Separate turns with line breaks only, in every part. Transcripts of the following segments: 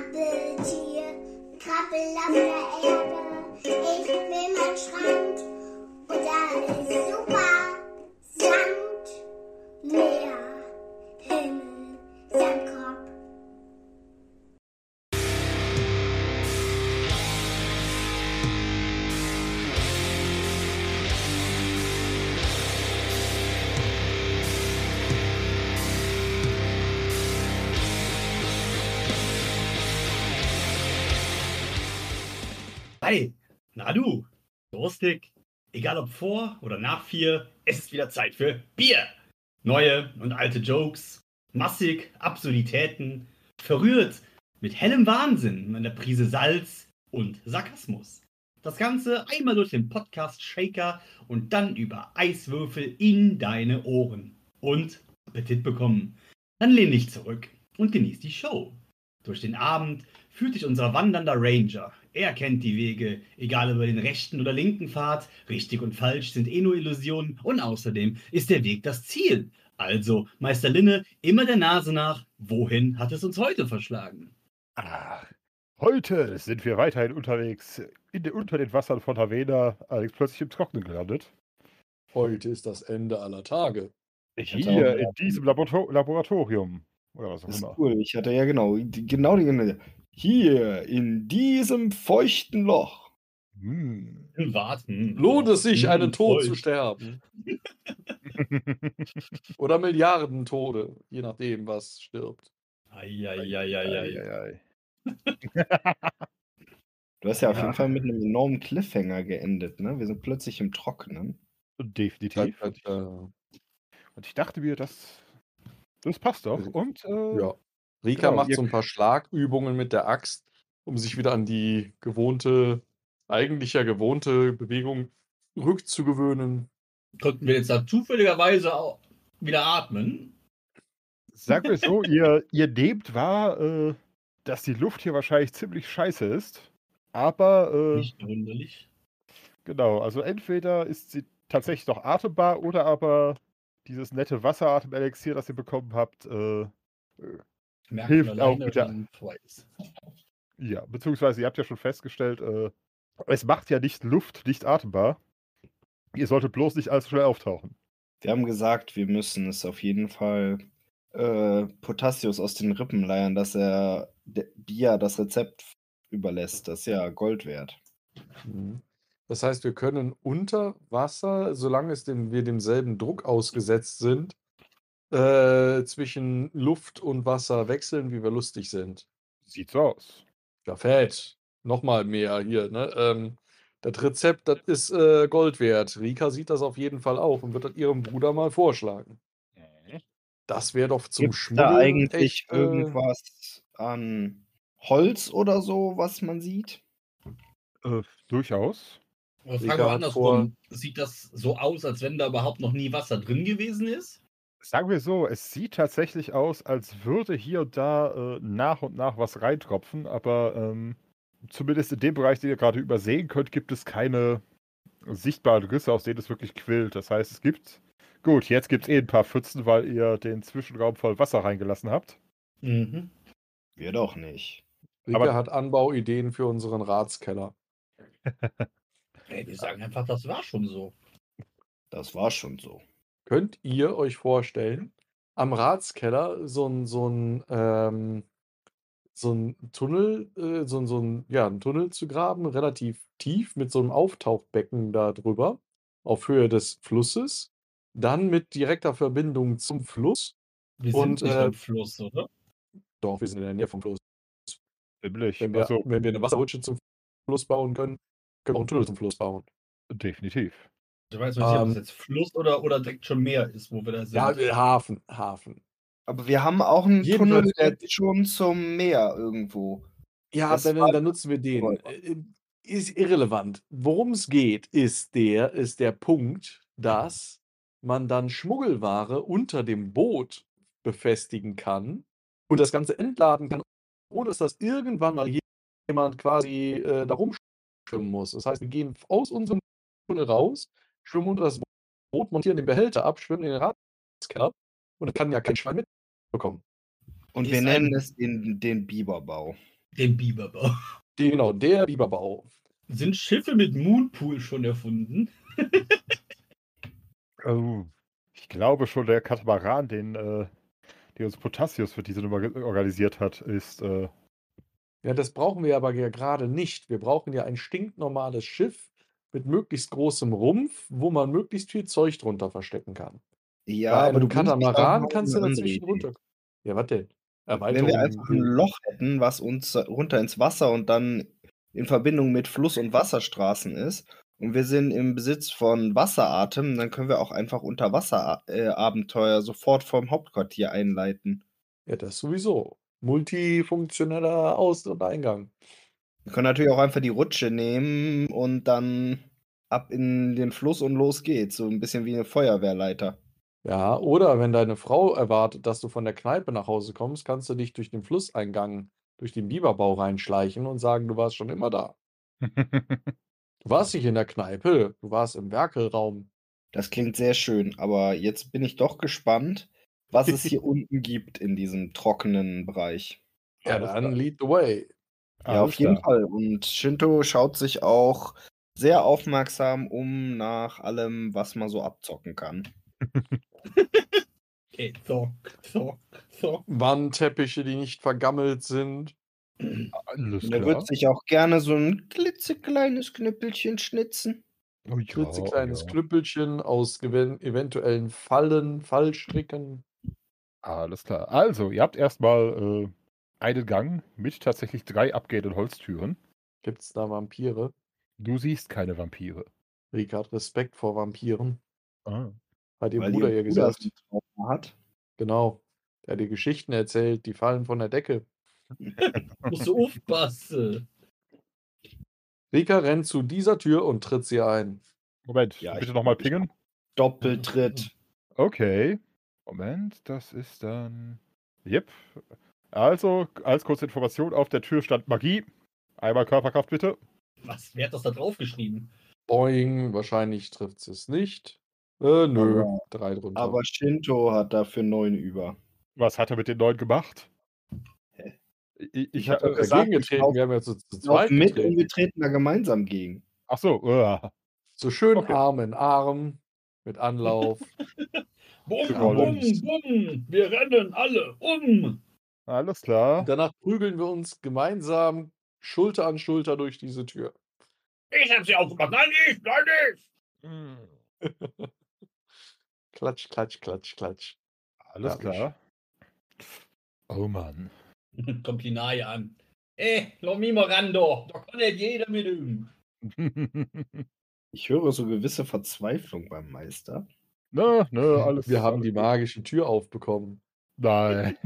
Krabbeltier, krabbel auf der Erde. Ich will meinen Strand und da ist super Sand, Meer, Himmel, Sandkorb.
Hi, na du, durstig, egal ob vor oder nach vier, es ist wieder Zeit für Bier. Neue und alte Jokes, massig, Absurditäten, verrührt mit hellem Wahnsinn, einer Prise Salz und Sarkasmus. Das Ganze einmal durch den Podcast Shaker und dann über Eiswürfel in deine Ohren. Und Appetit bekommen. Dann lehn dich zurück und genieß die Show. Durch den Abend führt dich unser wandernder Ranger. Er kennt die Wege, egal über den rechten oder linken Pfad. Richtig und falsch sind eh nur Illusionen und außerdem ist der Weg das Ziel. Also, Meister Linne, immer der Nase nach, wohin hat es uns heute verschlagen?
Ach, heute sind wir weiterhin unterwegs in den, unter den Wassern von Havena, allerdings plötzlich im Trocknen gelandet.
Heute ist das Ende aller Tage.
Hier in diesem Laborator Laboratorium. Oder was auch
Das
immer.
ist cool. Ich hatte ja genau, die, genau die Hier in diesem feuchten Loch.
Hm.
Warten.
Lohnt es sich,
Hm,
einen Tod
voll.
zu sterben? Oder Milliarden Tode, je nachdem, was stirbt.
Eieieiei.
Eieiei.
Du hast ja auf
Ja.
jeden Fall mit einem enormen Cliffhanger geendet, ne? Wir sind plötzlich im Trocknen.
Äh,
Definitiv. Und ich-
Ja.
Und ich dachte mir, das, das passt doch. Und äh,
Rika
Genau,
macht
ihr-
so ein paar Schlagübungen mit der Axt, um sich wieder an die gewohnte, eigentlich ja gewohnte Bewegung rückzugewöhnen.
Konnten wir jetzt da zufälligerweise auch wieder atmen?
sagen wir es so, ihr, ihr nehmt wahr, äh, dass die Luft hier wahrscheinlich ziemlich scheiße ist. Aber äh,
Nicht wunderlich.
Genau, also entweder ist sie tatsächlich noch atembar oder aber dieses nette Wasseratemelixier, das ihr bekommen habt, äh,
Merkt
Hilft
man
auch
alleine,
wieder.
wenn man weiß.
ja, beziehungsweise ihr habt ja schon festgestellt, äh, es macht ja nicht Luft, nicht atembar. Ihr solltet bloß nicht allzu schnell auftauchen.
Wir haben gesagt, wir müssen es auf jeden Fall äh, Potassius aus den Rippen leiern, dass er de- Bia das Rezept überlässt. Das ist ja Gold wert.
Mhm. Das heißt, wir können unter Wasser, solange es dem, wir demselben Druck ausgesetzt sind, äh, zwischen Luft und Wasser wechseln, wie wir lustig sind.
Sieht so aus.
Ja, fett. Nochmal mehr hier. Ne? Ähm, das Rezept, das ist äh, Gold wert. Rika sieht das auf jeden Fall auch und wird das ihrem Bruder mal vorschlagen. Das wäre doch zum
Gibt's
Schmuggeln
da eigentlich
echt, äh,
irgendwas an Holz oder so, was man sieht?
Äh, durchaus.
Aber
Rika
fragen wir
hat
Äh, andersrum. Sieht das so aus, als wenn da überhaupt noch nie Wasser drin gewesen ist?
Sagen wir so, es sieht tatsächlich aus, als würde hier und da äh, nach und nach was reintropfen, aber ähm, zumindest in dem Bereich, den ihr gerade übersehen könnt, gibt es keine sichtbaren Risse, aus denen es wirklich quillt. Das heißt, es gibt. Gut, jetzt gibt es eh ein paar Pfützen, weil ihr den Zwischenraum voll Wasser reingelassen habt.
Mhm.
Wir doch nicht.
Rika
aber-
hat Anbauideen für unseren Ratskeller.
Ey, wir sagen einfach, das war schon so.
Das war schon so.
Könnt ihr euch vorstellen, am Ratskeller so ein, so ein, ähm, so ein Tunnel, äh, so ein, so ein, ja, einen Tunnel zu graben, relativ tief mit so einem Auftauchbecken da drüber, auf Höhe des Flusses, dann mit direkter Verbindung zum Fluss.
Wir
Und,
sind nicht
äh,
am Fluss, oder?
Doch, wir sind in der Nähe vom Fluss.
Nämlich.
Wenn wir,
Also,
wenn wir eine Wasserrutsche zum Fluss bauen können, können wir auch einen Tunnel zum Fluss bauen.
definitiv.
Ich weiß noch nicht, ob
ähm,
es jetzt Fluss oder, oder direkt schon Meer ist, wo wir da sind.
Ja, äh, Hafen, Hafen.
Aber wir haben auch einen
Jedenfalls
Tunnel, der
hätte-
schon zum Meer irgendwo.
Ja,
Das
dann,
war-
dann nutzen wir den.
Räuber.
Äh, Ist irrelevant. Worum es geht, ist der, ist der Punkt, dass man dann Schmuggelware unter dem Boot befestigen kann und das Ganze entladen kann, ohne dass das irgendwann mal je- jemand quasi äh, da rumschwimmen muss. Das heißt, wir gehen aus unserem Tunnel raus, schwimmen unter das Boot, montieren den Behälter ab, schwimmen in den Ratskeller und dann kann ja kein Schwein mitbekommen.
Und
Ist
wir
ein-
nennen es den, den Biberbau.
Den Biberbau.
Die, genau, der Biberbau.
Sind Schiffe mit Moonpool schon erfunden?
Oh, ich glaube schon, der Katamaran, den, äh, den uns Potassius für diese Nummer ge- organisiert hat, ist. Äh,
Ja, das brauchen wir aber ja gerade nicht. Wir brauchen ja ein stinknormales Schiff mit möglichst großem Rumpf, wo man möglichst viel Zeug drunter verstecken kann.
Ja,
Bei
aber
einem
du bringst mich da
Katamaran
auf
kannst du Also,
eine andere
dazwischen
Idee.
runter. Ja, was denn?
Wenn wir einfach ein
Erweiterung. hm.
Loch hätten, was uns runter ins Wasser und dann in Verbindung mit Fluss- und Wasserstraßen ist, und wir sind im Besitz von Wasseratem, dann können wir auch einfach Unterwasserabenteuer sofort vom Hauptquartier einleiten.
Ja, das sowieso. Multifunktioneller Aus- und Eingang.
Wir können natürlich auch einfach die Rutsche nehmen und dann ab in den Fluss und los geht's. So ein bisschen wie eine Feuerwehrleiter.
Ja, oder wenn deine Frau erwartet, dass du von der Kneipe nach Hause kommst, kannst du dich durch den Flusseingang, durch den Biberbau reinschleichen und sagen, du warst schon immer da. Du warst nicht in der Kneipe, du warst im Werkelraum.
Das klingt sehr schön, aber jetzt bin ich doch gespannt, was es hier unten gibt in diesem trockenen Bereich.
Ja,
Alles
dann
klar.
lead the way.
Ja,
alles
auf jeden
klar.
Fall. Und Shinto schaut sich auch sehr aufmerksam um nach allem, was man so abzocken kann.
Okay, so, so, so.
Wandteppiche, die nicht vergammelt sind.
Alles
Und er wird sich auch gerne so ein klitzekleines Knüppelchen schnitzen.
Oh, ja,
klitzekleines
ja.
Knüppelchen aus gewen- eventuellen Fallen, Fallstricken.
Alles klar. Also, ihr habt erstmal äh, einen Gang mit tatsächlich drei abgehenden Holztüren.
Gibt es da Vampire?
Du siehst keine Vampire.
Rika hat Respekt vor Vampiren.
Ah.
Hat ihr
weil
Bruder
ihr
ja
Bruder
gesagt.
so ein Trauma Hat.
Genau. Der hat dir Geschichten erzählt, die fallen von der Decke.
Musst du aufpassen.
Rika rennt zu dieser Tür und tritt sie ein.
Moment,
Ja, ich-
bitte nochmal pingen.
Doppeltritt.
Okay. Moment, das ist dann. Yep. Also, als kurze Information: Auf der Tür stand Magie. Einmal Körperkraft bitte.
Was? Wer hat das da draufgeschrieben?
Boing, wahrscheinlich trifft sie es nicht. Äh, nö,
Aber-
drei drunter.
Aber Shinto hat dafür neun über.
Was hat er mit den neuen gemacht?
Hä?
Ich,
ich
ich, äh,
habe dagegen
gesagt, ich
getreten,
glaub-
wir haben ja zu, zu
Auch
zweit
mit und
getreten.
wir treten da gemeinsam gegen.
ach so, äh,
So schön
Okay.
Arm in Arm, mit Anlauf.
Bum, bum,
Rollins.
bum. Wir rennen alle um.
alles klar.
Danach prügeln wir uns gemeinsam Schulter an Schulter durch diese Tür.
Ich hab sie aufgemacht. Nein, ich, nein, ich.
Mm,
Klatsch, klatsch, klatsch, klatsch.
Alles
Ja,
klar. Oh Mann.
Kommt die Nahe an. Eh, Ey, noch mi Morando. Da kann nicht jeder mit üben.
Ich höre so gewisse Verzweiflung beim Meister.
Nö, nö, Ne, alles.
wir haben
alles
die
gut.
magische Tür aufbekommen.
Nein.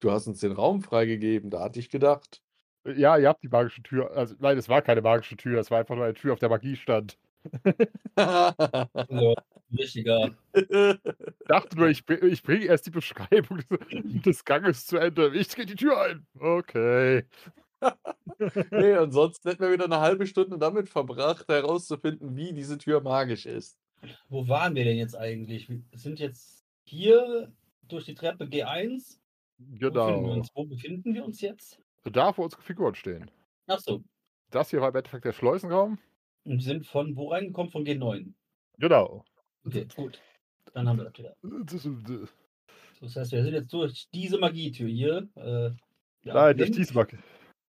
Du hast uns den Raum freigegeben, da hatte ich gedacht.
Ja, ihr habt die magische Tür. Also, nein, es war keine magische Tür. Es war einfach nur eine Tür, auf der Magie stand.
Also, richtiger.
Ich dachte nur, ich, bring- ich bringe erst die Beschreibung des, des Ganges zu Ende. Ich gehe die Tür ein. Okay.
nee, und sonst hätten wir wieder eine halbe Stunde damit verbracht, herauszufinden, wie diese Tür magisch ist.
Wo waren wir denn jetzt eigentlich? Wir sind jetzt hier durch die Treppe G1. Wo befinden wir
Genau.
uns, wo befinden wir uns jetzt?
Da, wo unsere Figuren stehen.
Achso,
Das hier war im Endeffekt der Schleusenraum.
wir sind von wo reingekommen? Von G9.
Genau.
Okay, gut. Dann haben wir das wieder.
Nein,
So, Das heißt, wir sind jetzt durch diese Magietür hier. Äh, ja,
durch
links.
diese Magie.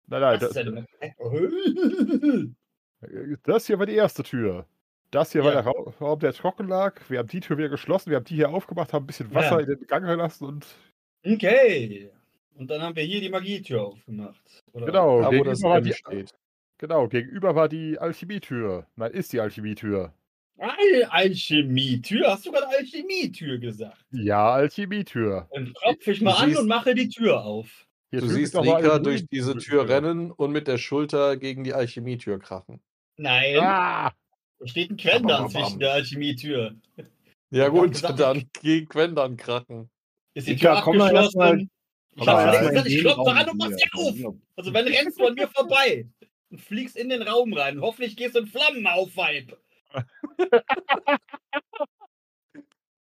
Nein, nein.
Das ist
Das,
ja eine Magie.
das hier war die erste Tür. Das hier war
Ja.
der Raum, Raum, der trocken lag. Wir haben die Tür wieder geschlossen. Wir haben die hier aufgemacht, haben ein bisschen
Ja.
Wasser in den Gang gelassen und
Okay. Und dann haben wir hier die Magietür aufgemacht. Oder?
Genau,
da, wo
gegenüber
das
war
M
die,
steht.
genau, gegenüber war die Alchemietür. Nein, ist die Alchemietür.
Al Alchemietür? Hast du gerade Alchemietür gesagt?
Ja, Alchemietür.
Dann
Ähm,
klopfe ich mal
Du
an
siehst-
und mache die Tür auf.
Hier
Du
drüben ist
siehst
noch mal eine
Rika durch
grüne
diese Tür
Tür.
rennen und mit der Schulter gegen die Alchemietür krachen.
Nein,
Ah!
da steht ein Quender
Bam, bam, bam.
zwischen der Alchemietür.
Ja
hab
gut,
gesagt,
dann gegen Quendan krachen.
Ist die
Rika,
Tür
komm mal erst
abgeschlossen? Ich
Aber
hab's
habe
erst
ja
mal
nicht
in
gesagt, ich
den
klopfe
Raum
an und mach
hier.
sie auf. Also wenn rennst du an mir vorbei und fliegst in den Raum rein. Hoffentlich gehst du in Flammen auf, Weib.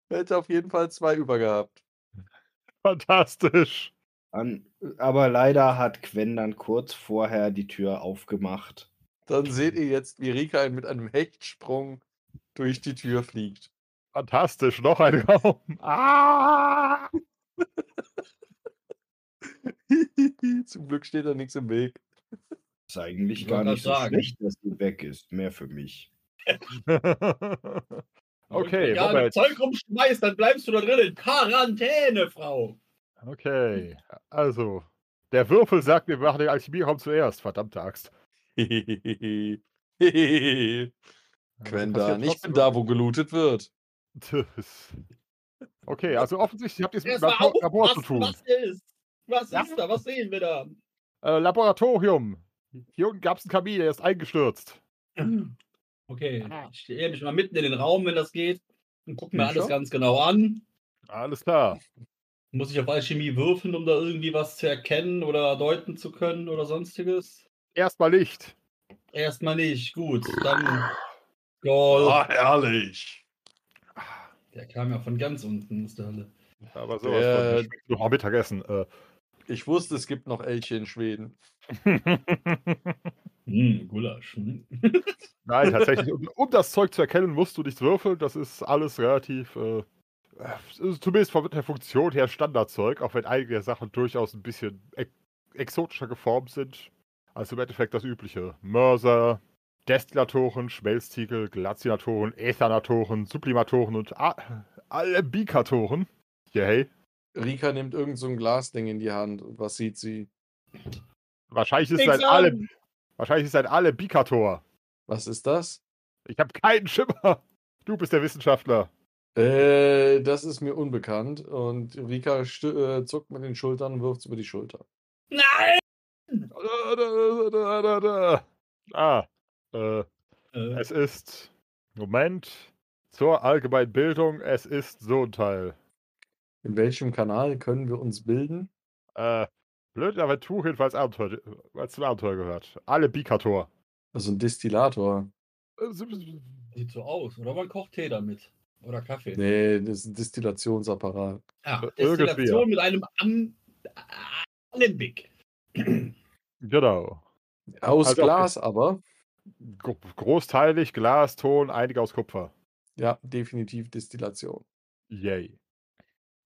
Hätte auf jeden Fall zwei über gehabt.
Fantastisch.
An, aber leider hat Gwen dann kurz vorher die Tür aufgemacht.
Dann seht ihr jetzt, wie Rika halt mit einem Hechtsprung durch die Tür fliegt.
Fantastisch, noch ein Raum. Ah!
Zum Glück steht da nichts im Weg.
Ist eigentlich
Ich
gar
wollte
nicht so
grad sagen.
schlecht, dass sie weg ist. Mehr für mich.
Okay,
Wenn du egal,
Robert.
Zeug rumschmeißt, dann bleibst du da drin in Quarantäne, Frau.
okay, also. Der Würfel sagt, wir machen den Alchemieraum zuerst. Verdammte Axt.
Quendan,
Also,
ich bin da, wo gelootet wird.
Tschüss. Okay, also offensichtlich habt ihr es mit dem
Erstmal
Labor, Labor zu
aufpassen,
tun.
was ist. Was
Ja.
ist da? Was sehen wir da?
Äh, Laboratorium. Hier unten gab es einen Kamin, der ist eingestürzt.
Okay,
Ah.
ich stehe mich mal mitten in den Raum, wenn das geht. Und guck mir
Ja,
alles
schon.
ganz genau an.
Alles klar.
Muss ich auf Alchemie würfeln, um da irgendwie was zu erkennen oder deuten zu können oder sonstiges?
Erstmal Licht.
Erstmal nicht. Gut, dann.
Also Ah.
Goal.
herrlich.
Der kam ja von ganz unten aus der Hölle.
Aber sowas
Der-
von. Ich noch am Mittagessen. Äh.
Ich wusste, es gibt noch Elche in Schweden.
Hm, Gulasch. Hm.
Nein, tatsächlich. Um, um das Zeug zu erkennen, musst du nichts würfeln. Das ist alles relativ, äh, äh, zumindest von der Funktion her, Standardzeug, auch wenn einige der Sachen durchaus ein bisschen ex exotischer geformt sind, als im Endeffekt das übliche. Mörser, Destillatoren, Schmelztiegel, Glazinatoren, Ethanatoren, Sublimatoren und A- Alebikatoren. Yay.
Rika nimmt irgend so ein Glasding in die Hand. Und was sieht sie?
Wahrscheinlich ist, es
Nix
ein Ale
an.
wahrscheinlich ist es ein Alebikator.
Was ist das?
Ich habe keinen Schimmer. Du bist der Wissenschaftler.
Äh, das ist mir unbekannt. Und Rika stü- äh, zuckt mit den Schultern und wirft es über die Schulter.
Nein!
Da, da, da, da, da. Ah, äh,
Äh,
es ist. Moment. Zur allgemeinen Bildung, es ist so ein Teil.
In welchem Kanal können wir uns bilden?
Äh, blöd, aber Tuch jedenfalls Abenteuer, weil es zum Abenteuer gehört. Alle Bikator.
Also ein Destillator.
Äh, s- s-
sieht so aus. Oder man kocht Tee damit. Oder Kaffee.
Nee, das ist ein Destillationsapparat.
Ja,
Irgendwie,
Destillation
ja.
mit einem Am äh, Alembic.
Genau.
Aus
Also, okay.
Glas aber.
Gro- Großteilig, Glas, Ton, einige aus Kupfer.
Ja, definitiv Destillation.
Yay.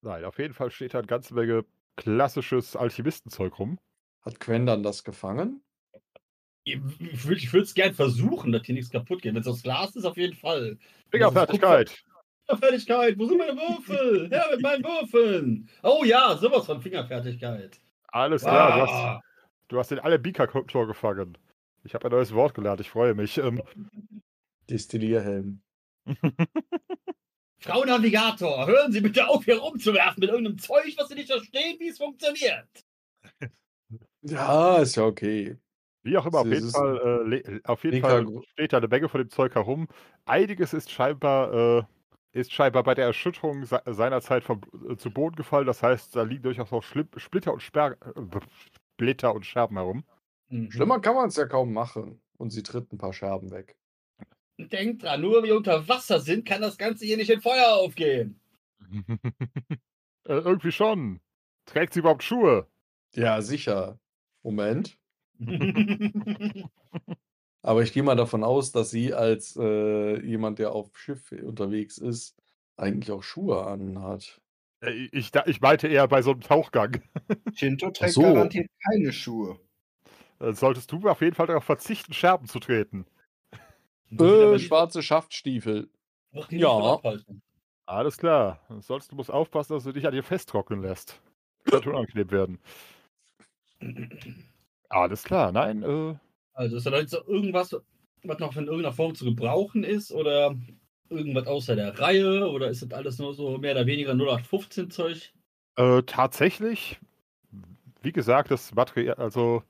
Nein, auf jeden Fall steht da eine ganze Menge klassisches Alchemistenzeug rum.
Hat Quendan das gefangen?
Ich würde es gern versuchen, dass hier nichts kaputt geht. Wenn es aus Glas ist, auf jeden Fall.
Fingerfertigkeit.
Fingerfertigkeit, wo sind meine Würfel? Her mit meinen Würfeln. Oh ja, sowas von Fingerfertigkeit.
Alles klar, du hast,
Ah,
Du hast den Alebika-Tor gefangen. Ich habe ein neues Wort gelernt, ich freue mich. Ähm,
Destillierhelm.
Frau Navigator, hören Sie bitte auf, hier rumzuwerfen mit irgendeinem Zeug, was Sie nicht verstehen, wie es funktioniert.
Ja, ist ja okay.
wie auch immer, auf
Das
jeden,
ist-
Fall, äh, le- auf jeden
Linker
Fall
Gru-
steht da eine Menge von dem Zeug herum. Einiges ist scheinbar, äh, ist scheinbar bei der Erschütterung se seinerzeit vom, äh, zu Boden gefallen. Das heißt, da liegen durchaus noch Schlim Splitter, und Sper äh, Splitter und Scherben herum.
Mhm.
Schlimmer kann man es ja kaum machen. Und sie tritt ein paar Scherben weg.
Denkt dran, nur weil wir unter Wasser sind, kann das Ganze hier nicht in Feuer aufgehen.
äh, irgendwie schon. Trägt sie überhaupt Schuhe?
Ja, sicher. Moment.
Hm,
Aber ich gehe mal davon aus, dass sie als äh, jemand, der auf Schiff unterwegs ist, eigentlich auch Schuhe anhat.
Äh, ich, da- ich meinte eher bei so einem Tauchgang.
Shinto trägt
so.
garantiert keine Schuhe.
Äh, solltest du auf jeden Fall darauf verzichten, Scherben zu treten.
Äh, schwarze Schaftstiefel.
Mach die nicht
Ja.
von abhalten.
Alles klar. Sonst du musst aufpassen, dass du dich an dir festtrocknen lässt. Könnte unangenehm werden. Alles klar, nein, äh,
Also ist da jetzt so irgendwas, was noch in irgendeiner Form zu gebrauchen ist oder irgendwas außer der Reihe oder ist das alles nur so mehr oder weniger 0815 Zeug?
äh, tatsächlich, wie gesagt, das Material, also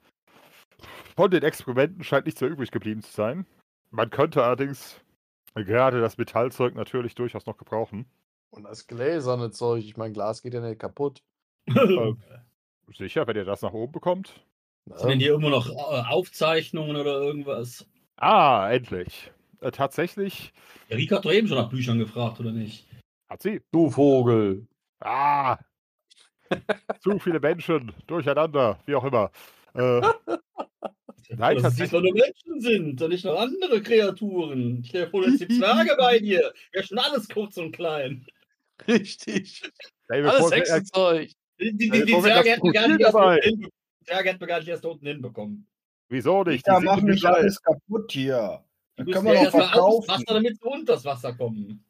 von den Experimenten scheint nichts mehr übrig geblieben zu sein. Man könnte allerdings gerade das Metallzeug natürlich durchaus noch gebrauchen.
Und das gläserne Zeug. Ich meine, Glas geht ja nicht kaputt. Äh,
Sind
Sicher, wenn ihr das nach oben bekommt.
denn
Ähm,
hier immer noch äh, Aufzeichnungen oder irgendwas?
Ah, endlich. Äh, tatsächlich
Ja, Rika hat doch eben schon nach Büchern gefragt, oder nicht?
hat sie.
Du Vogel.
Ah, Zu viele Menschen, durcheinander, wie auch immer. Äh, nein,
dass es nicht
tatsächlich.
nur Menschen sind und nicht nur andere Kreaturen. Ich stell dir vor, du hast die Frage bei dir. Wir schon alles kurz und klein.
Richtig.
Nein,
Alles
bevor wir-
Hexenzeug.
Die, die, die,
Stell dir
die
vor, wir
Zwerge
lassen
hätten gar nicht erst
Krokodil dabei.
unten hinbekommen. Die Zwerge hätten wir gar nicht erst unten hinbekommen.
wieso nicht? Die
Da
sind
mach
gut
mich
dabei.
alles kaputt hier.
Die
Da
müssen
können
ja
wir doch
erst mal aus
verkaufen.
das Wasser, damit sie unter das Wasser kommen.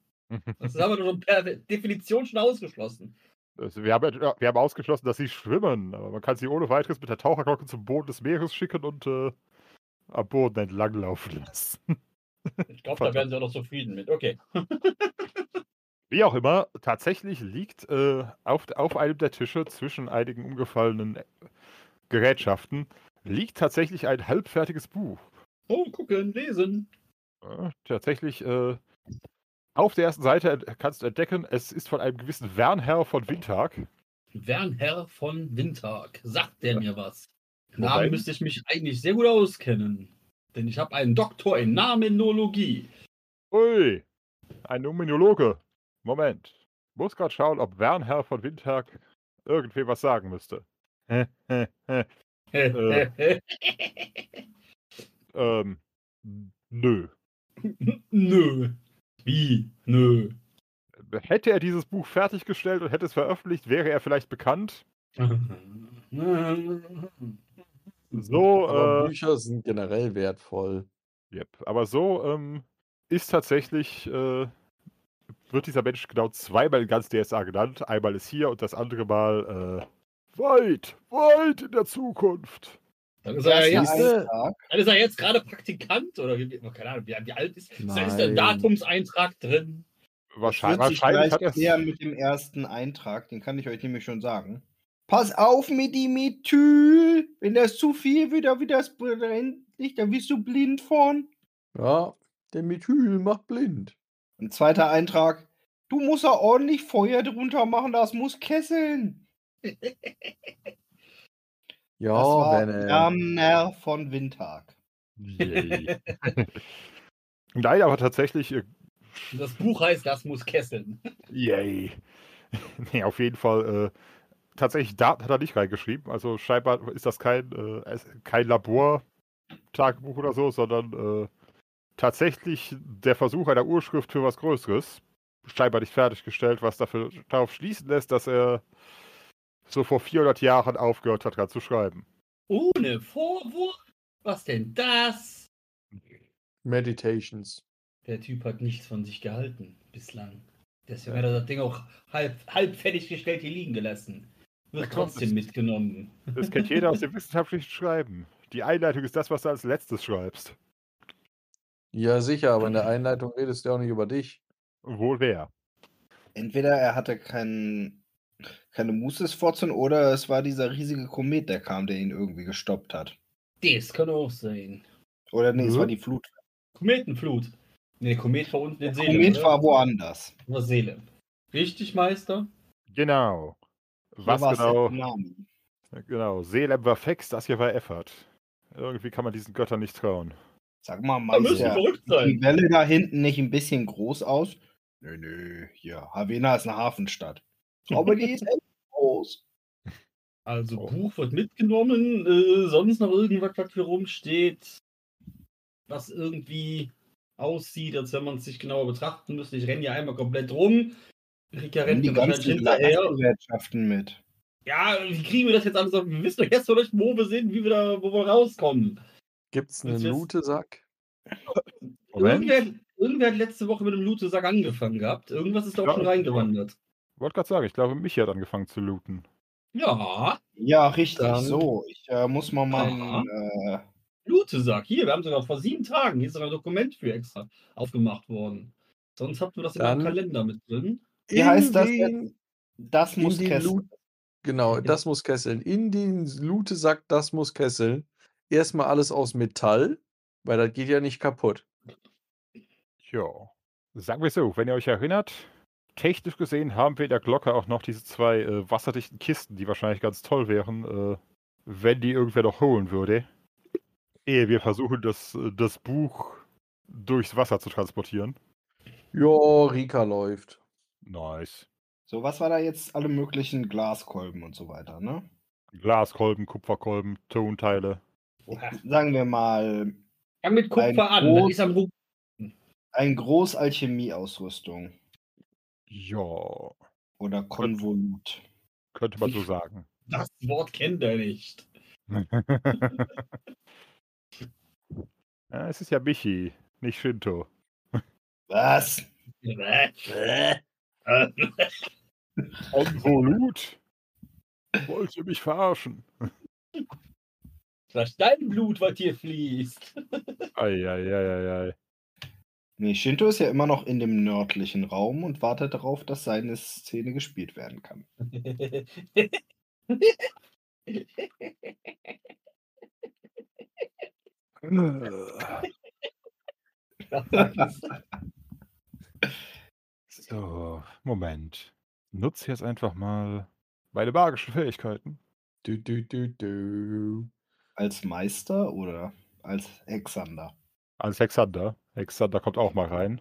Das ist aber nur per Definition schon ausgeschlossen.
Also wir, haben, ja- wir haben ausgeschlossen, dass sie schwimmen, aber man kann sie ohne weiteres mit der Taucherglocke zum Boden des Meeres schicken und äh, am Boden entlanglaufen lassen.
Ich glaube, da werden sie auch noch zufrieden mit. Okay.
Wie auch immer, tatsächlich liegt äh, auf, auf einem der Tische zwischen einigen umgefallenen äh, Gerätschaften liegt tatsächlich ein halbfertiges Buch.
Oh, gucken, lesen.
Ja, tatsächlich, äh, auf der ersten Seite ent- kannst du entdecken, es ist von einem gewissen Wernherr von Windhag.
Wernherr von Windhag. Sagt der mir was?
Wobei-
Namen müsste ich mich eigentlich sehr gut auskennen. Denn ich habe einen Doktor in Namenologie.
Ui, ein Numinologe. Moment. Muss gerade schauen, ob Wernherr von Windhag irgendwie was sagen müsste. Ähm, Äh. ähm, nö.
Nö. Wie? Nö.
Hätte er dieses Buch fertiggestellt und hätte es veröffentlicht, wäre er vielleicht bekannt. So,
Aber
äh,
Bücher sind generell wertvoll.
yep. aber so ähm, ist tatsächlich, äh, wird dieser Mensch genau zweimal in ganz DSA genannt. Einmal ist hier und das andere Mal äh, weit, weit in der Zukunft.
Dann ist er ja
Ersten
jetzt,
siehste.
Eintrag.
dann ist er jetzt gerade Praktikant oder wie, oh, keine Ahnung, wie, wie alt ist. Ist da- ist der
Nein.
Datumseintrag drin?
Wahrscheinlich,
Wird sich
wahrscheinlich hat
gleich
er
klären mit dem ersten Eintrag, den kann ich euch nämlich schon sagen. Pass auf mit dem Methyl! Wenn das zu viel wird, dann wird das brennlich, dann wirst du blind von.
Ja, der Methyl macht blind.
Ein zweiter Eintrag. Du musst da ordentlich Feuer drunter machen, das muss kesseln.
Ja,
Das war
äh,
wenn er.
Werner von Windhag.
Yay. Nein, aber tatsächlich, äh,
Das Buch heißt Das muss kesseln.
yay. nee, auf jeden Fall, äh, tatsächlich Daten hat er nicht reingeschrieben. Also scheinbar ist das kein, äh, es- kein Labor-Tagebuch oder so, sondern äh, tatsächlich der Versuch einer Urschrift für was Größeres. Scheinbar nicht fertiggestellt, was dafür, darauf schließen lässt, dass er so vor 400 Jahren aufgehört hat, gerade zu schreiben.
Ohne Vorwurf? Was denn das?
Meditations.
Der Typ hat nichts von sich gehalten bislang. Deswegen hat er das Ding auch halb, halb fertiggestellt hier liegen gelassen. Wird
Ja, komm,
trotzdem
das-
mitgenommen.
Das kennt jeder aus dem wissenschaftlichen Schreiben. Die Einleitung ist das, was du als letztes schreibst.
Ja, sicher, aber in
Genau.
der Einleitung redest du ja auch nicht über dich.
Wohl wer.
Entweder er hatte kein, keine Muße es vorzunehmen, oder es war dieser riesige Komet, der kam, der ihn irgendwie gestoppt hat.
Das kann auch sein.
Oder nee, es
Mhm.
war die Flut.
Kometenflut. Ne, Komet war unten in Seele. ne?
Komet
oder?
war woanders.
In der Seele. Richtig, Meister?
Genau.
Hier
Was
war's der
genau?
Tsunami.
Genau. Seelem war Fex, das hier war Effert. Irgendwie kann man diesen Göttern nicht trauen.
Sag mal,
Da müssen
Meister,
verrückt
sieht die
sein.
Welle da hinten nicht ein bisschen groß aus? Nö, nö, hier. Havena ist eine Hafenstadt. Aber die ist echt groß.
Also Buch wird mitgenommen, äh, sonst noch irgendwas, was hier rumsteht, was irgendwie aussieht, als wenn man es sich genauer betrachten müsste. Ich renne hier einmal komplett rum. Rika
Nimm
rennt
die
mir wahrscheinlich
ganzen
hinterher.
Landwirtschaften mit.
Ja, wie kriegen wir das jetzt alles auf? Wir wissen doch jetzt noch nicht, wo wir sind, wie wir da, wo wir rauskommen.
Gibt's einen
Das ist-
Lute-Sack?
Irgendwer, irgendwer hat letzte Woche mit dem Lute-Sack angefangen gehabt. Irgendwas ist da auch
Ja.
schon reingewandert.
Wollte gerade sagen, ich glaube, Michi hat angefangen zu looten.
Ja,
Ja, richtig.
Dann-
So, ich äh, muss mal
Aha.
meinen. Äh,
Lute-Sack. Hier, wir haben sogar vor sieben Tagen, hier ist sogar ein Dokument für extra aufgemacht worden. Sonst habt ihr das in
Dann-
eurem Kalender mit drin.
wie heißt das?
In
jetzt? Das
den, in
muss
den
Kessel.
Lu- Genau,
Ja.
das muss kesseln. In den Lute-Sack, das muss kesseln. Erstmal alles aus Metall, weil das geht ja nicht kaputt.
Ja. Sagen wir so, wenn ihr euch erinnert, technisch gesehen haben wir in der Glocke auch noch diese zwei äh, wasserdichten Kisten, die wahrscheinlich ganz toll wären, äh, wenn die irgendwer noch holen würde. Ehe wir versuchen, das, äh, das Buch durchs Wasser zu transportieren.
Ja, Rika läuft.
Nice.
So, was war da jetzt? Alle möglichen Glaskolben und so weiter, ne?
Glaskolben, Kupferkolben, Tonteile.
Oha.
Sagen wir mal,
Fang mit Kupfer
Ein
an, dann
Brot.
ist am Ruck.
ein Großalchemieausrüstung
Ja,
oder Konvolut.
könnte man so sagen.
Das Wort kennt er nicht.
ja, es ist ja Michi, nicht Shinto.
Was?
Äh,
Konvolut? Wollt ihr mich verarschen?
Das Steinblut, was hier fließt.
Eieieiei.
Nee, Shinto ist ja immer noch in dem nördlichen Raum und wartet darauf, dass seine Szene gespielt werden kann.
So, Moment. Nutz jetzt einfach mal meine magischen Fähigkeiten.
Du, du, du, du.
Als Meister oder als Hexander?
Als Hexander. Hexander kommt auch mal rein.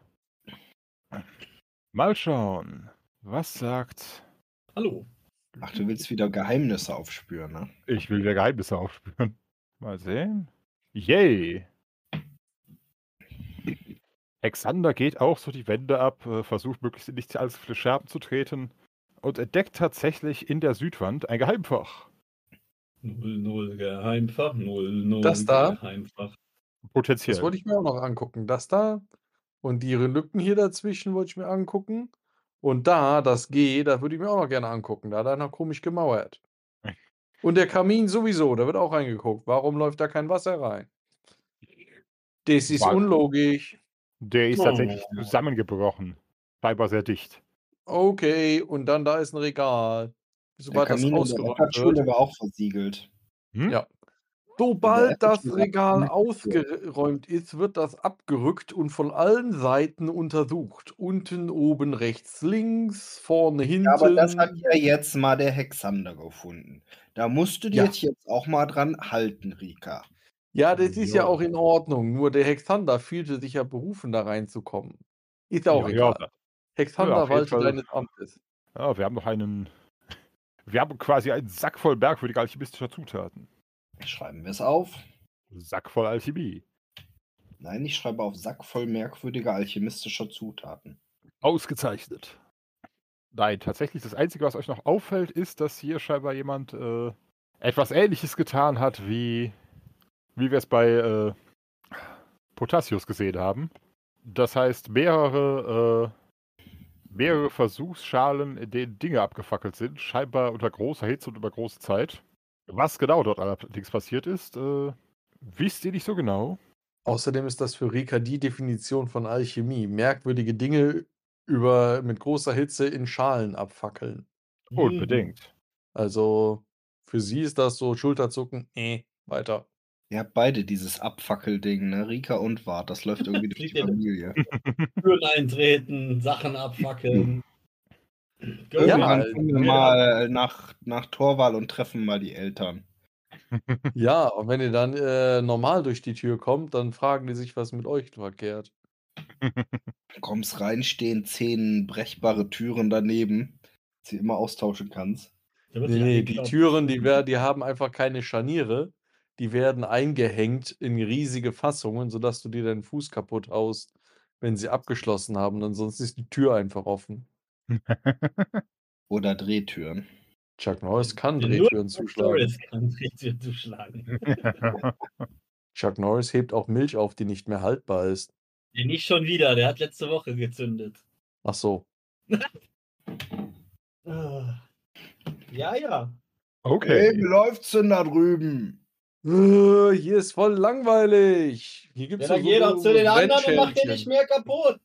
Mal schauen. Was sagt.
Hallo.
Ach, du willst wieder Geheimnisse aufspüren, ne?
Ich will wieder Geheimnisse aufspüren. Mal sehen. Yay! Hexander geht auch so die Wände ab, äh, versucht möglichst in nicht allzu viele Scherben zu treten und entdeckt tatsächlich in der Südwand ein Geheimfach.
Null null Geheimfach, null null
Das da?
Geheimfach.
Potenziell.
Das wollte ich mir auch noch angucken. Das da und die Lücken hier dazwischen wollte ich mir angucken. Und da, das G, da würde ich mir auch noch gerne angucken. Da hat einer komisch gemauert. Und der Kamin sowieso, da wird auch reingeguckt. Warum läuft da kein Wasser rein? Das ist
Weil-
unlogisch.
Der ist tatsächlich
Oh.
zusammengebrochen. Scheinbar sehr dicht.
Okay, und dann da ist ein Regal.
Der
Sobald das
Kamin in der
ausgeräumt wird.
Eckartschule war auch versiegelt.
Hm?
Ja. Sobald das
Eckartschule
Regal
nicht
ausgeräumt ist, wird das abgerückt und von allen Seiten untersucht. Unten, oben, rechts, links, vorne, hinten.
Ja, aber das
ähm,
hat ja jetzt mal der Hexander gefunden. Da musst du
Ja.
dich jetzt auch mal dran halten, Rika.
Ja, das ist ja
Ja.
auch in Ordnung. Nur der Hexander fühlte sich ja berufen, da reinzukommen. Ist ja auch
Ja, ja,
egal. Hexander
ja, auf jeden
walte
Fall.
deines Amtes.
Ja, wir haben noch einen. Wir haben quasi einen Sack voll merkwürdiger alchemistischer Zutaten.
Schreiben wir es auf.
Sack voll Alchemie.
Nein, ich schreibe auf Sack voll merkwürdiger alchemistischer Zutaten.
Ausgezeichnet. Nein, tatsächlich, das Einzige, was euch noch auffällt, ist, dass hier scheinbar jemand äh, etwas Ähnliches getan hat, wie, wie wir es bei äh, Potassius gesehen haben. Das heißt, mehrere, äh, mehrere Versuchsschalen, in denen Dinge abgefackelt sind, scheinbar unter großer Hitze und über große Zeit. Was genau dort allerdings passiert ist, äh, wisst ihr nicht so genau.
Außerdem ist das für Rika die Definition von Alchemie. Merkwürdige Dinge über, mit großer Hitze in Schalen abfackeln.
Hm.
Unbedingt.
Also für sie ist das so Schulterzucken, äh, weiter.
Ihr habt beide dieses Abfackelding, ne? Rika und Wart. Das läuft irgendwie durch
Rika,
die
das-
Familie.
Türen eintreten, Sachen abfackeln.
Hm.
Go.
Irgendwann
Ja,
kommen wir mal nach, nach Torwahl und treffen mal die Eltern.
Ja, und wenn ihr dann äh, normal durch die Tür kommt, dann fragen die sich, was mit euch verkehrt.
Kommst rein, stehen zehn brechbare Türen daneben, die du immer austauschen kannst.
Da wird
Nee,
sich
nee, die
angeklopft.
Türen, die, wer- die haben einfach keine Scharniere. Die werden eingehängt in riesige Fassungen, sodass du dir deinen Fuß kaputt haust, wenn sie abgeschlossen haben. Ansonsten ist die Tür einfach offen.
Oder Drehtüren.
Chuck Norris kann
Ja, nur
Drehtüren
Chuck
zuschlagen.
Norris kann Drehtüren zuschlagen.
Chuck Norris hebt auch Milch auf, die nicht mehr haltbar ist.
Ja, nicht schon wieder, der hat letzte Woche gezündet.
Ach so.
Ah. Ja, ja.
Okay.
Eben läuft's denn da drüben?
Äh, Hier ist voll langweilig. Hier gibt
Hm. Ja,
es
dann geht doch zu den anderen und macht den nicht mehr kaputt.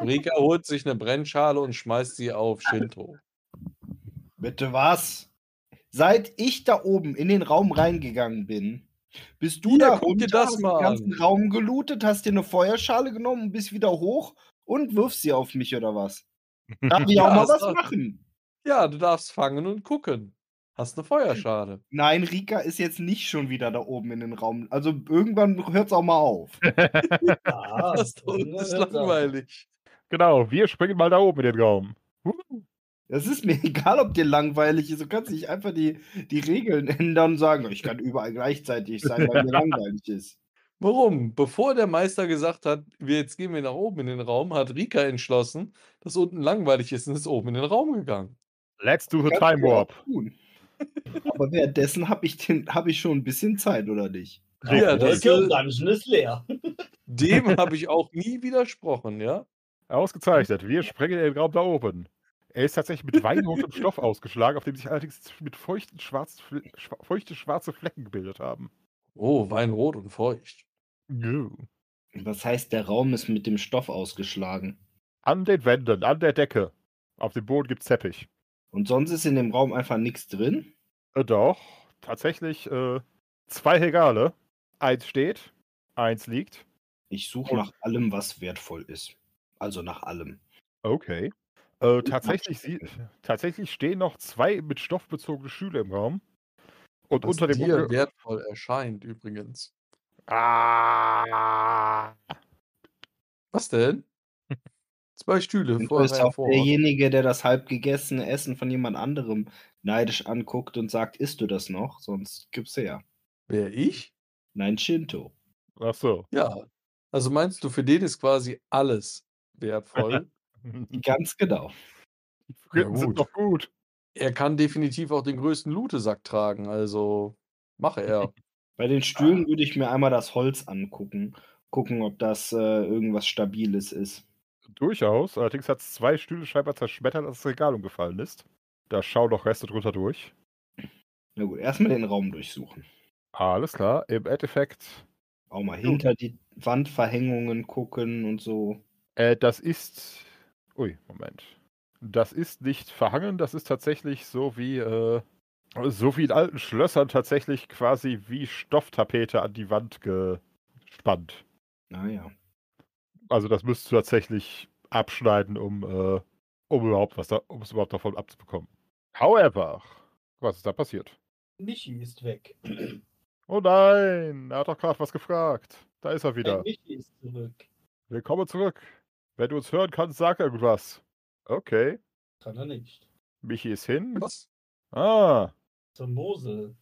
Rika holt sich eine Brennschale und schmeißt sie auf Shinto.
Bitte was? Seit ich da oben in den Raum reingegangen bin, bist du
Hier,
da
guck dir
runter,
das
hast
mal
den ganzen
an.
Raum gelootet, hast dir eine Feuerschale genommen und bist wieder hoch und wirfst sie auf mich oder was? Darf ich
Ja,
auch mal
ist
was
doch-
machen?
Ja, du darfst fangen und gucken. Hast eine Feuerschale.
Nein, Rika ist jetzt nicht schon wieder da oben in den Raum. Also irgendwann hört's auch mal auf.
Ja,
das ist doch- das ist langweilig.
Genau, wir springen mal da oben in den Raum. Wuhu.
Das ist mir egal, ob dir langweilig ist. Du kannst nicht einfach die, die Regeln ändern und sagen, ich kann überall gleichzeitig sein, weil mir langweilig ist.
Warum? Bevor der Meister gesagt hat, wir jetzt gehen wir nach oben in den Raum, hat Rika entschlossen, dass unten langweilig ist und ist oben in den Raum gegangen.
Let's do the
Kannst
time
du ja
warp.
auch tun. Aber währenddessen habe ich, den- hab ich schon ein bisschen Zeit, oder nicht?
Der
Ja, das, äh,
Dungeon ist leer.
dem habe ich auch nie widersprochen, ja?
Ausgezeichnet. Wir sprengen den Raum da oben. Er ist tatsächlich mit weinrotem Stoff ausgeschlagen, auf dem sich allerdings mit feuchten schwarzen, Fle- schwa- feuchte schwarze Flecken gebildet haben.
Oh, weinrot und feucht.
Gö.
Was heißt, der Raum ist mit dem Stoff ausgeschlagen?
An den Wänden, an der Decke. Auf dem Boden gibt's Teppich.
Und sonst ist in dem Raum einfach nichts drin?
Äh, doch, tatsächlich äh, zwei Regale. Eins steht, eins liegt.
Ich suche nach allem, was wertvoll ist. Also nach allem.
Okay. Äh, tatsächlich, sie, tatsächlich stehen noch zwei mit Stoff bezogene Stühle im Raum. Und
Was
unter dem
dir
Unge-
wertvoll erscheint übrigens.
Ah!
Was denn? Zwei Stühle
Und da ist
vorher
auch
vor. Ort.
derjenige, der das halb gegessene Essen von jemand anderem neidisch anguckt und sagt, isst du das noch? Sonst gibt's her.
Wer ich?
Nein, Shinto.
Ach so.
Ja. Also meinst du, für den ist quasi alles wertvoll?
Die
Ganz genau.
Fritten
gut.
sind doch gut.
er kann definitiv auch den größten Lutesack tragen, also mache er.
Bei den Stühlen würde ich mir einmal das Holz angucken, gucken, ob das äh, irgendwas Stabiles ist.
Durchaus. Allerdings hat es zwei Stühle scheinbar zerschmettert, als das Regal umgefallen ist. Da schauen noch Reste drunter durch.
Na gut, erstmal den Raum durchsuchen.
Alles klar. Im Endeffekt,
Auch mal hinter die Wandverhängungen gucken und so.
äh, das ist. Ui, Moment. Das ist nicht verhangen, das ist tatsächlich so wie. Äh, so wie in alten Schlössern tatsächlich quasi wie Stofftapete an die Wand gespannt.
Naja.
Also das müsstest du tatsächlich abschneiden, um, äh, um überhaupt was da, um es überhaupt davon abzubekommen. However, was ist da passiert?
Michi ist weg.
Oh nein, er hat doch gerade was gefragt. Da ist er wieder.
Michi ist zurück.
Willkommen zurück. Wenn du uns hören kannst, sag irgendwas. Okay,
Kann er nicht.
Michi ist hin.
Was?
Ah,
Zur Mosel.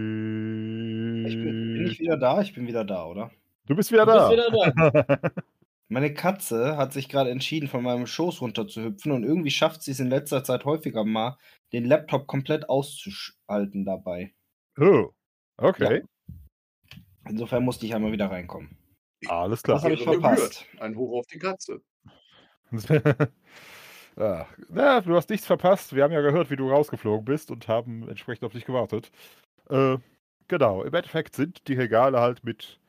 Ich bin, bin ich
Michi.
wieder da? Ich bin wieder da, oder?
Du bist wieder
Du bist
da.
wieder da.
Meine Katze hat sich gerade entschieden, von meinem Schoß runterzuhüpfen und irgendwie schafft sie es in letzter Zeit häufiger mal, den Laptop komplett auszuschalten dabei.
Oh, okay,
Insofern musste ich einmal wieder reinkommen.
alles
Was
klar.
habe ich verpasst?
Ein Hoch auf die Katze.
Ah, na, du hast nichts verpasst. Wir haben ja gehört, wie du rausgeflogen bist und haben entsprechend auf dich gewartet. Äh, genau, im Endeffekt sind die Regale halt mit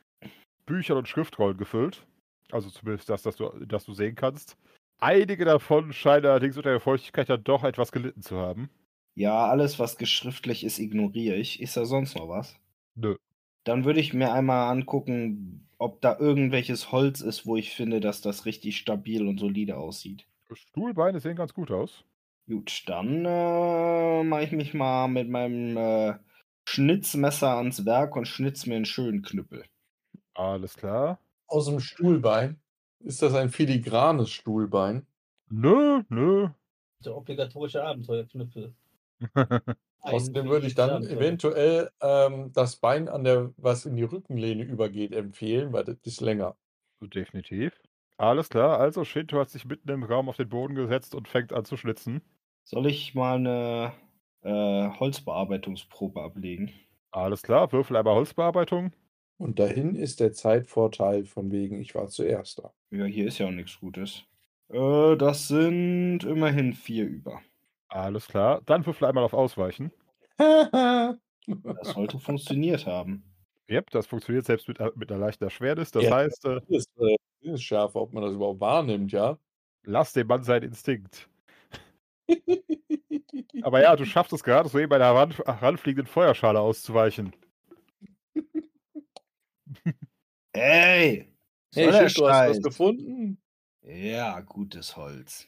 Büchern und Schriftrollen gefüllt. Also zumindest das, das du, das du sehen kannst. Einige davon scheinen allerdings unter der Feuchtigkeit dann doch etwas gelitten zu haben.
Ja, alles, was geschriftlich ist, ignoriere ich. Ist da sonst noch was?
Nö.
Dann würde ich mir einmal angucken, ob da irgendwelches Holz ist, wo ich finde, dass das richtig stabil und solide aussieht.
Stuhlbeine sehen ganz gut aus.
Gut, dann äh, mache ich mich mal mit meinem äh, Schnitzmesser ans Werk und schnitz mir einen schönen Knüppel.
Alles klar.
Aus dem Stuhlbein. Ist das ein filigranes Stuhlbein?
Nö, nö.
Der obligatorische Abenteuerknüppel. Ein
Außerdem würde
wichtiges
ich dann
Abenteuer.
eventuell ähm, das Bein an der, was in die Rückenlehne übergeht, empfehlen, weil das ist länger.
Definitiv. Alles klar. Also Shinto hat sich mitten im Raum auf den Boden gesetzt und fängt an zu schnitzen.
Soll ich mal eine äh, Holzbearbeitungsprobe ablegen?
Alles klar. Würfel einmal Holzbearbeitung.
Und dahin ist der Zeitvorteil von wegen, ich war zuerst da.
Ja, hier ist ja auch nichts Gutes. Äh, das sind immerhin vier über.
Alles klar. Dann würfel einmal auf Ausweichen.
Das sollte funktioniert haben.
Yep, das funktioniert selbst mit, äh, mit einer leichten Erschwernis. Das
Ja.
heißt, äh,
Das ist, äh, das ist schärfer, ob man das überhaupt wahrnimmt, ja?
lass den Mann seinen Instinkt. Aber ja, du schaffst es gerade soeben einer heran, heranfliegenden Feuerschale auszuweichen.
Ey!
Hey,
soll der
Schiff, du hast was
Scheiß?
gefunden?
Ja, gutes Holz.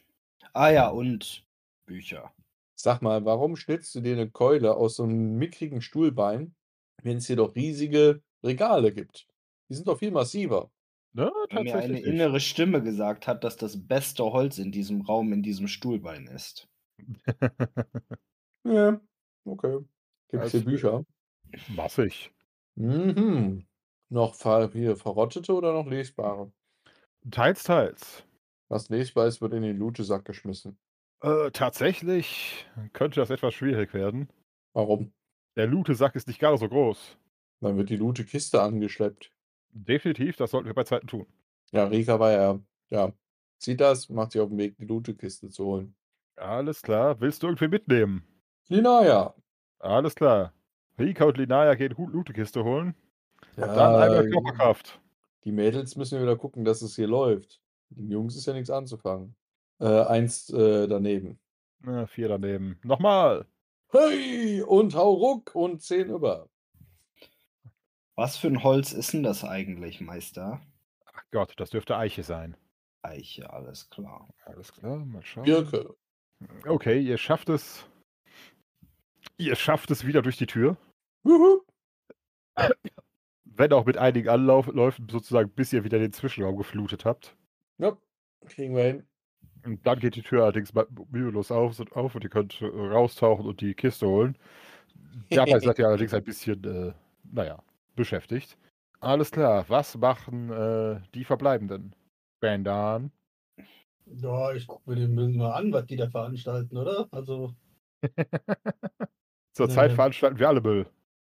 Ah ja, und Bücher.
Sag mal, warum schnitzt du dir eine Keule aus so einem mickrigen Stuhlbein, wenn es hier doch riesige Regale gibt? Die sind doch viel massiver.
Ne,
Weil mir eine
tatsächlich. nicht.
innere Stimme gesagt hat, dass das beste Holz in diesem Raum in diesem Stuhlbein ist.
Ja, okay. Gibt es
Also-
hier Bücher?
Massig.
Mhm. Noch ver hier verrottete oder noch lesbare?
Teils, teils.
Was lesbar ist, wird in den Lutesack geschmissen.
Äh, tatsächlich könnte das etwas schwierig werden.
Warum?
Der Lute-Sack ist nicht gar so groß.
Dann wird die Lute-Kiste angeschleppt.
Definitiv, das sollten wir bei Zeiten tun.
Ja, Rika war ja, ja, sieht das, macht sich auf den Weg, die Lute-Kiste zu holen.
Alles klar. Willst du irgendwie mitnehmen?
Linaya.
Alles klar. Rika und Linaya gehen Hu- Lute-Kiste holen.
Ja,
Dann einmal Körperkraft.
die Mädels müssen ja wieder gucken, dass es hier läuft. Den Jungs ist ja nichts anzufangen. Äh, eins äh, daneben.
Äh, vier daneben. Nochmal.
Hey, und hau ruck und zehn über.
Was für ein Holz ist denn das eigentlich, Meister?
Ach Gott, das dürfte Eiche sein.
Eiche, alles klar.
Alles klar, mal schauen.
Birke.
Okay, ihr schafft es. Ihr schafft es wieder durch die Tür.
Juhu.
Wenn auch mit einigen Anläufen, sozusagen, bis ihr wieder den Zwischenraum geflutet habt.
Ja, kriegen wir hin.
Und dann geht die Tür allerdings mal mühelos auf, so- auf und ihr könnt äh, raustauchen und die Kiste holen. Dabei seid ihr allerdings ein bisschen, äh, naja, beschäftigt. Alles klar, was machen äh, die Verbleibenden? Bandan.
Ja, ich gucke mir den Müll mal an, was die da veranstalten, oder? Also,
Zurzeit
Äh.
veranstalten wir alle Müll.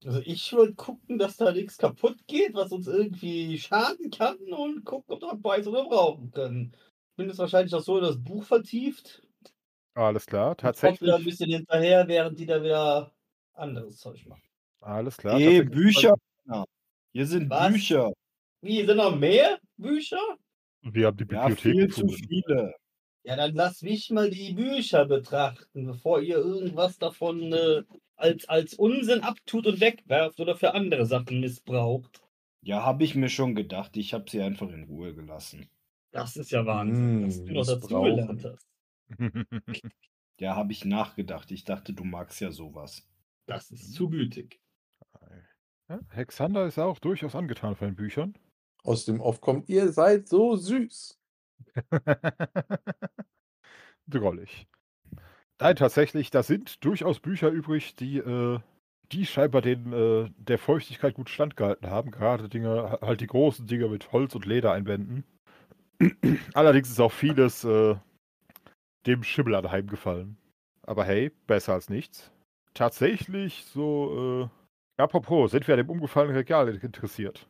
also ich würde gucken, dass da nichts kaputt geht, was uns irgendwie schaden kann und gucken, ob wir Beiß oder brauchen können. Ich bin jetzt wahrscheinlich auch so in das Buch vertieft.
Alles klar,
Ich wieder ein
tatsächlich.
bisschen hinterher, während die da wieder anderes Zeug machen.
Alles klar.
Eh,
tatsächlich-
Bücher. Ja. Hier sind
Was?
Bücher.
Wie, sind noch mehr Bücher?
Wir haben die
Ja,
Bibliothek
viel zu
gefunden.
viele.
Ja, dann lass mich mal die Bücher betrachten, bevor ihr irgendwas davon äh, als, als Unsinn abtut und wegwerft oder für andere Sachen missbraucht.
Ja, habe ich mir schon gedacht. Ich habe sie einfach in Ruhe gelassen.
Das ist ja Wahnsinn,
Mm,
dass du noch dazugelernt
missbrauchen.
hast.
Ja, habe ich nachgedacht. Ich dachte, du magst ja sowas.
Das ist zu gütig.
Ja, Hexander ist auch durchaus angetan von den Büchern.
Aus dem Off kommt, ihr seid so süß.
Drollig. Nein, tatsächlich, da sind durchaus Bücher übrig, die, äh, die scheinbar den, äh, der Feuchtigkeit gut standgehalten haben. Gerade Dinge, halt die großen Dinger mit Holz und Leder einwänden. Allerdings ist auch vieles äh, dem Schimmel anheimgefallen. Aber hey, besser als nichts. Tatsächlich so, äh, apropos, sind wir an dem umgefallenen Regal interessiert?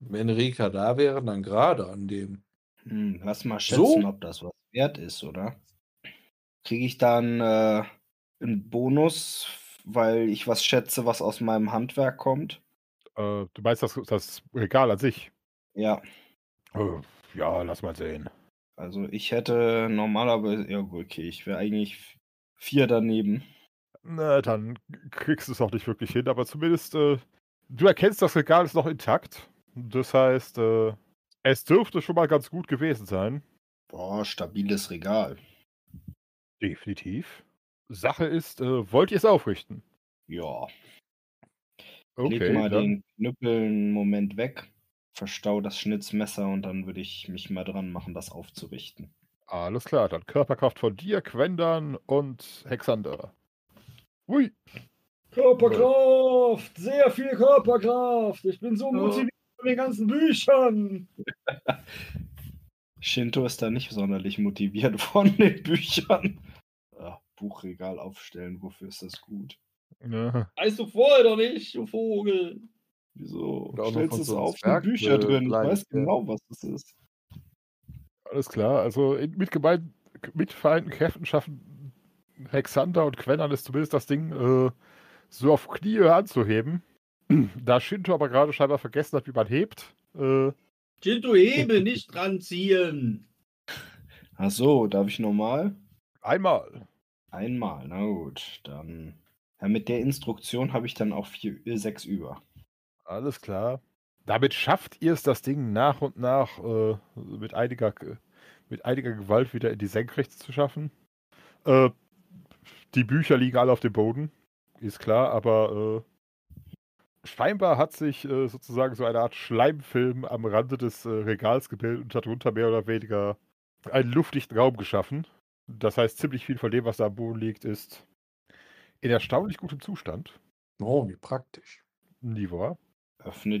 Wenn Rika da wäre, dann gerade an dem.
Hm, lass mal schätzen,
So?
ob das was wert ist, oder? Kriege ich dann äh, einen Bonus, weil ich was schätze, was aus meinem Handwerk kommt?
Äh, du meinst das, das Regal an sich?
Ja,
Äh, ja, lass mal sehen.
also ich hätte normalerweise, ja gut, okay, ich wäre eigentlich vier daneben.
Na, dann kriegst du es auch nicht wirklich hin, aber zumindest äh, du erkennst, das Regal ist noch intakt. Das heißt, äh, es dürfte schon mal ganz gut gewesen sein.
Boah, stabiles Regal.
Definitiv. Sache ist, äh, wollt ihr es aufrichten?
Ja, leg
Okay,
mal
dann,
den Knüppel einen Moment weg, verstau das Schnitzmesser und dann würde ich mich mal dran machen, das aufzurichten.
alles klar. Dann Körperkraft von dir, Quendan und Hexander. Ui,
Körperkraft! Sehr viel Körperkraft! Ich bin so
motiviert
von den ganzen Büchern!
Shinto ist da nicht sonderlich motiviert von den Büchern. Ah, Buchregal aufstellen, wofür ist das gut?
Ja,
Weißt du vorher doch nicht, du Vogel!
Wieso?
Oder auch noch
Stellst
von
es
so einem
auf
Zwerg,
die Bücher
äh,
drin? Ich
kleines,
weiß
ja.
genau, was das ist.
alles klar. Also in, mit, gemein, mit vereinten Kräften schaffen Hexander und Quendan es zumindest das Ding äh, so auf Kniehöhe anzuheben. Da Shinto aber gerade scheinbar vergessen hat, wie man hebt, äh,
Shinto Hebel, nicht dran ziehen!
Ach so, darf ich nochmal?
einmal.
Einmal, na gut, dann. Ja, mit der Instruktion habe ich dann auch vier, äh, sechs über.
Alles klar. Damit schafft ihr es, das Ding nach und nach äh, mit, einiger, mit einiger Gewalt wieder in die Senkrechte zu schaffen. Äh, die Bücher liegen alle auf dem Boden, ist klar, aber äh, scheinbar hat sich äh, sozusagen so eine Art Schleimfilm am Rande des äh, Regals gebildet und darunter mehr oder weniger einen luftdichten Raum geschaffen. Das heißt, ziemlich viel von dem, was da am Boden liegt, ist in erstaunlich gutem Zustand.
Oh, wie praktisch.
Nivor.
Öffne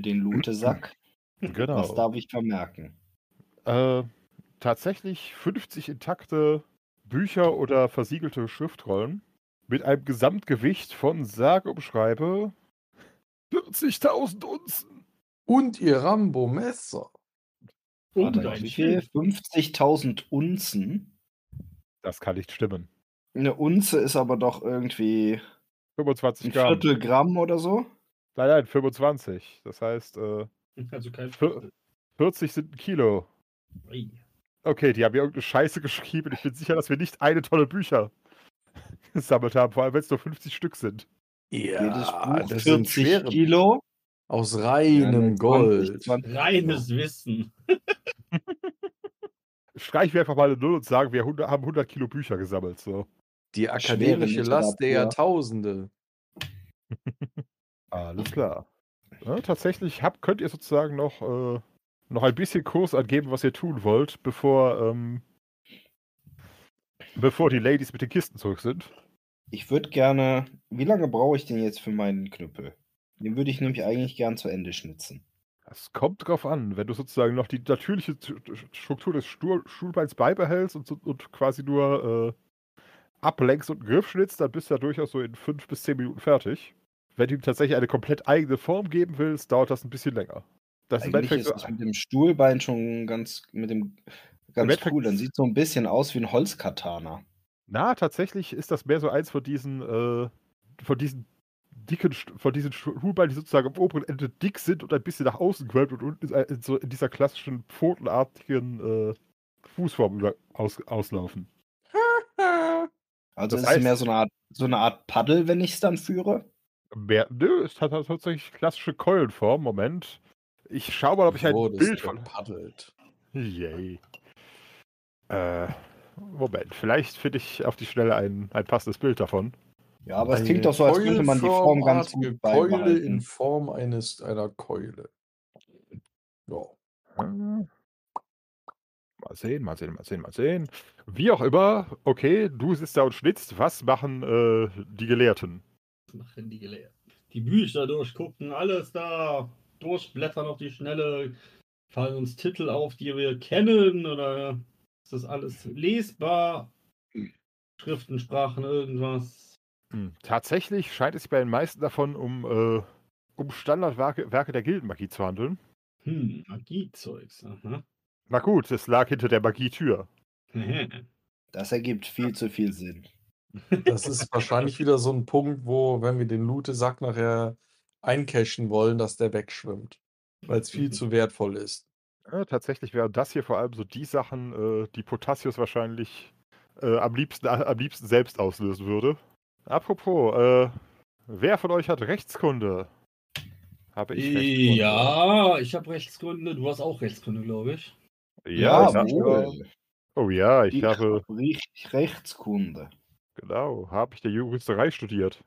den Lootesack.
Genau.
Was darf ich vermerken?
Äh, tatsächlich 50 intakte Bücher oder versiegelte Schriftrollen mit einem Gesamtgewicht von sage und schreibe 40.000 Unzen.
Und ihr Rambo-Messer.
Warte, wie viel? 50.000 Unzen.
Das kann nicht stimmen.
Eine Unze ist aber doch irgendwie
25
ein
Gramm.
Viertel Gramm oder so.
Nein, nein, 25. Das heißt, äh,
Also kein
vier- 40 sind ein Kilo.
Ui.
Okay, die haben ja irgendeine Scheiße geschrieben. Ich bin sicher, dass wir nicht eine Tonne Bücher gesammelt haben, vor allem wenn es nur 50 Stück sind.
Jedes Buch
das sind
40
schwere
Kilo.
aus
Ja,
reinem
ne, 20,
Gold.
20
Reines Wissen.
Streichen wir einfach mal eine Null und sagen, wir hund- haben 100 Kilo Bücher gesammelt. So.
Die akademische
Literatur.
Last der Jahrtausende.
Mhm.
Alles klar. Ja, tatsächlich habt, könnt ihr sozusagen noch, äh, noch ein bisschen Kurs angeben, was ihr tun wollt, bevor, ähm, bevor die Ladies mit den Kisten zurück sind.
Ich würde gerne. Wie lange brauche ich denn jetzt für meinen Knüppel? Den würde ich nämlich eigentlich gern zu Ende schnitzen.
Es kommt drauf an, wenn du sozusagen noch die natürliche St- Struktur des Stuhl Stuhlbeins beibehältst und, so- und quasi nur äh, ablenkst und einen Griff schnitzt, dann bist du ja durchaus so in fünf bis zehn Minuten fertig. Wenn du ihm tatsächlich eine komplett eigene Form geben willst, dauert das ein bisschen länger. Das ist Also im
Eigentlich
Endeffekt
ist
so,
das mit dem Stuhlbein schon ganz, mit dem, ganz
Endeffekt-
cool. Dann sieht so ein bisschen aus wie ein Holzkatana.
Na, tatsächlich ist das mehr so eins von diesen, äh, von diesen dicken, St- von diesen Stuhlbeinen, die sozusagen am oberen Ende dick sind und ein bisschen nach außen gewölbt und unten ist ein- in, so in dieser klassischen pfotenartigen äh, Fußform über, aus, auslaufen.
Also
Das
ist es
heißt-
mehr so eine Art, so eine Art Paddel, wenn ich es dann führe.
Mehr, nö, es hat hat tatsächlich klassische Keulenform. Moment. Ich schau mal, ob ich ein
Wurdest
Bild von.
gepaddelt.
Yay. Äh, Moment, vielleicht finde ich auf die Schnelle ein, ein passendes Bild davon.
Ja, aber es
Eine
klingt doch so, als könnte man die Form ganz
keulenformartige
gut
Keule in
beibehalten.
Form eines einer Keule. Ja.
Äh, Mal sehen, mal sehen, mal sehen, mal sehen. Wie auch immer, okay, du sitzt da und schnitzt. Was machen äh, die Gelehrten?
Das machen die Gelehrten. Die Bücher durchgucken, alles da durchblättern auf die Schnelle. Fallen uns Titel auf, die wir kennen oder ist das alles lesbar? Schriften, Sprachen, irgendwas.
Hm, Tatsächlich scheint es sich bei den meisten davon um, äh, um Standardwerke Werke der Gildenmagie zu handeln.
Hm, Magiezeugs. Aha.
Na gut, es lag hinter der Magietür.
Das ergibt viel zu viel Sinn.
Das ist wahrscheinlich wieder so ein Punkt, wo, wenn wir den Lute-Sack nachher eincashen wollen, dass der wegschwimmt. Weil es
Mhm.
viel zu wertvoll ist.
Ja, Äh, tatsächlich wären das hier vor allem so die Sachen, äh, die Potassius wahrscheinlich äh, am, liebsten, am liebsten selbst auslösen würde. Apropos, äh, wer von euch hat Rechtskunde? Habe ich Rechtskunde?
ja, ich habe Rechtsgründe. Du hast auch Rechtsgründe, glaube ich.
Ja, ich
wohl.
habe, oh ja, ich
Ich
habe,
hab richtig Rechtskunde.
genau, habe ich der Juristerei studiert.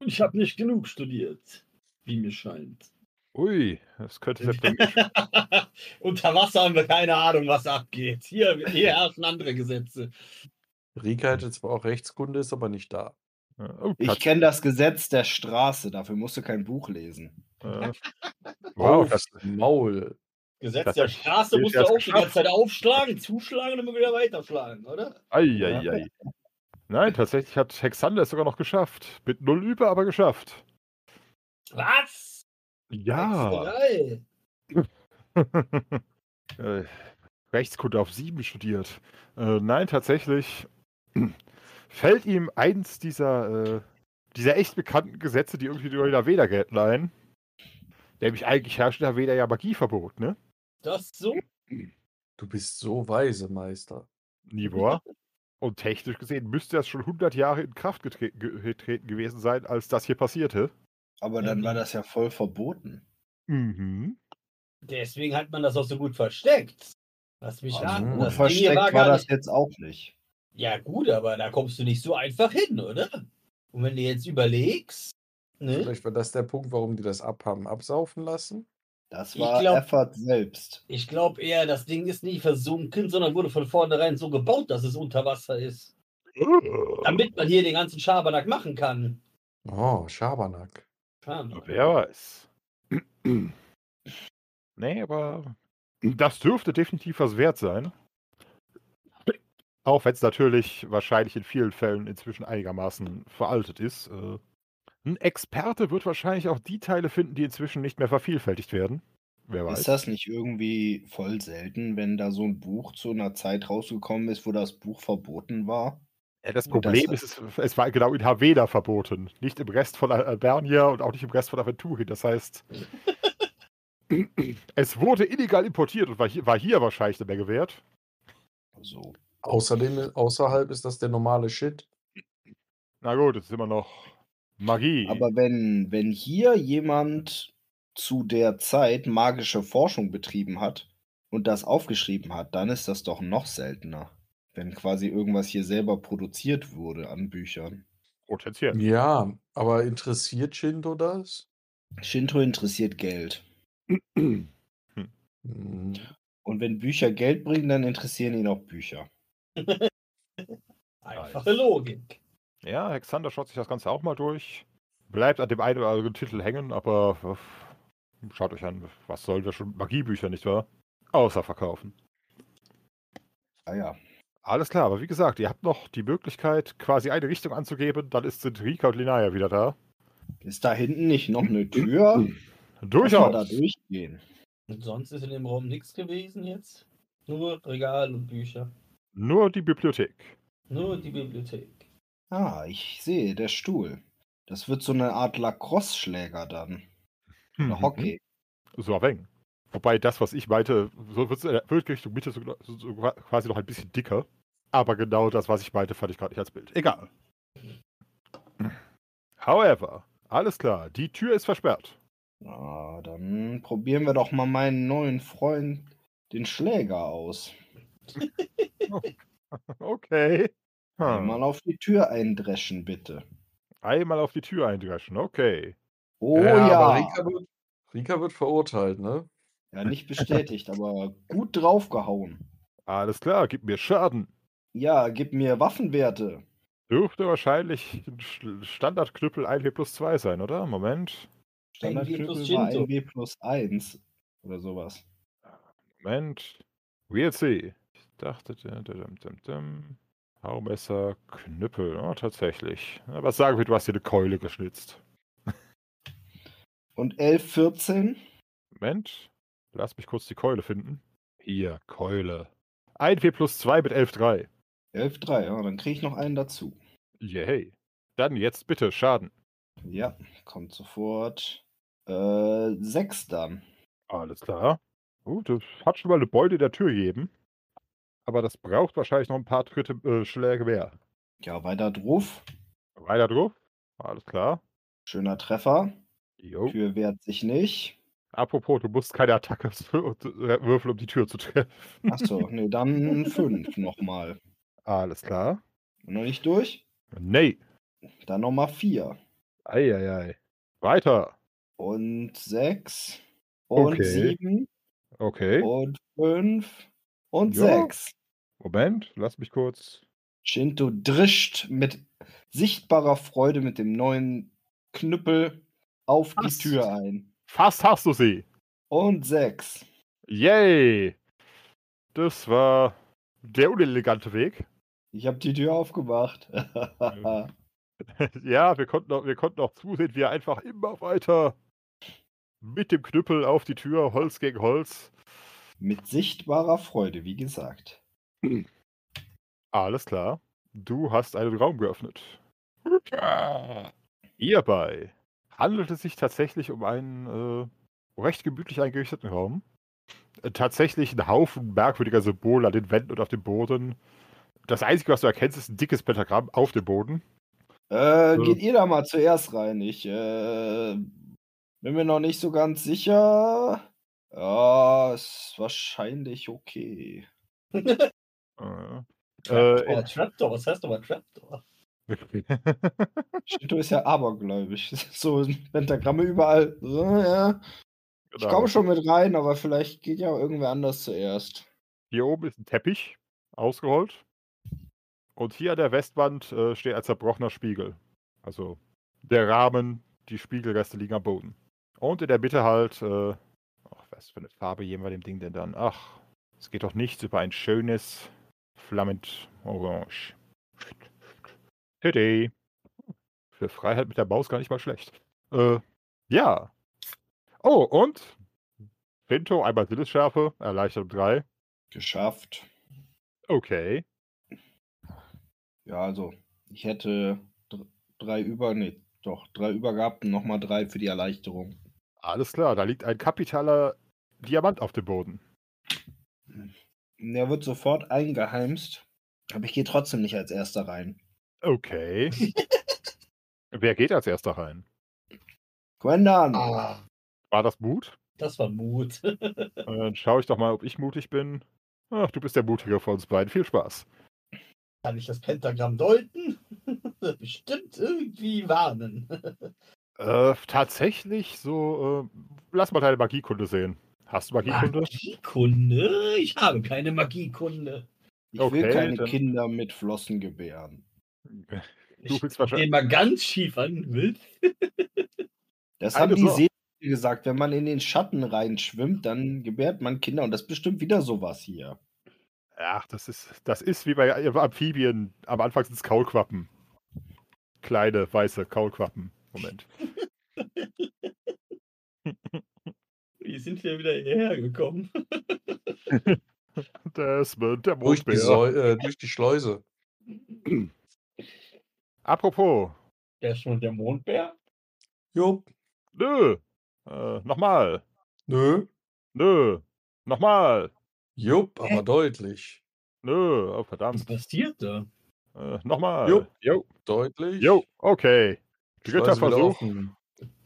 Und ich habe nicht genug studiert, wie mir scheint.
Ui, das könnte selbst
Unter Wasser haben wir keine Ahnung, was abgeht. Hier, hier herrschen andere Gesetze.
Rika hätte zwar auch Rechtskunde, ist aber nicht da.
oh,
Ich kenne das Gesetz der Straße, dafür musst du kein Buch lesen.
äh, Wow,
Oh.
Aufs
das,
Maul.
Gesetz
Das
der
hat-
Straße
der
musst du
hat's
auch die ganze
geschafft.
Zeit aufschlagen, zuschlagen und immer wieder weiterschlagen, oder?
Eieiei. Nein, tatsächlich hat Hexander es sogar noch geschafft. Mit null über, aber geschafft.
Was?
Ja.
Hexerei.
äh, Rechtskunde auf sieben studiert. Äh, nein, tatsächlich fällt ihm eins dieser, äh, dieser echt bekannten Gesetze, die irgendwie nur in Aveda gelten, ein. Nämlich eigentlich herrscht in Aveda ja Magieverbot, ne?
Das so?
Du bist so weise, Meister.
Nivor. Und technisch gesehen müsste das schon 100 Jahre in Kraft getre ge- getreten gewesen sein, als das hier passierte.
Aber
Mhm.
dann war das ja voll verboten.
Mhm.
Deswegen hat man das auch so gut versteckt. Lass mich
Also
raten.
gut
das Ding hier
versteckt war,
gar
das
nicht-
jetzt auch nicht.
Ja, gut, aber da kommst du nicht so einfach hin, oder? Und wenn du jetzt überlegst,
Hm?
Ne?
Vielleicht war das der Punkt, warum die das abhaben, absaufen lassen.
Das
Ich
war
glaub-
Effort selbst.
Ich glaube eher, das Ding ist nie versunken, sondern wurde von vornherein so gebaut, dass es unter Wasser ist.
Äh.
Damit man hier den ganzen Schabernack machen kann.
Oh, Schabernack.
Ja.
Wer weiß. nee, aber das dürfte definitiv was wert sein. Auch wenn es natürlich wahrscheinlich in vielen Fällen inzwischen einigermaßen veraltet ist. Äh, Ein Experte wird wahrscheinlich auch die Teile finden, die inzwischen nicht mehr vervielfältigt werden. Wer weiß.
Ist das nicht irgendwie voll selten, wenn da so ein Buch zu einer Zeit rausgekommen ist, wo das Buch verboten war?
Ja, das
Und
Problem
das-
ist, es, es war genau in Haveda verboten. Nicht im Rest von Al- Albernia und auch nicht im Rest von Aventuri. Das heißt, es wurde illegal importiert und war hier, war hier wahrscheinlich eine Menge wert.
So.
Außerdem, äh, außerhalb ist das der normale Shit.
Na gut, es ist immer noch Magie.
Aber wenn, wenn hier jemand zu der Zeit magische Forschung betrieben hat und das aufgeschrieben hat, dann ist das doch noch seltener. Wenn quasi irgendwas hier selber produziert wurde an Büchern.
Potenziell.
Ja, aber interessiert Shinto das?
Shinto interessiert Geld.
Hm.
Und wenn Bücher Geld bringen, dann interessieren ihn auch Bücher.
Einfache Logik.
Ja, Hexander schaut sich das Ganze auch mal durch. Bleibt an dem einen oder anderen Titel hängen, aber uff, schaut euch an, was sollen wir schon? Magiebücher, nicht wahr? Außer verkaufen.
Ah ja.
Alles klar, aber wie gesagt, ihr habt noch die Möglichkeit, quasi eine Richtung anzugeben, dann ist, sind Rika und Linaya wieder da.
Ist da hinten nicht noch eine Tür? Lass mal da
Durchaus.
durchgehen.
Und sonst ist in dem Raum nichts gewesen jetzt. Nur Regal und Bücher.
Nur die Bibliothek.
Nur die Bibliothek.
Ah, ich sehe, der Stuhl. Das wird so eine Art Lacrosse-Schläger dann.
Mhm.
Oder Hockey.
So ein wenig. Wobei das, was ich meinte, so wird's in der- wird Richtung Mitte so, so- so quasi noch ein bisschen dicker. Aber genau das, was ich meinte, fand ich gerade nicht als Bild. Egal. However, alles klar, die Tür ist versperrt.
Ah, dann probieren wir doch mal meinen neuen Freund, den Schläger, aus.
Okay.
Mal
Hm.
auf die Tür eindreschen, bitte.
Einmal auf die Tür eindreschen, okay.
Oh
aber
ja.
Rika wird, Rika wird verurteilt, ne?
Ja, nicht bestätigt, aber gut draufgehauen.
Alles klar, gib mir Schaden.
Ja, gib mir Waffenwerte.
Dürfte wahrscheinlich ein Sch- Standardknüppel 1W plus 2 sein, oder? Moment.
plus
Standardknüppel war
Shinto.
1W plus 1 oder sowas.
Moment. We'll see. Ich dachte, dum, dum, dum, dum. Haumesser, Knüppel. Oh, tatsächlich. Na, Was sagen wir, du hast dir eine Keule geschnitzt.
Und 11, 14?
Moment. Lass mich kurz die Keule finden. Hier, Keule. 1W plus 2 mit 11, 3.
11, 3, ja, dann kriege ich noch einen dazu.
Yay. Dann jetzt bitte Schaden.
Ja, kommt sofort. Äh, 6 dann.
Alles klar. Gut, das hat schon mal eine Beule in der Tür gegeben. Aber das braucht wahrscheinlich noch ein paar Tritte, äh, Schläge mehr.
Ja, weiter drauf.
Weiter drauf. Alles klar.
Schöner Treffer.
Jo.
Tür wehrt sich nicht.
Apropos, du musst keine Attacke würfeln, um die Tür zu treffen.
Achso, nee, ne, dann 5 nochmal.
Alles klar.
Noch nicht durch?
Nee.
Dann nochmal 4.
Eieiei. Weiter.
Und 6. Und
Okay.
7.
Okay.
Und 5. Und
Ja.
6.
Moment, lass mich kurz.
Shinto drischt mit sichtbarer Freude mit dem neuen Knüppel auf
Fast.
die Tür ein.
Fast hast du sie.
Und 6.
Yay. Das war der unelegante Weg.
Ich habe die Tür aufgemacht.
ja, wir konnten, auch, wir konnten auch zusehen, wie er einfach immer weiter mit dem Knüppel auf die Tür, Holz gegen Holz.
Mit sichtbarer Freude, wie gesagt.
Alles klar. Du hast einen Raum geöffnet. Hierbei handelt es sich tatsächlich um einen äh, recht gemütlich eingerichteten Raum. Äh, Tatsächlich ein Haufen merkwürdiger Symbole an den Wänden und auf dem Boden. Das Einzige, was du erkennst, ist ein dickes Pentagramm auf dem Boden.
Äh,
So.
geht ihr da mal zuerst rein? Ich äh, bin mir noch nicht so ganz sicher. Ja, ist wahrscheinlich okay.
Äh,
Trapdoor,
in- äh,
Trapdoor, was heißt aber Trapdoor?
Wirklich.
Shinto ist ja abergläubisch. So Pentagramme überall. So, ja. Ich
Genau.
komme schon mit rein, aber vielleicht geht ja irgendwer anders zuerst.
Hier oben ist ein Teppich, ausgerollt. Und hier an der Westwand äh, steht ein zerbrochener Spiegel. Also der Rahmen, die Spiegelreste liegen am Boden. Und in der Mitte halt, äh, ach, was für eine Farbe geben wir dem Ding denn dann? Ach, es geht doch nichts über ein schönes, flammend Orange. Titi. Für Freiheit mit der Maus gar nicht mal schlecht. Äh, ja. Oh, und? Pinto, einmal Sinnesschärfe, erleichtert um drei.
Geschafft.
Okay.
Ja, also ich hätte dr- drei über, nee, doch, drei über gehabt und nochmal drei für die Erleichterung.
Alles klar, da liegt ein kapitaler Diamant auf dem Boden.
Und Der wird sofort eingeheimst, aber ich gehe trotzdem nicht als erster rein.
Okay. Wer geht als erster rein?
Gwendan!
Ah,
War das Mut?
das war Mut.
Äh, Dann schaue ich doch mal, ob ich mutig bin. Ach, du bist der Mutige von uns beiden. Viel Spaß.
Kann ich das Pentagramm deuten? Bestimmt irgendwie warnen.
Äh, tatsächlich so, äh, lass mal deine Magiekunde sehen. Hast du Magiekunde?
Magiekunde? Ah, Ich habe keine Magiekunde.
ich will
okay,
keine
dann-
Kinder mit Flossen gebären.
Du
Ich
willst
den
wahrscheinlich.
mal ganz schief an will.
Das
Keine
haben die
Sorge.
Seelen gesagt, wenn man in den Schatten reinschwimmt, dann gebärt man Kinder und das ist bestimmt wieder sowas hier.
Ach, das ist, das ist wie bei Amphibien. Am Anfang sind es Kaulquappen. Kleine, weiße Kaulquappen. Moment.
Wie sind wir wieder hierher gekommen?
Desmond, der
Durch die,
Mondbär.
Säu äh, durch die Schleuse.
Apropos,
Der ist schon der Mondbär.
Jo,
Nö. Äh, nochmal.
nö.
Nö. Nochmal.
Jupp, aber deutlich.
Nö. Oh,
Was
verdammt.
passiert da?
Äh, nochmal.
Jo.
Jo.
Deutlich.
Jo. Okay. Dritter
Schleuse wieder
Versuch.
offen.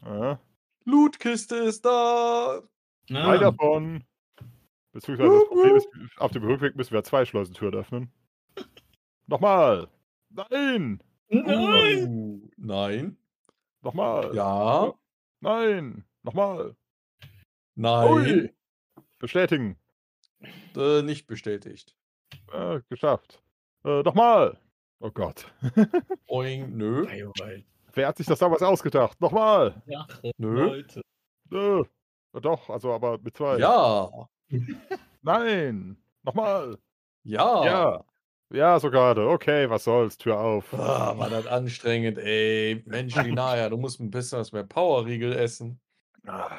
Ah.
Äh,
Lootkiste ist da.
drei
Ah,
davon. Beziehungsweise das Problem ist, auf dem Rückweg müssen wir zwei Schleusentüren öffnen. Nochmal. Nein.
nein!
Uh, nein.
Nochmal.
Ja.
Nein. Nochmal.
Nein.
Ui. Bestätigen.
Äh, nicht bestätigt.
Äh, geschafft. Äh, nochmal. Oh Gott.
Boing, nö.
Ei, oh, ei.
Wer hat sich das damals ausgedacht? Nochmal.
Ach,
Nö.
Leute.
Nö. Doch, also aber mit zwei.
Ja.
Nein. Nochmal.
Ja.
Ja. Ja, so gerade. Okay, was soll's. Tür auf.
Ah, war das anstrengend, ey. Mensch, Linaya, du musst ein bisschen was mehr Powerriegel essen.
Ah,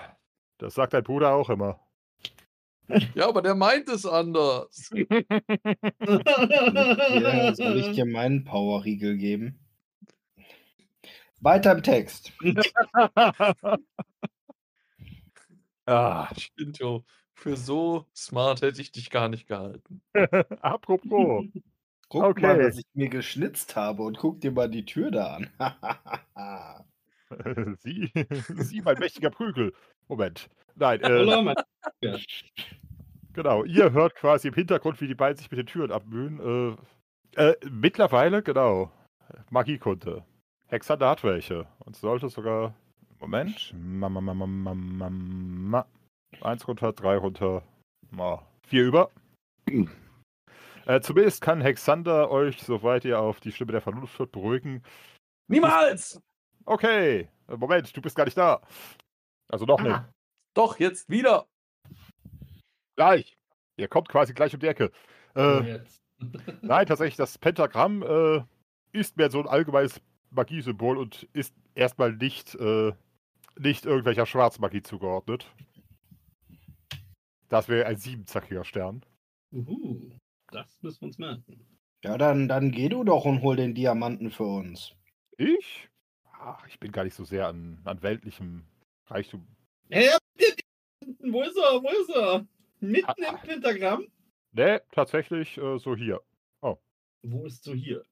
Das sagt dein Bruder auch immer.
Ja, aber der meint es anders.
Hier soll ich dir meinen Powerriegel geben? Weiter im Text.
ah,
Shinto, für so smart hätte ich dich gar nicht gehalten.
apropos.
Guck
Okay.
mal, was ich mir geschnitzt habe und guck dir mal die Tür da an.
Sie, Sie, mein mächtiger Prügel. Moment. Nein, äh,
Hallo, mein
genau. Ihr hört quasi im Hintergrund, wie die beiden sich mit den Türen abmühen. Äh, äh, mittlerweile, genau. Magiekunde. Hexander hat welche. Und sollte sogar. Moment. Ma, ma, ma, ma, ma, ma, ma. Eins runter, drei runter. Ma. Vier über. Äh, zumindest kann Hexander euch, soweit ihr auf die Stimme der Vernunft hört, beruhigen.
Niemals!
Okay, äh, Moment, du bist gar nicht da. Also noch nicht.
Doch, jetzt wieder.
Gleich. Ihr kommt quasi gleich um die Ecke.
Hm.
Äh,
jetzt.
Nein, tatsächlich, das Pentagramm äh, ist mehr so ein allgemeines Magiesymbol und ist erstmal nicht, äh, nicht irgendwelcher Schwarzmagie zugeordnet. Das wäre ein siebenzackiger Stern.
Uhu, das müssen wir uns merken.
ja, dann, dann geh du doch und hol den Diamanten für uns.
Ich? Ach, ich bin gar nicht so sehr an, an weltlichem Reichtum.
Herr, wo ist er? Wo ist er? Mitten
im
im Pentagramm?
Nee, tatsächlich äh, so hier.
Wo ist so hier?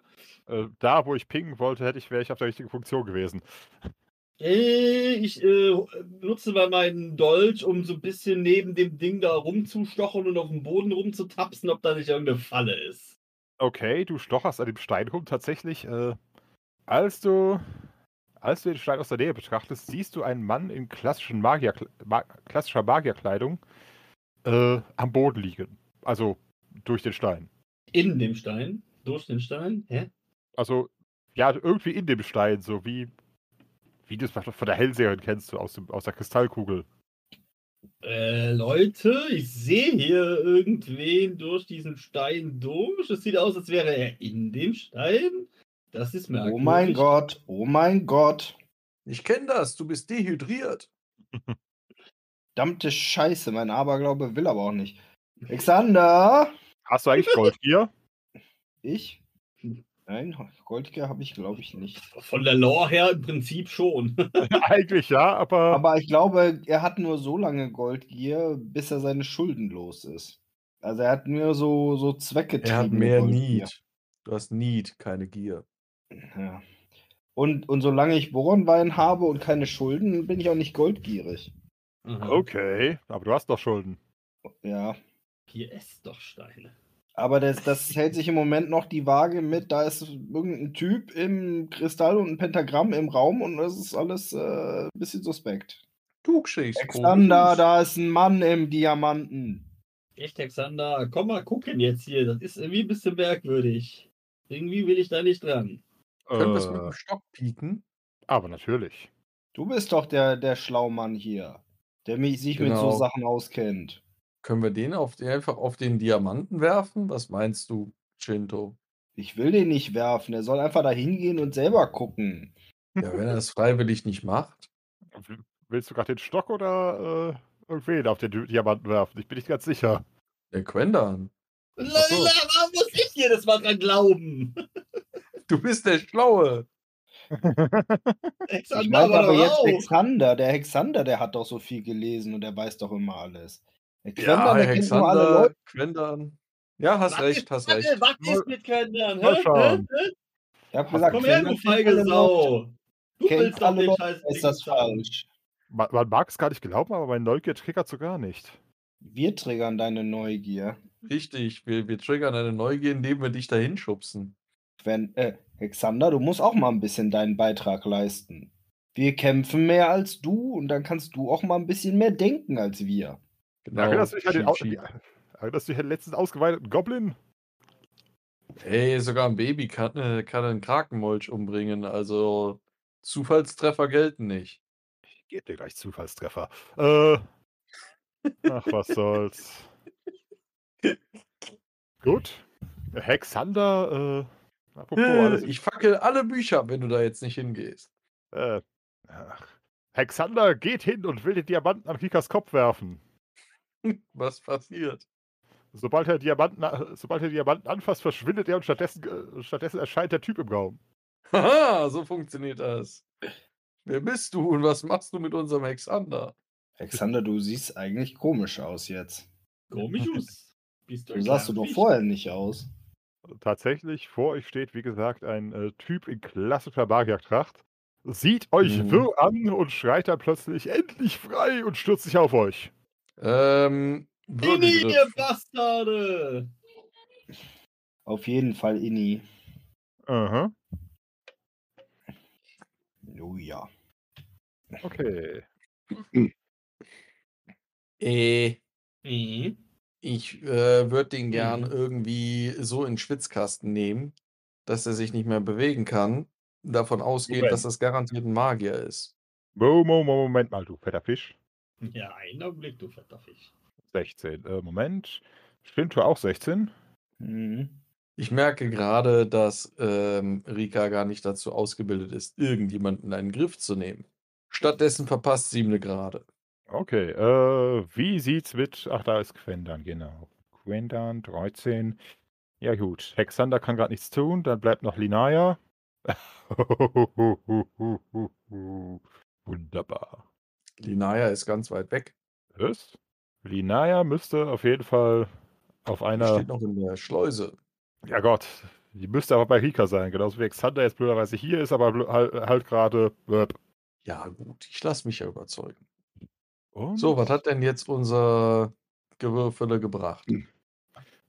Äh, da, wo ich pingen wollte, hätte ich, wäre ich auf der richtigen Funktion gewesen.
Äh, Ich äh, nutze mal meinen Dolch, um so ein bisschen neben dem Ding da rumzustochern und auf dem Boden rumzutapsen, ob da nicht irgendeine Falle ist.
Okay, du stocherst an dem Stein rum. Tatsächlich äh, Als du, als du den Stein aus der Nähe betrachtest, siehst du einen Mann in klassischen Magier, Ma, klassischer Magierkleidung äh, am Boden liegen. Also durch den Stein.
In dem Stein? Durch den Stein? Hä?
Also, ja, irgendwie in dem Stein, so wie, wie du es von der Hellseherin kennst, so aus, dem, aus der Kristallkugel.
Äh, Leute, ich sehe hier irgendwen durch diesen Stein durch. Es sieht aus, als wäre er in dem Stein. Das ist merkwürdig.
Oh mein Gott, oh mein Gott.
Ich kenne das, du bist dehydriert.
Verdammte Scheiße, mein Aberglaube will aber auch nicht. Alexander!
Hast du eigentlich Gold hier?
Ich? Nein, Goldger habe ich, glaube ich, nicht.
Von der Lore her im Prinzip schon.
eigentlich ja, aber,
Aber ich glaube, er hat nur so lange Goldgier, bis er seine Schulden los ist. Also er hat nur so, so
Er hat
zweckgetrieben.
mehr
Goldgier.
Need. Du hast Need, keine Gier.
Ja. Und, und solange ich Boronwein habe und keine Schulden, bin ich auch nicht goldgierig.
Aha.
okay. Aber du hast doch Schulden.
Ja.
Hier ist doch Steine.
Aber das, das hält sich im Moment noch die Waage mit, da ist irgendein Typ im Kristall und ein Pentagramm im Raum und das ist alles äh, ein bisschen suspekt.
Du schickst.
Alexander, da ist ein Mann im Diamanten.
Echt, Alexander, komm mal gucken jetzt hier. Das ist irgendwie ein bisschen merkwürdig. Irgendwie will ich da nicht dran.
Können wir es mit
Äh,
dem Stock pieken?
aber natürlich.
Du bist doch der, der Schlaumann hier, der mich, sich mit so
Genau.
Sachen auskennt.
Können wir den auf den, einfach auf den Diamanten werfen? Was meinst du, Shinto?
Ich will den nicht werfen, er soll einfach da hingehen und selber gucken.
Ja, wenn er es freiwillig nicht macht.
W- Willst du gerade den Stock oder äh, irgendwen auf den Di- Diamanten werfen? Ich bin nicht ganz sicher.
Der Quendan.
Leute,
so.
warum muss ich jedes Mal dran glauben?
Du bist der Schlaue.
Alexander,
Ich meine aber
hör
jetzt
auf.
Hexander, der Hexander, der hat doch so viel gelesen und der weiß doch immer alles. Der
Ja,
Quendan, der kennt nur alle Leute.
Alexander, Quendan. Ja, hast
Was
recht,
ist-
hast
Was
recht.
ist- Was ist mit
Mal
Kindern?
schauen.
Ich hab
Ach,
gesagt,
Komm her,
Quendan
du
kennt alle
feige
Leute.
Sau. Du
Kennt
willst doch
alle
den
Leute,
scheiß
Ist das falsch?
Man, man mag es gar nicht glauben, aber mein Neugier triggert so gar nicht.
Wir triggern deine Neugier.
Richtig, wir, wir triggern eine Neugier, indem wir dich dahin schubsen.
Wenn, äh, Hexander, du musst auch mal ein bisschen deinen Beitrag leisten. Wir kämpfen mehr als du und dann kannst du auch mal ein bisschen mehr denken als wir.
Genau.
Erinnerst du dich an den,
schieb,
Au-
schieb.
Erinnerst du dich an den letzten ausgeweiteten Goblin?
Hey, sogar ein Baby kann, äh, kann einen Krakenmolch umbringen. Also Zufallstreffer gelten nicht.
Geht dir gleich Zufallstreffer. Äh, ach, was soll's. Gut. Hexander, äh, apropos alles.
Äh, Ich fackel alle Bücher, ab, wenn du da jetzt nicht hingehst.
Äh, ach. Hexander geht hin und will den Diamanten an Kikas Kopf werfen.
Was passiert?
Sobald er Diamanten, a- sobald er Diamanten anfasst, verschwindet er und stattdessen, äh, stattdessen erscheint der Typ im Raum.
Haha, so funktioniert das. Wer bist du und was machst du mit unserem Hexander?
Alexander, du siehst eigentlich komisch aus jetzt.
Komischus. Bist
Du
ein
sahst du
kleiner
doch
Fisch.
vorher nicht aus.
Tatsächlich, vor euch steht, wie gesagt, ein äh, Typ in klassischer Magiertracht, sieht euch
Mhm.
wirr an und schreit dann plötzlich endlich frei und stürzt sich auf euch.
Ähm,
Inni, ihr
Würgegriff.
Bastarde!
Auf jeden Fall Inni.
Aha,
Oh ja.
okay.
Äh,
Mhm.
ich äh, würde den gern
Mhm.
irgendwie so in den Schwitzkasten nehmen, dass er sich nicht mehr bewegen kann. Davon ausgeht,
Moment.
dass das garantiert ein Magier ist.
Mo, mo, mo, Moment mal, du fetter Fisch.
Ja, einen Augenblick, du fetter Fisch.
16. Äh, Moment. Stimmt, du auch 16?
Mhm.
Ich merke gerade, dass ähm, Rika gar nicht dazu ausgebildet ist, irgendjemanden in einen Griff zu nehmen. Stattdessen verpasst sie ihm eine Gerade.
Okay, äh, wie sieht's mit. Ach, da ist Quendan, genau. Quendan, 13. Ja, gut. Hexander kann gerade nichts tun, dann bleibt noch Linaya. Wunderbar.
Linaya ist ganz weit weg.
Was? Linaya müsste auf jeden Fall auf
Die
einer.
steht noch in der Schleuse.
Ja, Gott. Die müsste aber bei Rika sein, genauso wie Hexander jetzt blöderweise hier ist, aber bl- halt, halt gerade. blöp.
Ja, gut, ich lasse mich ja überzeugen.
Und-
So, was hat denn jetzt unser Gewürfele gebracht?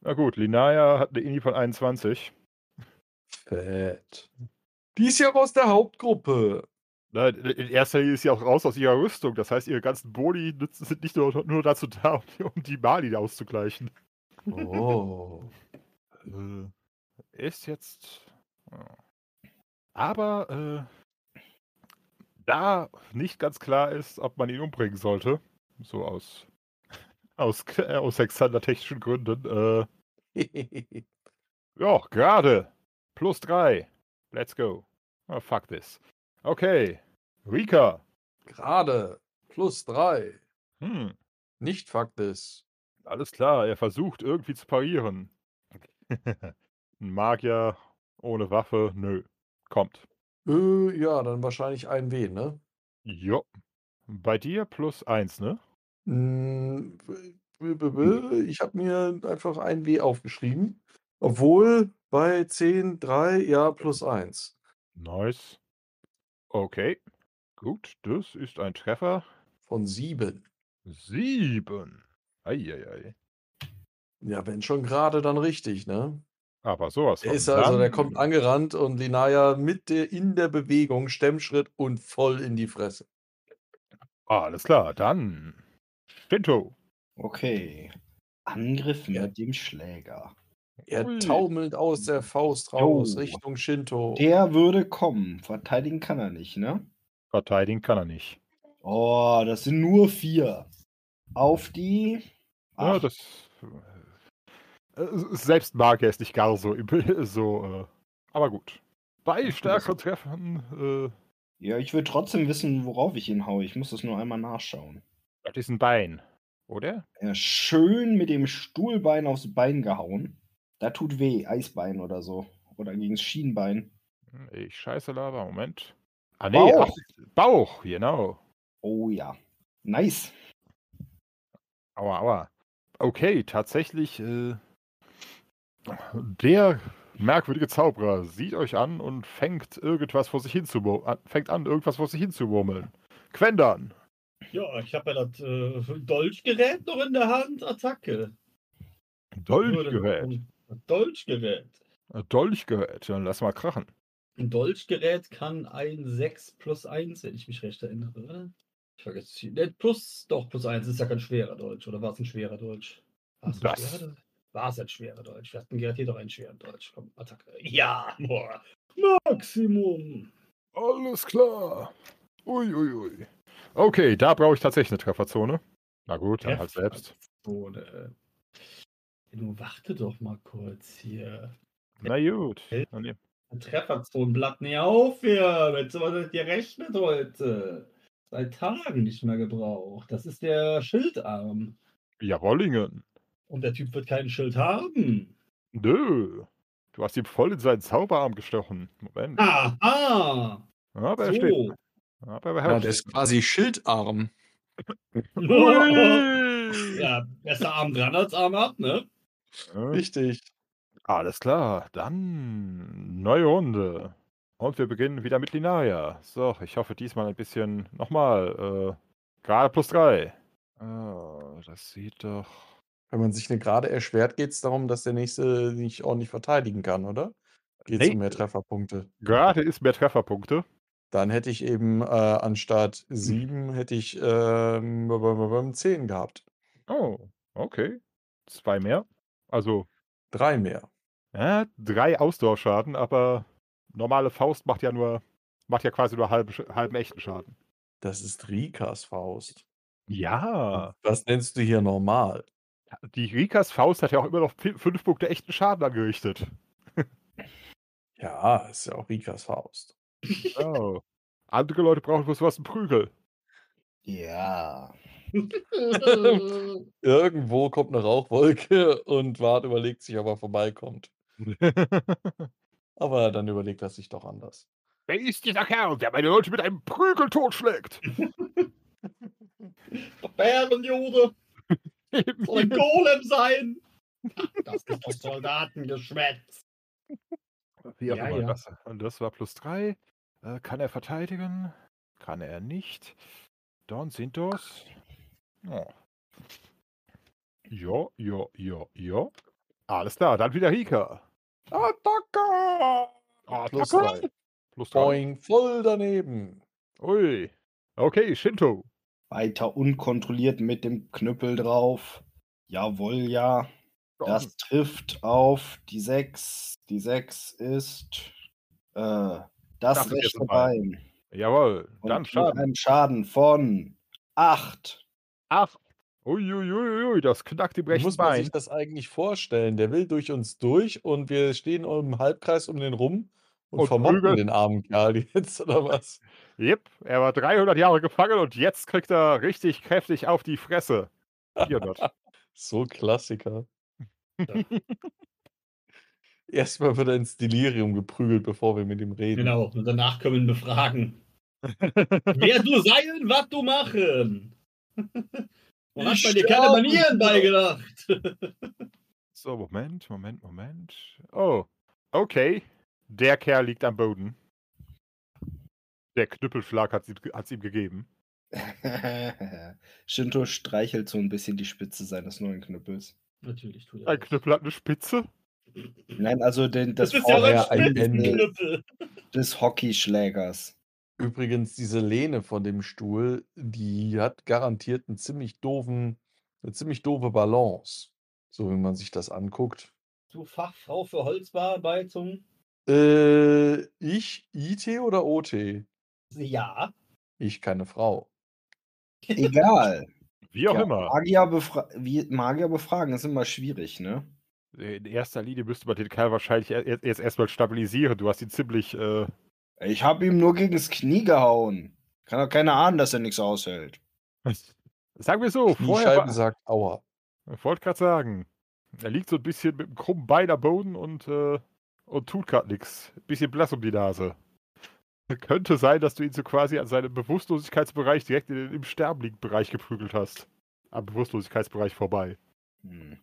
Na gut, Linaya hat eine Ini von 21.
Fett. Die ist ja auch aus der Hauptgruppe.
Na, Ne, in in erster Linie ist sie auch raus aus ihrer Rüstung. Das heißt, ihre ganzen Boni nützen- sind nicht nur, nur dazu da, um, die- um die Mali auszugleichen.
Oh.
Äh, ist jetzt. ja. Aber äh, da nicht ganz klar ist, ob man ihn umbringen sollte, so aus aus, äh, aus hexanertechnischen Gründen, äh, ja, gerade. Plus drei. Let's go. Oh, fuck this. Okay. Rika.
Gerade. Plus drei.
Hm,
Nicht Fakt ist.
alles klar, er versucht irgendwie zu parieren. Ein Magier ohne Waffe, nö. Kommt.
Äh, ja, dann wahrscheinlich ein W, ne?
Jo. Bei dir plus eins, ne?
Mm, b- b- b- Ich habe mir einfach ein W aufgeschrieben. Obwohl bei 10, 3, ja, plus 1.
Nice. Okay. Gut, das ist ein Treffer.
Von 7.
Sieben. Eieiei.
Ja, wenn schon gerade, dann richtig, ne?
Aber sowas.
Der
von.
ist also, der
Dann-
kommt angerannt und Linaya mit der, in der Bewegung, Stemmschritt und voll in die Fresse.
Alles klar, dann. Shinto.
Okay. Angriff mit
Ja.
dem Schläger.
Er
Ui.
taumelt aus der Faust raus
Jo.
Richtung Shinto.
Der würde kommen. Verteidigen kann er nicht, ne?
Verteidigen kann er nicht.
Oh, das sind nur vier. Auf die.
Ja,
acht.
das. äh, s- Selbst mag er es nicht gar so. übel, so äh, aber gut. Bei stärkeren Treffen äh.
ja ich will trotzdem wissen, worauf ich ihn haue. Ich muss das nur einmal nachschauen.
äh, das ist ein Bein, oder?
Ja, schön mit dem Stuhlbein aufs Bein gehauen. Da tut weh. Eisbein oder so. Oder gegen das Schienbein.
Hm, Ich scheiße Lava, Moment. Ah, nee, ach,
Bauch.
Bauch, genau.
Oh ja. Nice.
Aua, aua. Okay, tatsächlich, äh, der merkwürdige Zauberer sieht euch an und fängt irgendwas vor sich hin zu mur- an- fängt an, irgendwas vor sich hin zu murmeln. Quendern.
Ja, ich habe ja das äh, Dolchgerät noch in der Hand. Attacke. Nur das-
Dolchgerät.
Das Dolchgerät.
Dolchgerät. Dann lass mal krachen.
Ein Dolchgerät kann ein 6 plus 1, wenn ich mich recht erinnere, oder? Ich vergesse es. hier. Ne, Plus, doch, plus 1 ist ja kein schwerer Deutsch, oder war es ein schwerer Deutsch? War es ein
Das-
schwerer Deutsch? War es ein schwerer Deutsch? Wir hatten garantiert doch einen schweren Deutsch. Komm, Attacke. Ja, boah. Maximum.
Alles klar. Uiuiui. Ui, ui. Okay, da brauche ich tatsächlich eine Trefferzone. Na gut, dann halt selbst.
So, ne. Du warte doch mal kurz hier.
Na gut. Dann nehm-
Trefferzonenblatt näher auf hier. Mit sowas wird gerechnet heute. Seit Tagen nicht mehr gebraucht. Das ist der Schildarm.
Jawollingen.
Und der Typ wird kein Schild haben.
Nö. Du hast ihm voll in seinen Zauberarm gestochen. Moment.
Aha!
Aber er steht.
Ah, So.
Aber er
Ja,
beherrscht
der ist quasi schildarm.
Ui.
ja, besser Arm dran als Arm ab, ne?
Ja,
Richtig.
Alles klar, dann neue Runde. Und wir beginnen wieder mit Linaya. So, ich hoffe diesmal ein bisschen nochmal. Äh, gerade plus drei. Ah, das sieht doch.
Wenn man sich eine gerade erschwert, geht es darum, dass der nächste nicht ordentlich verteidigen kann, oder? Geht es
Nee.
um mehr Trefferpunkte?
Gerade ist mehr Trefferpunkte.
Dann hätte ich eben äh, anstatt sieben hätte ich ähm, bum, bum, bum, zehn gehabt.
Oh, okay. Zwei mehr. Also
Drei mehr.
äh, drei Ausdauerschaden, aber normale Faust macht ja nur, macht ja quasi nur halben, Sch- halben echten Schaden.
Das ist Rikas Faust.
Ja.
Was nennst du hier normal?
Die Rikas Faust hat ja auch immer noch fi- fünf Punkte echten Schaden angerichtet.
Ja, ist ja auch Rikas Faust.
Oh. Andere Leute brauchen bloß was zum Prügel.
Ja.
Irgendwo kommt eine Rauchwolke und Wart überlegt sich, ob er vorbeikommt. Aber dann überlegt er sich doch anders.
Wer ist dieser Kerl, der meine Leute mit einem Prügel totschlägt?
Bärenjude soll ein
Eben.
Golem sein. Das ist doch Soldatengeschwätz.
Wie auch
Ja,
immer,
ja.
Das, und das war plus drei. Äh, kann er verteidigen? Kann er nicht. Don Sintos. Oh. Ja, ja, ja, ja. Alles klar, dann wieder Hika. Attacke!
Plus
Attacke! Ah, Plus drei.
Boing, voll daneben.
Ui. Okay, Shinto.
Weiter unkontrolliert mit dem Knüppel drauf. Jawohl, ja. Das trifft auf die 6. Die 6 ist äh, das,
Das ist jetzt
rechte
ein Bein.
Bein.
Jawohl,
Und
dann
mit
Schaden.
einem Schaden von 8.
Acht. Uiuiuiui, das knackt im
Wie
rechten
muss man
Bein.
sich das eigentlich vorstellen? Der will durch uns durch und wir stehen im Halbkreis um den rum und,
Und
vermocken
prügeln.
den armen Kerl jetzt, oder was?
Jep, er war 300 Jahre gefangen und jetzt kriegt er richtig kräftig auf die Fresse. 400.
So Klassiker. Erstmal wird er ins Delirium geprügelt, bevor wir mit ihm reden.
Genau, und danach können wir ihn befragen. Wer du seien, was du machen. Man hat bei dir keine
Sterben.
Manieren beigedacht.
so, Moment, Moment, Moment. Oh, okay. Der Kerl liegt am Boden. Der Knüppelschlag hat es ihm gegeben.
Shinto streichelt so ein bisschen die Spitze seines neuen Knüppels.
Natürlich tut er
Ein
das.
Knüppel hat eine Spitze.
Nein, also den, das,
Das ist ja
Vorher
auch ein
Ende
Spitzenknüppel.
des Hockeyschlägers.
Übrigens, diese Lehne von dem Stuhl, die hat garantiert einen ziemlich doofen, eine ziemlich doofe Balance. So, wenn man sich das anguckt.
Du Fachfrau für Holzbearbeitung?
Äh, ich, IT oder OT?
Ja.
Ich, keine Frau.
Egal.
Wie auch
Ja,
immer.
Magier, befra wie, Magier befragen ist immer schwierig, ne?
In erster Linie müsste man den Kerl wahrscheinlich e- e- jetzt erstmal stabilisieren. Du hast ihn ziemlich. Äh,
Ich habe ihm nur gegens Knie gehauen. Kann doch keiner ahnen, dass er nichts aushält.
sagen wir so,
Die
vorher.
Scheibe
war-
sagt Aua.
Ich wollte gerade sagen, er liegt so ein bisschen mit einem krummen Bein am Boden und, äh, und tut gerade nichts. Bisschen blass um die Nase. Könnte sein, dass du ihn so quasi an seinem Bewusstlosigkeitsbereich direkt in den im Sterben liegenden Bereich geprügelt hast. Am Bewusstlosigkeitsbereich vorbei.
Hm.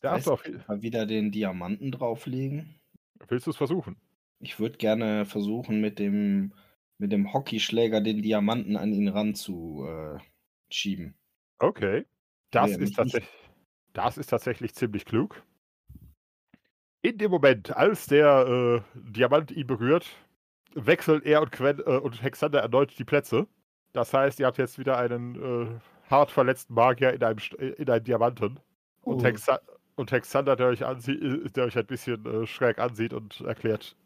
Da hast
Weißt
du auch viel.
Mal wieder den Diamanten drauflegen.
Willst du es versuchen?
Ich würde gerne versuchen, mit dem, mit dem Hockeyschläger den Diamanten an ihn ranzuschieben. Äh, schieben.
Okay. Das,
Nee,
ist
mich nicht.
tatsächlich, das ist tatsächlich ziemlich klug. In dem Moment, als der äh, Diamant ihn berührt, wechseln er und, Quen, äh, und Hexander erneut die Plätze. Das heißt, ihr habt jetzt wieder einen äh, hart verletzten Magier in einem, St- äh, in einem Diamanten. Und,
Oh.
Hexa und Hexander, der euch, ansie- der euch ein bisschen äh, schräg ansieht und erklärt,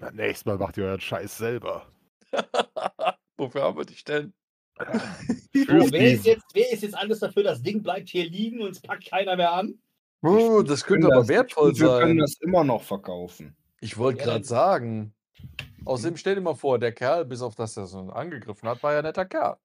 "Na, nächstes Mal macht ihr euren Scheiß selber.
Wofür haben wir dich denn?
Du,
Fürs
wer, ist
Team.
jetzt, wer ist jetzt alles dafür, das Ding bleibt hier liegen und es packt keiner mehr an?
Oh, das könnte
können
aber
das-
wertvoll
Und wir können
sein.
das immer noch verkaufen.
Ich wollte
Ja,
gerade
dann-
sagen. Hm. Außerdem stell dir mal vor, der Kerl, bis auf das er so einen angegriffen hat, war ja ein netter Kerl.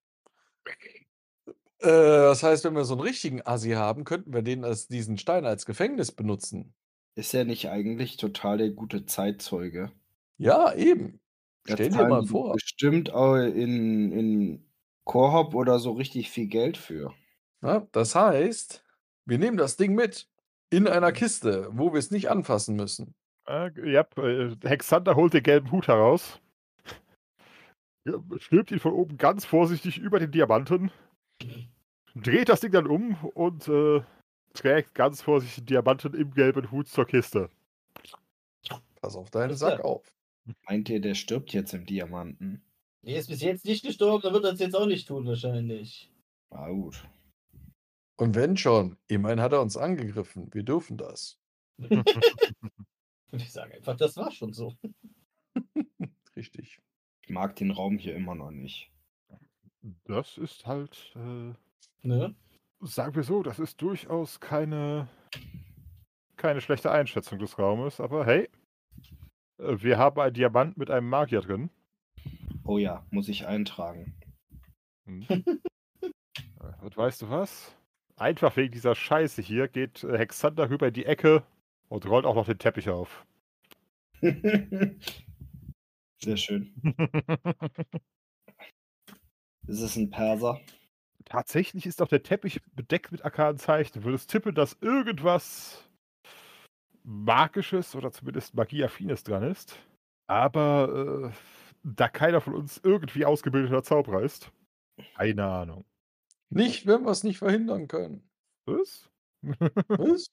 Äh, das heißt, wenn wir so einen richtigen Assi haben, könnten wir den als diesen Stein als Gefängnis benutzen.
Ist er nicht eigentlich total der gute Zeitzeuge?
Ja, eben.
Da
Stell dir
zahlen
mal
die
vor.
Bestimmt auch in, in Kohob oder so richtig viel Geld für.
Ja, ne? das heißt, wir nehmen das Ding mit in einer Kiste, wo wir es nicht anfassen müssen.
Äh, ja, äh, Hexander holt den gelben Hut heraus, ja, stülpt ihn von oben ganz vorsichtig über den Diamanten, dreht das Ding dann um und äh, trägt ganz vorsichtig den Diamanten im gelben Hut zur Kiste.
Pass auf deinen
Alles klar.
Sack auf.
Meint ihr, der stirbt jetzt im Diamanten?
Der ist bis jetzt nicht gestorben, dann wird er es jetzt auch nicht tun, wahrscheinlich.
Ah, gut.
Und wenn schon, immerhin hat er uns angegriffen. Wir dürfen das.
Und ich sage einfach, das war schon so.
Richtig.
Ich mag den Raum hier immer noch nicht.
Das ist halt, äh,
Ne?
sagen wir so, das ist durchaus keine, keine schlechte Einschätzung des Raumes, aber hey, äh, wir haben einen Diamant mit einem Magier drin.
Oh ja, muss ich eintragen.
Hm. Äh, Und weißt du was? Einfach wegen dieser Scheiße hier geht äh, Hexander rüber in die Ecke und rollt auch noch den Teppich auf.
Sehr schön. Ist es ein Perser?
Tatsächlich ist auch der Teppich bedeckt mit Arkadenzeichen. Würdest tippen, dass irgendwas Magisches oder zumindest Magieaffines dran ist. Aber äh, da keiner von uns irgendwie ausgebildeter Zauberer ist. Keine Ahnung.
Nicht, wenn wir es nicht verhindern können.
Was?
Was?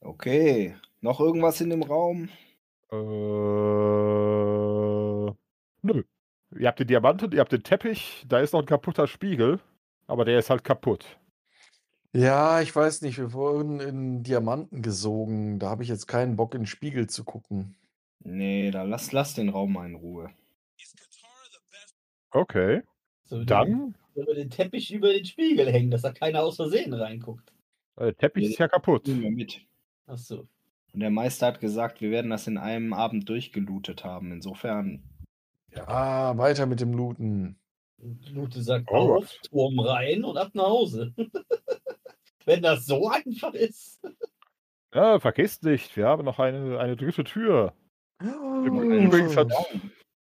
Okay. Noch irgendwas in dem Raum?
Äh, nö. Ihr habt den Diamanten, ihr habt den Teppich, da ist noch ein kaputter Spiegel, aber der ist halt kaputt.
Ja, ich weiß nicht, wir wurden in Diamanten gesogen. Da habe ich jetzt keinen Bock, in den Spiegel zu gucken.
Nee, da lass, lass den Raum mal in Ruhe.
Okay.
So,
Dann,
Wenn wir den Teppich über den Spiegel hängen, dass da keiner aus Versehen reinguckt.
äh, Teppich ist ja kaputt.
Nehmen wir mit.
Ach so.
Und der Meister hat gesagt, wir werden das in einem Abend durchgelootet haben. Insofern,
Ja, Ah, weiter mit dem Looten.
Lute sagt
Alright.
auf, Turm rein und ab nach Hause. Wenn das so einfach ist.
Ja, vergesst nicht, wir haben noch eine, eine dritte Tür. Oh. Übrigens hat,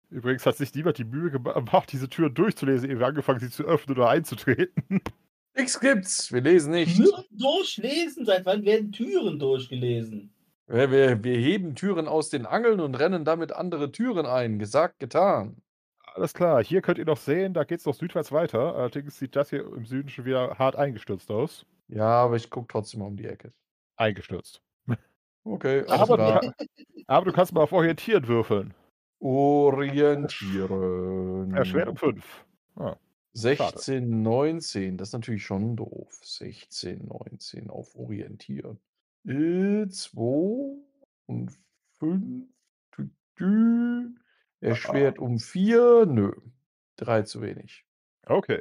übrigens hat sich niemand die Mühe gemacht, diese Tür durchzulesen, ehe wir angefangen, sie zu öffnen oder einzutreten.
Nichts gibt's. Wir lesen nicht.
Türen durchlesen, seit wann werden Türen durchgelesen?
Wir, Äh, wir, wir heben Türen aus den Angeln und rennen damit andere Türen ein. Gesagt, getan.
Alles klar, hier könnt ihr noch sehen, da geht es noch südwärts weiter. Allerdings sieht das hier im Süden schon wieder hart eingestürzt aus.
Ja, aber ich gucke trotzdem mal um die Ecke.
Eingestürzt.
Okay, alles
Aber,
klar.
du, ka- aber du kannst mal auf Orientieren würfeln.
Orientieren.
Erschwerung 5.
16, 19. Das ist natürlich schon doof. 16, 19 auf Orientieren. 2 und 5. Erschwert um 4. Nö. 3 zu wenig.
Okay.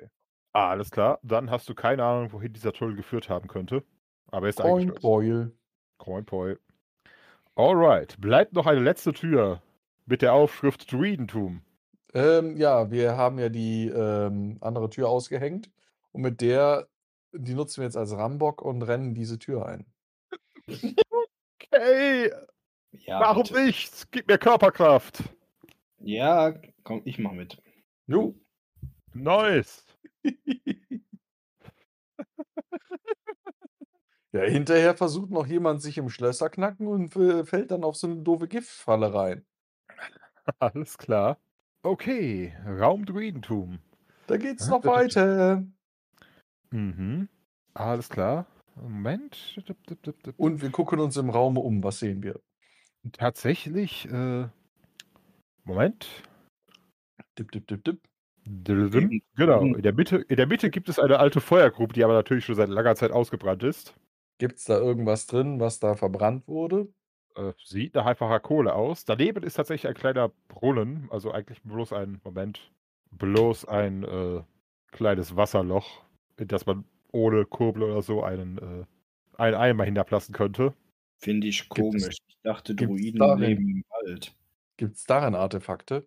Alles klar, dann hast du keine Ahnung, wohin dieser Tunnel geführt haben könnte. Aber er ist
Coin
eingestürzt.
Boil.
Coinpoi. Alright, bleibt noch eine letzte Tür mit der Aufschrift Druidentum.
Ähm, ja, wir haben ja die ähm, andere Tür ausgehängt. Und mit der, die nutzen wir jetzt als Rambock und rennen diese Tür ein.
Okay,
ja.
warum
bitte.
nicht? Gib mir Körperkraft.
Ja, komm, ich mach mit.
Jo.
Nice.
Ja, hinterher versucht noch jemand sich im Schlösser knacken und äh, fällt dann auf so eine doofe Giftfalle rein.
Alles klar. Okay, Raum Druidentum.
Da geht's
Ah,
noch
da, da, da.
weiter.
Mhm. Alles klar. Moment.
Und wir gucken uns im Raum um. Was sehen wir?
tatsächlich, äh, Moment.
Dip, dip, dip, dip.
Dlüm.
Eben.
Genau,
Mhm.
in der, Mitte, in der Mitte gibt es eine alte Feuergrube, die aber natürlich schon seit langer Zeit ausgebrannt ist.
Gibt's da irgendwas drin, was da verbrannt wurde?
Äh, sieht nach einfacher Kohle aus. Daneben ist tatsächlich ein kleiner Brunnen, also eigentlich bloß ein, Moment, bloß ein äh, kleines Wasserloch, in das man ohne Kurbel oder so einen, äh, einen Eimer hinablassen könnte.
Finde ich
Gibt es-
komisch. Ich dachte,
gibt's
Druiden
darin-
leben im Wald.
Gibt's darin Artefakte?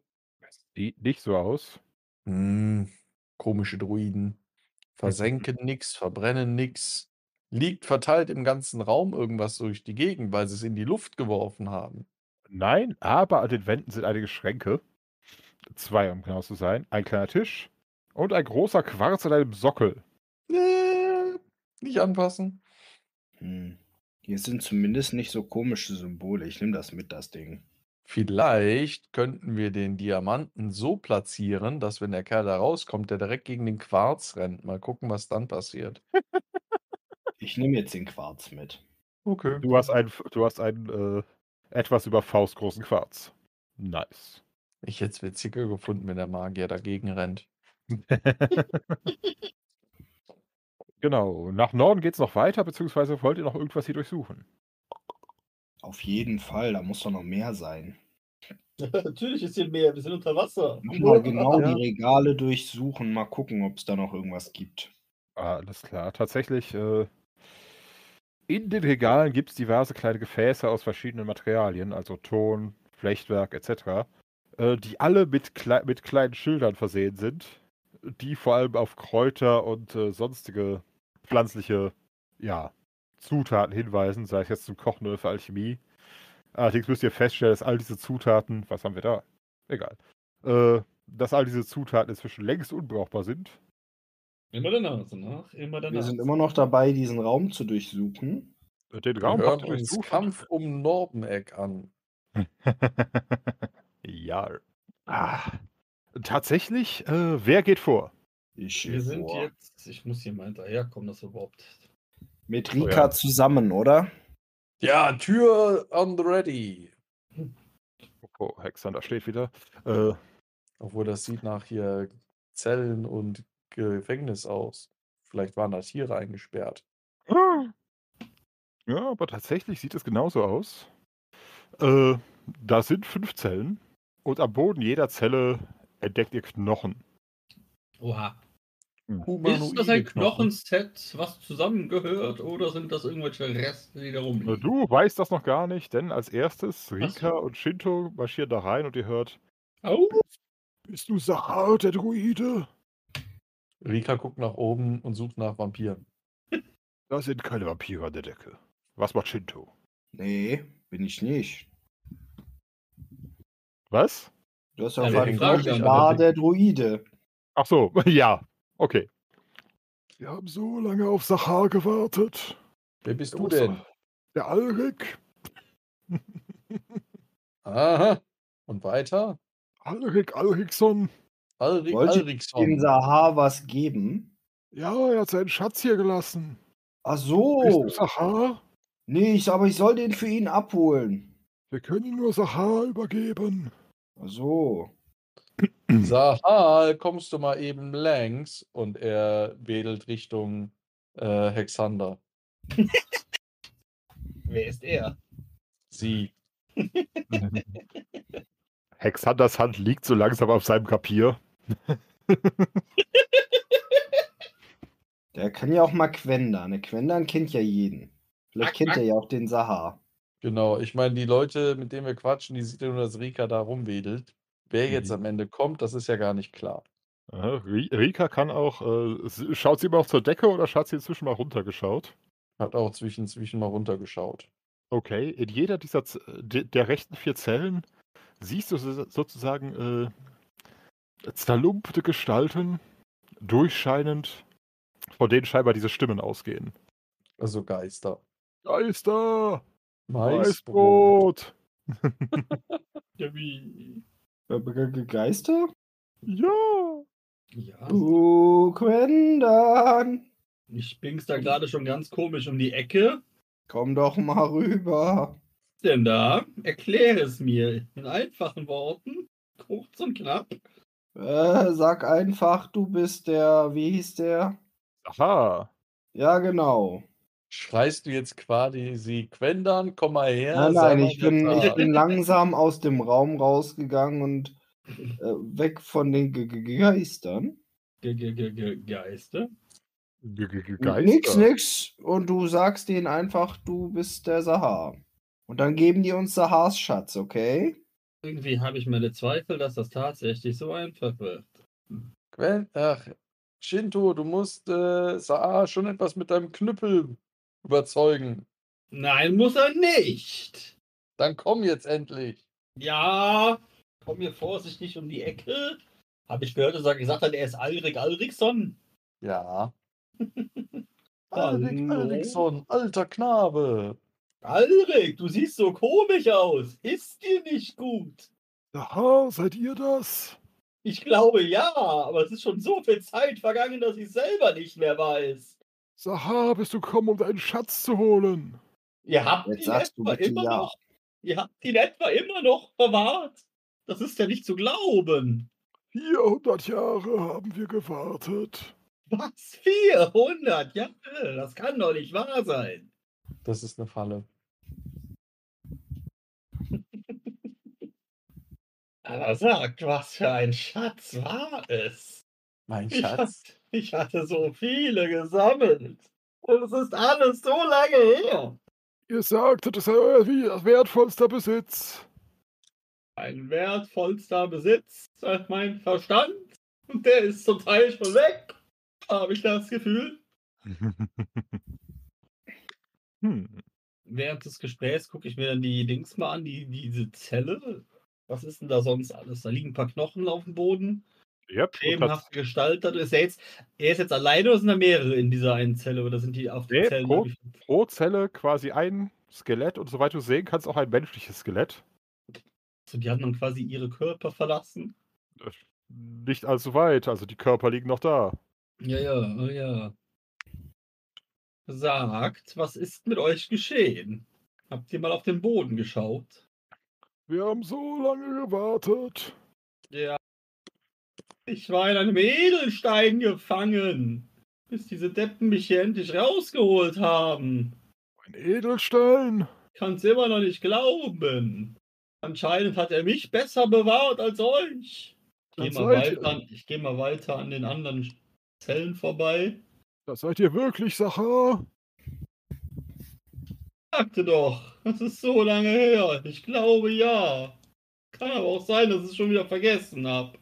Sieht nicht so aus.
Hm, komische Druiden. Versenken nix, verbrennen nix. Liegt verteilt im ganzen Raum irgendwas durch die Gegend, weil sie es in die Luft geworfen haben.
Nein, aber an den Wänden sind einige Schränke. Zwei, um genau zu sein. Ein kleiner Tisch und ein großer Quarz an einem Sockel.
Nee, nicht anpassen.
Hm. Hier sind zumindest nicht so komische Symbole. Ich nehme das mit, das Ding.
Vielleicht könnten wir den Diamanten so platzieren, dass wenn der Kerl da rauskommt, der direkt gegen den Quarz rennt. Mal gucken, was dann passiert.
Ich nehme jetzt den Quarz mit.
Okay.
Du hast einen, du hast einen äh, etwas über Faust großen Quarz. Nice.
Ich hätte es witziger gefunden, wenn der Magier dagegen rennt.
Genau, nach Norden geht's noch weiter, beziehungsweise wollt ihr noch irgendwas hier durchsuchen?
Auf jeden Fall, da muss doch noch mehr sein.
Natürlich ist hier mehr, wir sind unter Wasser.
Nochmal genau
Ja.
die Regale durchsuchen, mal gucken, ob es da noch irgendwas gibt.
Alles klar, tatsächlich, äh, in den Regalen gibt's diverse kleine Gefäße aus verschiedenen Materialien, also Ton, Flechtwerk etc., äh, die alle mit, klei mit kleinen Schildern versehen sind, die vor allem auf Kräuter und äh, sonstige pflanzliche, ja, Zutaten hinweisen, sei es jetzt zum Kochen oder für Alchemie. Allerdings müsst ihr feststellen, dass all diese Zutaten, was haben wir da? Egal. Äh, dass all diese Zutaten inzwischen längst unbrauchbar sind.
Immer danach, danach, immer danach.
Wir sind immer noch dabei, diesen Raum zu durchsuchen.
Den
Wir
Raum
hören
habt ihr
uns
durchsucht.
Kampf um Norbeneck an.
ja. Ah. Tatsächlich, äh, wer geht vor?
Ich
Wir sind
boah,
jetzt, ich muss hier mal hinterherkommen, dass wir überhaupt.
mit
Oh ja.
Rika zusammen, oder?
Ja, Tür on the ready.
Oh, Hexander steht wieder. Äh,
Obwohl das sieht nach hier Zellen und Gefängnis aus. Vielleicht waren da Tiere eingesperrt.
ja, aber tatsächlich sieht es genauso aus. Äh, da sind fünf Zellen und am Boden jeder Zelle entdeckt ihr Knochen.
Oha. Ist das
Humanoide
ein Knochenset, was zusammengehört, oder sind das irgendwelche Reste, die da
Na,
rumliegen?
Du weißt das noch gar nicht, denn als erstes Rika
so.
und Shinto marschieren da rein und ihr hört:
Au!
Bist du Sahar, der Druide?
Rika guckt nach oben und sucht nach Vampiren.
Da sind keine Vampire an der Decke. Was macht Shinto?
Nee, bin ich nicht.
Was?
Du hast
Ja,
auf
wir
jeden
fragen
Fall
ja
war
allerdings.
der Druide.
Ach so, ja, okay. Wir haben so lange auf Sahar gewartet.
Wer bist du
Oh,
denn?
so. Der Alrik.
Aha. Und weiter?
Alrik Alrikson.
Alrik
Wollt ihr Dem
Oh.
Alriksson.
Sahar was geben?
Ja, er hat seinen Schatz hier gelassen.
Ach
Bist
Oh.
so.
du Sahar?
Nee, ich, aber ich soll den für ihn abholen.
Wir können ihn nur Sahar übergeben.
Ach so.
Sahal, kommst du mal eben längs? Und er wedelt Richtung äh, Hexander.
Wer ist er?
Sie.
Hexanders Hand liegt so langsam auf seinem Kapier.
Der kann ja auch mal Quendern. Der Quendern kennt ja jeden. Vielleicht
Ack,
kennt
ack.
er ja auch den Sahar.
Genau. Ich meine, die Leute, mit denen wir quatschen, die sieht ja nur, dass Rika da rumwedelt. Wer jetzt
Mhm.
am Ende kommt, das ist ja gar nicht klar.
Aha, Ri- Rika kann auch, äh, s- schaut sie immer noch zur Decke oder schaut sie inzwischen mal runtergeschaut?
Hat auch zwischen, zwischen mal runtergeschaut.
Okay, in jeder dieser Z äh, de der rechten vier Zellen siehst du so- sozusagen äh, zerlumpte Gestalten, durchscheinend, von denen scheinbar diese Stimmen ausgehen.
Also Geister.
Geister! Weißbrot!
Maisbrot.
Ja, wie?
Ge- Äh, ge- ge- Geister?
Ja!
Ja,
Du Quendern.
ich bing's da gerade schon ganz komisch um die Ecke.
Komm doch mal rüber.
Was denn da? Erkläre es mir in einfachen Worten, kurz und knapp.
Äh, sag einfach, du bist der. Wie hieß der?
Aha!
Ja, genau.
Schreist du jetzt quasi sie Quendan, komm mal her.
nein,
sei
nein,
mal
ich bin,
der
ich bin
Tag.
langsam aus dem Raum rausgegangen und äh, weg von den Ge Ge Geistern.
Ge -ge -ge -ge Geister?
Ge- ge- ge-
Nix,
Geister!
nix. Und du sagst denen einfach, du bist der Sahar. Und dann geben die uns Sahars Schatz, okay?
Irgendwie habe ich meine Zweifel, dass das tatsächlich so einfach wird.
Quen Ach, Shinto, du musst äh, Saar schon etwas mit deinem Knüppel überzeugen.
Nein, muss er nicht.
Dann komm jetzt endlich.
Ja, komm mir vorsichtig um die Ecke. Habe ich gehört, dass er gesagt hat, er ist Alrik Alriksson.
Ja. Alrik,
Hallo?
Alrikson, alter Knabe.
Alrik, du siehst so komisch aus. Ist dir nicht gut?
Aha, seid ihr das?
Ich glaube ja, aber es ist schon so viel Zeit vergangen, dass ich selber nicht mehr weiß.
Sahar, bist du gekommen, um deinen Schatz zu holen?
Ihr habt
Jetzt
ihn
sagst du
etwa
bitte
immer
ja.
noch. Ihr habt ihn etwa immer noch verwahrt. Das ist ja nicht zu glauben.
400 Jahre haben wir gewartet.
Was? 400 Jahre? Das kann doch nicht wahr sein.
Das ist eine Falle.
Aber sagt, was für ein Schatz war es?
Mein
Ich, hat,
Schatz.
ich hatte so viele gesammelt. Und es ist alles so lange her.
Ihr sagtet, es sei euer wie- wertvollster Besitz.
Mein wertvollster Besitz, ist mein Verstand. Und der ist zum Teil schon weg. Habe ich das Gefühl.
Hm.
Während des Gesprächs gucke ich mir dann die Dings mal an, die, diese Zelle. Was ist denn da sonst alles? Da liegen ein paar Knochen auf dem Boden.
Yep, und tats-
Cremenhafte Gestalt. dadurch- Ist er, jetzt, er ist jetzt alleine oder sind da mehrere in dieser einen Zelle? Oder sind die auf den
Nee,
Zellen?
pro- pro Zelle quasi ein Skelett und soweit du sehen kannst, auch ein menschliches Skelett.
So, Also die haben dann quasi ihre Körper verlassen.
Nicht allzu weit, also die Körper liegen noch da.
Ja, ja, oh ja. Sagt, was ist mit euch geschehen? Habt ihr mal auf den Boden geschaut?
Wir haben so lange gewartet.
Ja. Ich war in einem Edelstein gefangen, bis diese Deppen mich hier endlich rausgeholt haben.
Ein Edelstein.
Kann's immer noch nicht glauben. Anscheinend hat er mich besser bewahrt als euch. Ich
Das
gehe mal,
seid
weiter
ihr,
an- ich geh mal weiter an den anderen Zellen vorbei.
das seid ihr wirklich, Sacha.
Sagte doch, das ist so lange her. Ich glaube ja. Kann aber auch sein, dass ich es schon wieder vergessen habe.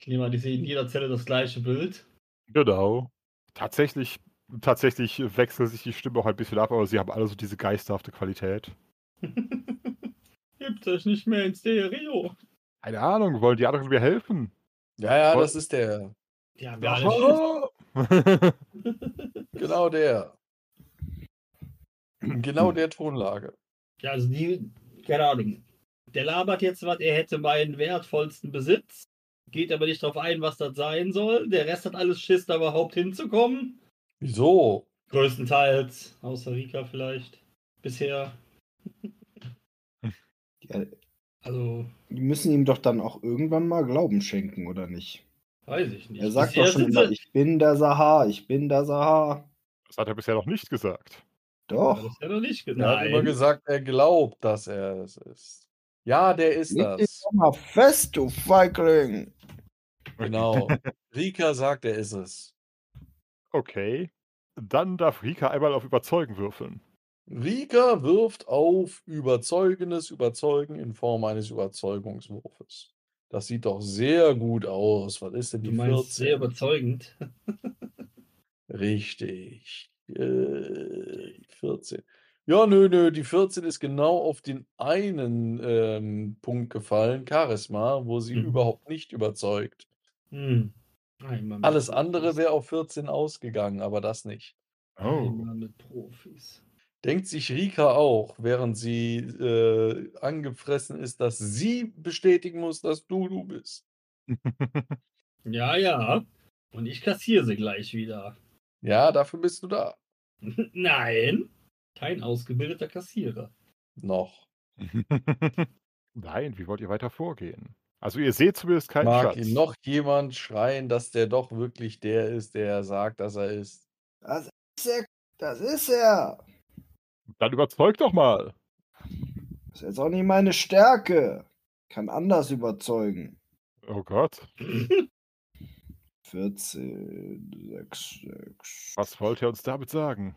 Ich nehme an, ich sehe in jeder Zelle das gleiche Bild.
Genau. Tatsächlich, tatsächlich wechselt sich die Stimme auch ein bisschen ab, aber sie haben alle so diese geisterhafte Qualität.
Gibt euch nicht mehr in Stereo.
Keine Ahnung, wollen die anderen mir helfen?
Ja, ja,
Voll-
das ist der.
Die haben ja alle
Sacha!
Genau der. In Genau der Tonlage.
Ja, also die, keine Ahnung. Der labert jetzt was, er hätte meinen wertvollsten Besitz, geht aber nicht drauf ein, was das sein soll. Der Rest hat alles Schiss, da überhaupt hinzukommen.
Wieso?
Größtenteils, außer Rika vielleicht. Bisher.
Ja,
Also,
die müssen ihm doch dann auch irgendwann mal Glauben schenken, oder nicht?
weiß ich nicht.
Er sagt doch
Bisher
schon
sind
immer,
sie-
ich bin der Sahar, ich bin der Sahar.
Das hat er bisher noch nicht gesagt.
Hat er
Doch.
das ja noch nicht genau.
Er hat immer
gesagt.
gesagt, er glaubt, dass er es ist. Ja, der ist
Leg dich
das.
doch mal fest, du Feigling.
Genau. Rika sagt, er ist es.
Okay. Dann darf Rika einmal auf Überzeugen würfeln.
Rika wirft auf überzeugendes Überzeugen in Form eines Überzeugungswurfes. Das sieht doch sehr gut aus. Was ist denn
Du
die
meinst sehr
14?
überzeugend.
Richtig. Äh, 14. Ja, nö, nö, die 14 ist genau auf den einen ähm, Punkt gefallen, Charisma, wo sie
Mhm.
überhaupt nicht überzeugt.
Hm. Einmal mit
Alles andere
Profis.
wäre auf 14 ausgegangen, aber das nicht.
Oh.
Oh.
Einmal mit Profis.
Denkt sich Rika auch, während sie äh, angefressen ist, dass sie bestätigen muss, dass du du bist.
Ja, ja. Und ich kassiere sie gleich wieder.
Ja, dafür bist du da.
Nein, kein ausgebildeter Kassierer.
Noch.
Nein, wie wollt ihr weiter vorgehen? Also ihr seht zumindest keinen
Mag
Schatz.
ihn noch jemand schreien, dass der doch wirklich der ist, der sagt, dass er ist.
Das ist er. Das ist er.
Dann überzeugt doch mal.
Das ist jetzt auch nicht meine Stärke. Kann anders überzeugen.
Oh Gott,
14, 6, 6.
was wollt ihr uns damit sagen?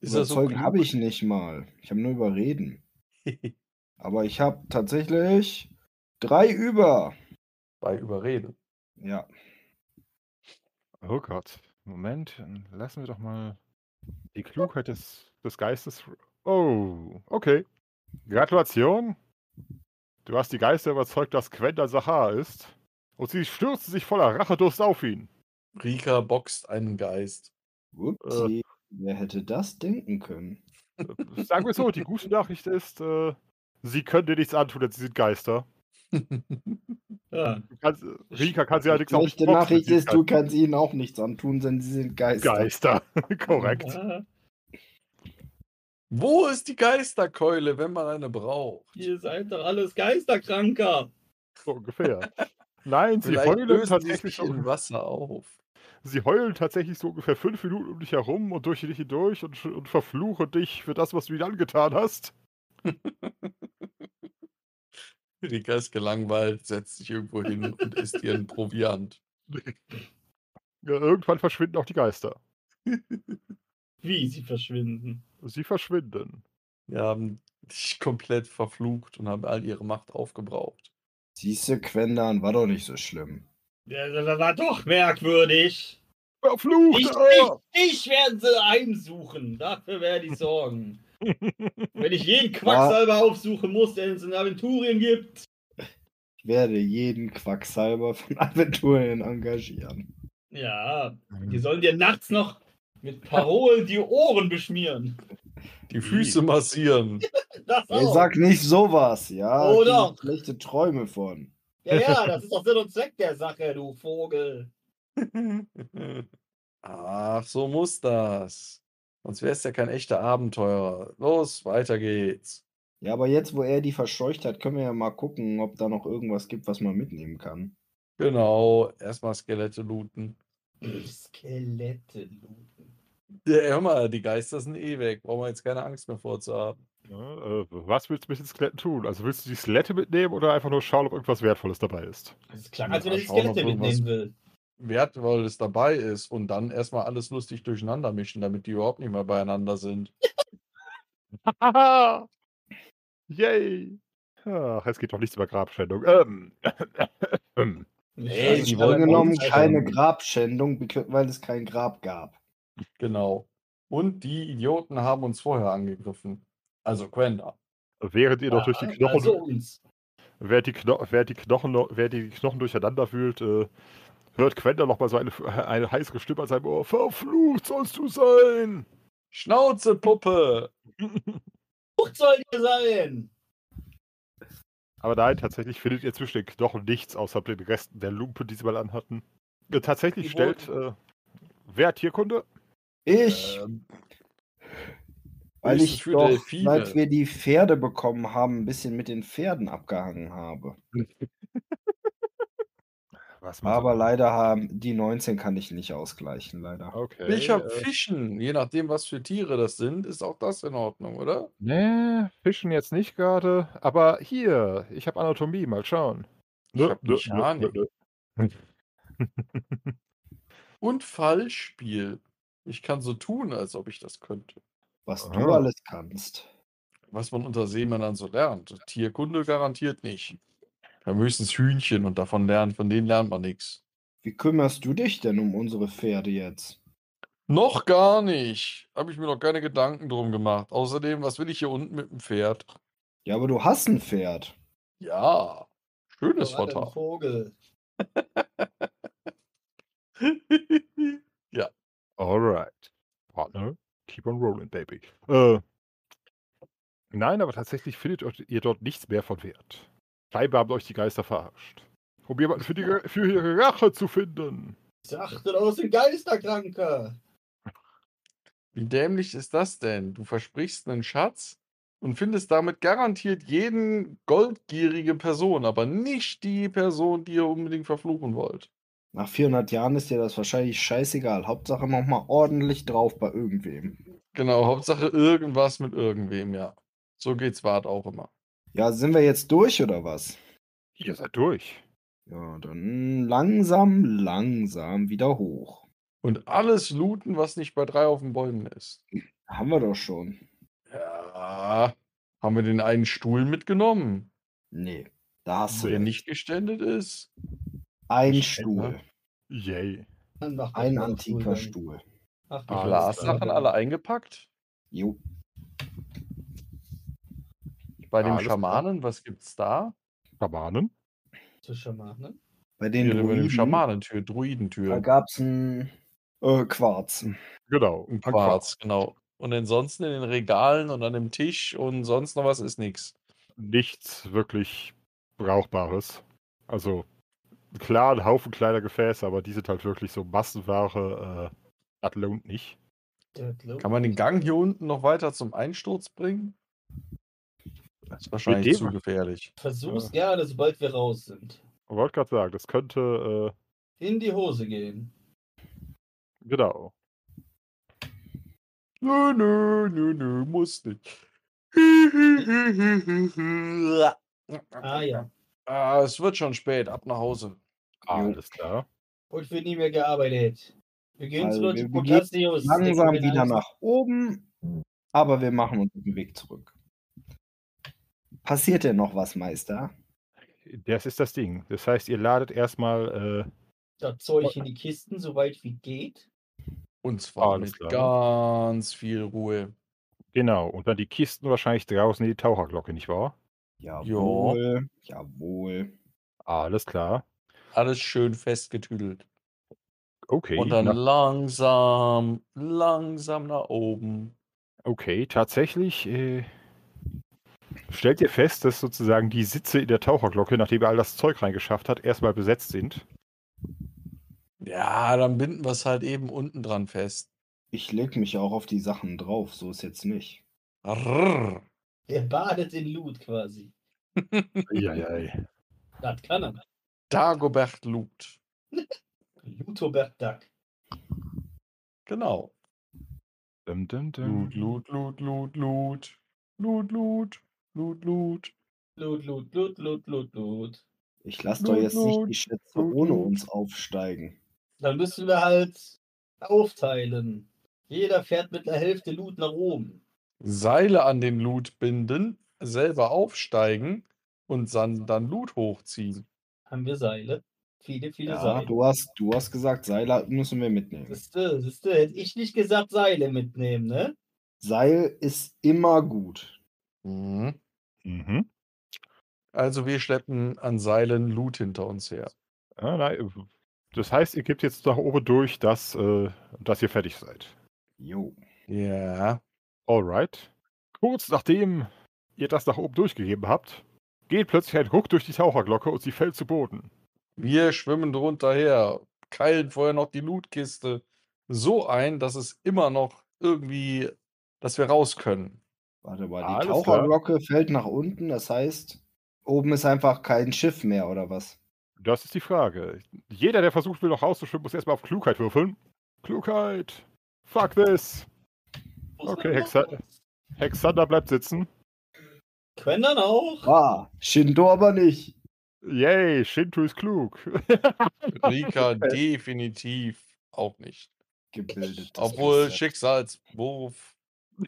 Ist er so
überzeugen
klug?
habe ich nicht mal. Ich habe nur überreden. Aber ich habe tatsächlich drei über.
Bei Überreden.
Ja,
Äh.
Oh Gott, Moment, dann lassen wir doch mal die Klugheit des, des Geistes. Oh, okay. Gratulation. Du hast die Geister überzeugt, dass Quen der Sahar ist. Und sie stürzen sich voller Rachedurst auf ihn.
Rika boxt einen Geist.
Upsi. Wer hätte das denken können?
Äh, Sagen wir so, die gute Nachricht ist, äh, sie können dir nichts antun, denn sie sind Geister.
Ja,
Du kannst, äh, Rika kann sie allerdings auch nicht
Schlechte
boxen,
Nachricht
sie halt
ist, du kannst ihnen auch nichts antun, denn sie sind Geister.
Geister. Korrekt.
ja,
Wo ist die Geisterkeule, wenn man eine braucht?
ihr seid doch alles Geisterkranker.
So ungefähr. Nein, sie
Vielleicht
heulen,
lösen die
tatsächlich
sich
um,
in Wasser auf.
sie heulen tatsächlich so ungefähr fünf Minuten um dich herum und durch dich hindurch und, sch- und verfluchen dich für das, was du ihnen angetan hast.
Rika ist gelangweilt, setzt sich irgendwo hin und isst ihren Proviant.
Ja, Irgendwann verschwinden auch die Geister.
Wie sie verschwinden.
Sie verschwinden.
Wir haben dich komplett verflucht und haben all ihre Macht aufgebraucht.
Siehste, Quendan, war doch nicht so schlimm.
Ja, Das war doch merkwürdig.
Verflucht! Ah!
Ich, ich, ich werde sie heimsuchen. Dafür werde ich sorgen. Wenn ich jeden Quacksalber aufsuchen muss, der es in Aventurien gibt.
Ich werde jeden Quacksalber von Aventurien engagieren.
Ja, die sollen dir nachts noch mit Parolen die Ohren beschmieren.
Die Füße massieren.
Das
Oh.
Ey,
auch.
sag nicht sowas, ja?
Oh
Ich krieg
doch.
Schlechte Träume von.
Ja, ja, das ist doch Sinn und Zweck der Sache, du Vogel.
Ach, so muss das. Sonst wärst ja kein echter Abenteurer. Los, weiter geht's.
Ja, aber jetzt, wo er die verscheucht hat, können wir ja mal gucken, ob da noch irgendwas gibt, was man mitnehmen kann.
Genau, erstmal Skelette looten.
Skelette looten.
Ja, hör mal, die Geister sind eh weg. Brauchen wir jetzt keine Angst mehr vorzuhaben.
Ja, äh, was willst du mit den Skeletten tun? Also willst du die Skelette mitnehmen oder einfach nur schauen, ob irgendwas Wertvolles dabei ist?
Das klang,
Ja,
als wenn er die
schauen, ob
Skelette
irgendwas-
mitnehmen will.
Wertvolles dabei ist und dann erstmal alles lustig durcheinander mischen, damit die überhaupt nicht mehr beieinander sind.
Haha! Yay! Ach, es geht doch nichts über Grabschändung. Ähm. ähm.
Ey,
also
die
streng
wollten
genommen
uns halt
keine
schänden.
Grabschändung, bekl- weil es kein Grab gab.
Genau. Und die Idioten haben uns vorher angegriffen. Also Quen.
Während ihr noch durch
Äh,
die Knochen,
Also uns.
während, die Kno während, die Knochen während die Knochen durcheinander wühlt, äh, hört Quenda nochmal so eine, äh, eine heiße Stimme an seinem Ohr. Verflucht sollst du sein!
Schnauze, Puppe!
Frucht soll hier sein.
Aber nein, tatsächlich findet ihr zwischen den Knochen nichts, außer den Resten der Lumpe, die sie mal anhatten. Äh, tatsächlich
Die
stellt, äh, wer hat Tierkunde?
Ich,
Ähm,
weil
höchstens
ich
für
doch,
Delfine.
als wir die Pferde bekommen haben, ein bisschen mit den Pferden abgehangen habe.
Was
Hm.
man so-
Aber leider haben die 19 kann ich nicht ausgleichen, leider.
Okay.
ich hab
äh,
Fischen. Je nachdem, was für Tiere das sind, ist auch das in Ordnung, oder?
nee, Ne, Fischen jetzt nicht gerade. Aber hier, ich habe Anatomie, mal schauen. Ne,
Ich hab Mechanik. Und Fallspiel. Ich kann so tun, als ob ich das könnte.
Was du
Aha.
alles kannst.
Was man unter Seemännern so lernt. Tierkunde garantiert nicht. Wir haben höchstens Hühnchen und davon lernen, von denen lernt man nichts.
Wie kümmerst du dich denn um unsere Pferde jetzt?
Noch gar nicht. Habe ich mir noch keine Gedanken drum gemacht. Außerdem, was will ich hier unten mit dem Pferd?
Ja, aber du hast ein Pferd.
Ja, schönes
Oh, hat er einen
Futter.
Vogel.
Alright. Partner, keep on rolling, baby. Äh, nein, aber tatsächlich findet euch- ihr dort nichts mehr von Wert. Scheinbar haben euch die Geister verarscht. Um jemanden für, die, für ihre Rache zu finden.
Trachtet aus dem Geisterkranker.
Wie dämlich ist das denn? Du versprichst einen Schatz und findest damit garantiert jeden goldgierige Person, aber nicht die Person, die ihr unbedingt verfluchen wollt.
Nach 400 Jahren ist dir das wahrscheinlich scheißegal. Hauptsache nochmal ordentlich drauf bei irgendwem.
Genau, Hauptsache irgendwas mit irgendwem, ja. So geht's Wart auch immer.
Ja, sind wir jetzt durch oder was?
Ihr seid durch.
Ja, dann langsam, langsam wieder hoch.
Und alles looten, was nicht bei drei auf den Bäumen ist.
Haben wir doch schon.
Ja. Haben wir den einen Stuhl mitgenommen,
Nee, da hast du
der
den.
nicht ne? geständet ist?
Ein
nicht
Stuhl.
älter.
Yay.
Dann macht er
Ein
den
antiker
dann.
Stuhl.
Ach, du
Die
Alles
Glassachen
Scheiße.
alle eingepackt?
Jo.
Bei dem
Alles klar.
Schamanen, was gibt's da?
Schamanen?
Zu Schamanen.
Bei den
Hier, bei dem
Druiden,
Schamanentür,
da
Druidentür.
gab's ein äh, Quarz.
Genau.
Ein Quarz, genau. Und ansonsten in den Regalen und an dem Tisch und sonst noch was ist nichts.
Nichts wirklich Brauchbares. Also, klar, ein Haufen kleiner Gefäße, aber die sind halt wirklich so Massenware. Äh, das lohnt nicht.
Kann man den Gang hier unten noch weiter zum Einsturz bringen? Das ist wahrscheinlich
dem-
zu gefährlich.
Versuch's gerne, sobald wir raus sind.
Wollte gerade sagen, das könnte,
In die Hose gehen.
äh, genau.
Nö, nö, nö, nö, muss nicht.
Ah ja.
Ah, es wird schon spät, ab nach Hause. Ah,
Alles klar.
Und wir nie mehr gearbeitet. Wir gehen
Also,
zu Leute
wir begeben
Pocassius.
Langsam
Der-
wieder nach oben, aber wir machen uns auf den Weg zurück. Passiert denn noch was, Meister?
Das ist das Ding. Das heißt, ihr ladet erstmal, äh,
Das Zeug in die Kisten, soweit wie geht.
Und zwar
Alles
mit ganz viel Ruhe.
äh, genau, und dann die Kisten wahrscheinlich draußen in die Taucherglocke, nicht wahr?
Jawohl. Jawohl.
Alles klar.
Alles schön festgetüdelt.
Okay.
Und dann
na-
langsam, langsam nach oben.
okay, tatsächlich äh, stellt ihr fest, dass sozusagen die Sitze in der Taucherglocke, nachdem ihr all das Zeug reingeschafft habt, erstmal besetzt sind.
Ja, dann binden wir es halt eben unten dran fest.
Ich leg mich auch auf die Sachen drauf, so ist jetzt nicht.
Rrrr.
Der badet in Loot quasi.
Eieiei.
Das kann er.
Dagobert Lugt.
Lutobert Duck.
Genau.
Dum, dum, dum.
Loot, Loot, Loot, Loot, Loot. Loot, Loot, Loot, Loot.
Loot, Loot, Loot, Loot, Loot, Loot.
Ich lasse doch jetzt nicht die Schätze
Blut,
ohne
Blut.
uns aufsteigen.
Dann müssen wir halt aufteilen. Jeder fährt mit einer Hälfte Loot nach oben.
Seile an den Loot binden, selber aufsteigen und dann, dann Loot hochziehen.
Haben wir Seile. Viele, viele
Ja,
Seile.
du hast, du hast gesagt, Seil müssen wir mitnehmen.
Siehste, siehste, hätte ich nicht gesagt, Seile mitnehmen, ne?
Seil ist immer gut.
Mhm.
Also wir schleppen an Seilen Loot hinter uns her.
Ah, nein. Das heißt, ihr gebt jetzt nach oben durch, dass, äh, dass ihr fertig seid.
Jo.
Ja.
Alright. Kurz nachdem ihr das nach oben durchgegeben habt, geht plötzlich ein Ruck durch die Taucherglocke und sie fällt zu Boden.
Wir schwimmen drunter her, keilen vorher noch die Lootkiste so ein, dass es immer noch irgendwie, dass wir raus können.
Warte mal, die
Alles klar.
Taucherglocke fällt nach unten, das heißt, oben ist einfach kein Schiff mehr oder was?
Das ist die Frage. Jeder, der versucht will, noch rauszuschwimmen, muss erstmal auf Klugheit würfeln. Klugheit! Fuck this!
Muss man
Okay,
machen.
Hexa- Hexander bleibt sitzen.
Können dann auch.
Ah, Shindo aber nicht.
Yay, Shinto ist klug.
Rika definitiv auch nicht.
Gebildet.
Obwohl Schicksalswurf.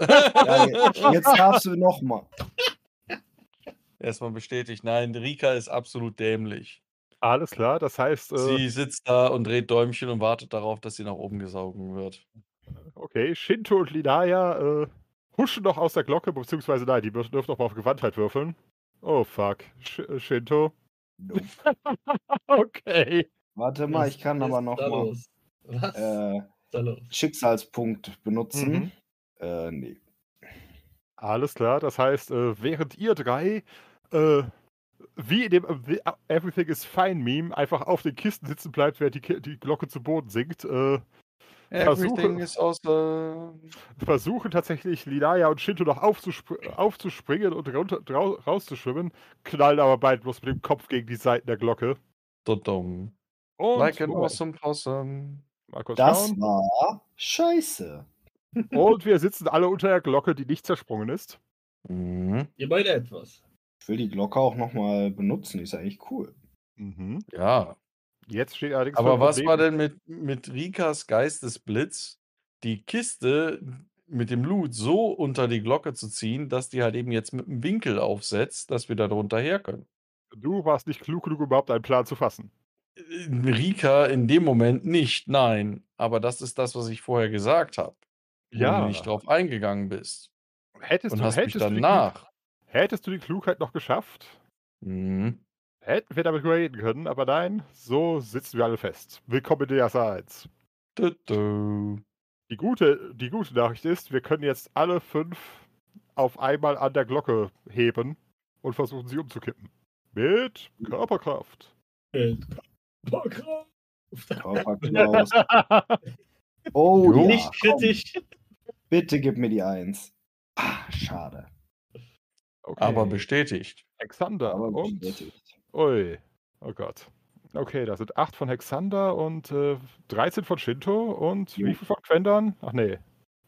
Ja, je- jetzt darfst du nochmal.
Erstmal bestätigt, nein, Rika ist absolut dämlich.
Alles klar, das heißt, äh,
Sie sitzt da und dreht Däumchen und wartet darauf, dass sie nach oben gesaugen wird.
okay, Shinto und Linaya äh, huschen noch aus der Glocke, beziehungsweise nein, die dürfen noch mal auf Gewandtheit würfeln. Oh fuck, Sh äh, Shinto.
Nope.
Okay.
Warte mal, ich kann
Was
aber
ist da
nochmal
los? Was ist
äh,
da los?
Schicksalspunkt benutzen.
Mhm.
Äh, nee.
Alles klar, das heißt, äh, während ihr drei äh, wie in dem äh, Everything is Fine Meme einfach auf den Kisten sitzen bleibt, während die, Ki- die Glocke zu Boden sinkt, äh,
Everything
Versuche-
is außer.
versuchen tatsächlich Linaya und Shinto noch aufzuspr aufzuspringen und runter, drau rauszuschwimmen, knallen aber beide bloß mit dem Kopf gegen die Seiten der Glocke.
Dodong.
Und
Like an
Moment,
awesome possum.
mal kurz
Das
schauen.
war scheiße.
Und wir sitzen alle unter der Glocke, die nicht zersprungen ist.
Mhm.
Ihr beide etwas.
Ich will die Glocke auch nochmal benutzen, die ist eigentlich cool.
Ja,
Mhm. Jetzt steht allerdings.
aber
ein
was war
Problem.
denn mit, mit Rikas Geistesblitz, die Kiste mit dem Loot so unter die Glocke zu ziehen, dass die halt eben jetzt mit einem Winkel aufsetzt, dass wir da drunter her können?
Du warst nicht klug genug, überhaupt einen Plan zu fassen.
Äh, Rika in dem Moment nicht, nein. Aber das ist das, was ich vorher gesagt habe. wo
Ja.
du nicht drauf eingegangen bist.
Hättest
Und
du,
hast mich
hättest, du
dann
die,
nach.
Klug- hättest du die Klugheit noch geschafft,
Mhm.
hätten wir damit reden können, aber nein, so sitzen wir alle fest. Willkommen in der 1.
Du, du.
Die gute, die gute Nachricht ist, wir können jetzt alle fünf auf einmal an der Glocke heben und versuchen, sie umzukippen. Mit Körperkraft.
Körperklaus. Oh
Jo.
ja,
Nicht
komm,
kritisch.
bitte gib mir die Eins. Ah, schade.
Okay.
Aber bestätigt.
Hexander
Aber
und.
bestätigt.
Ui. Oh Gott. Okay, das sind 8 von Hexander und äh, 13 von Shinto und
Jo.
wie viel von Quendan? Ach nee.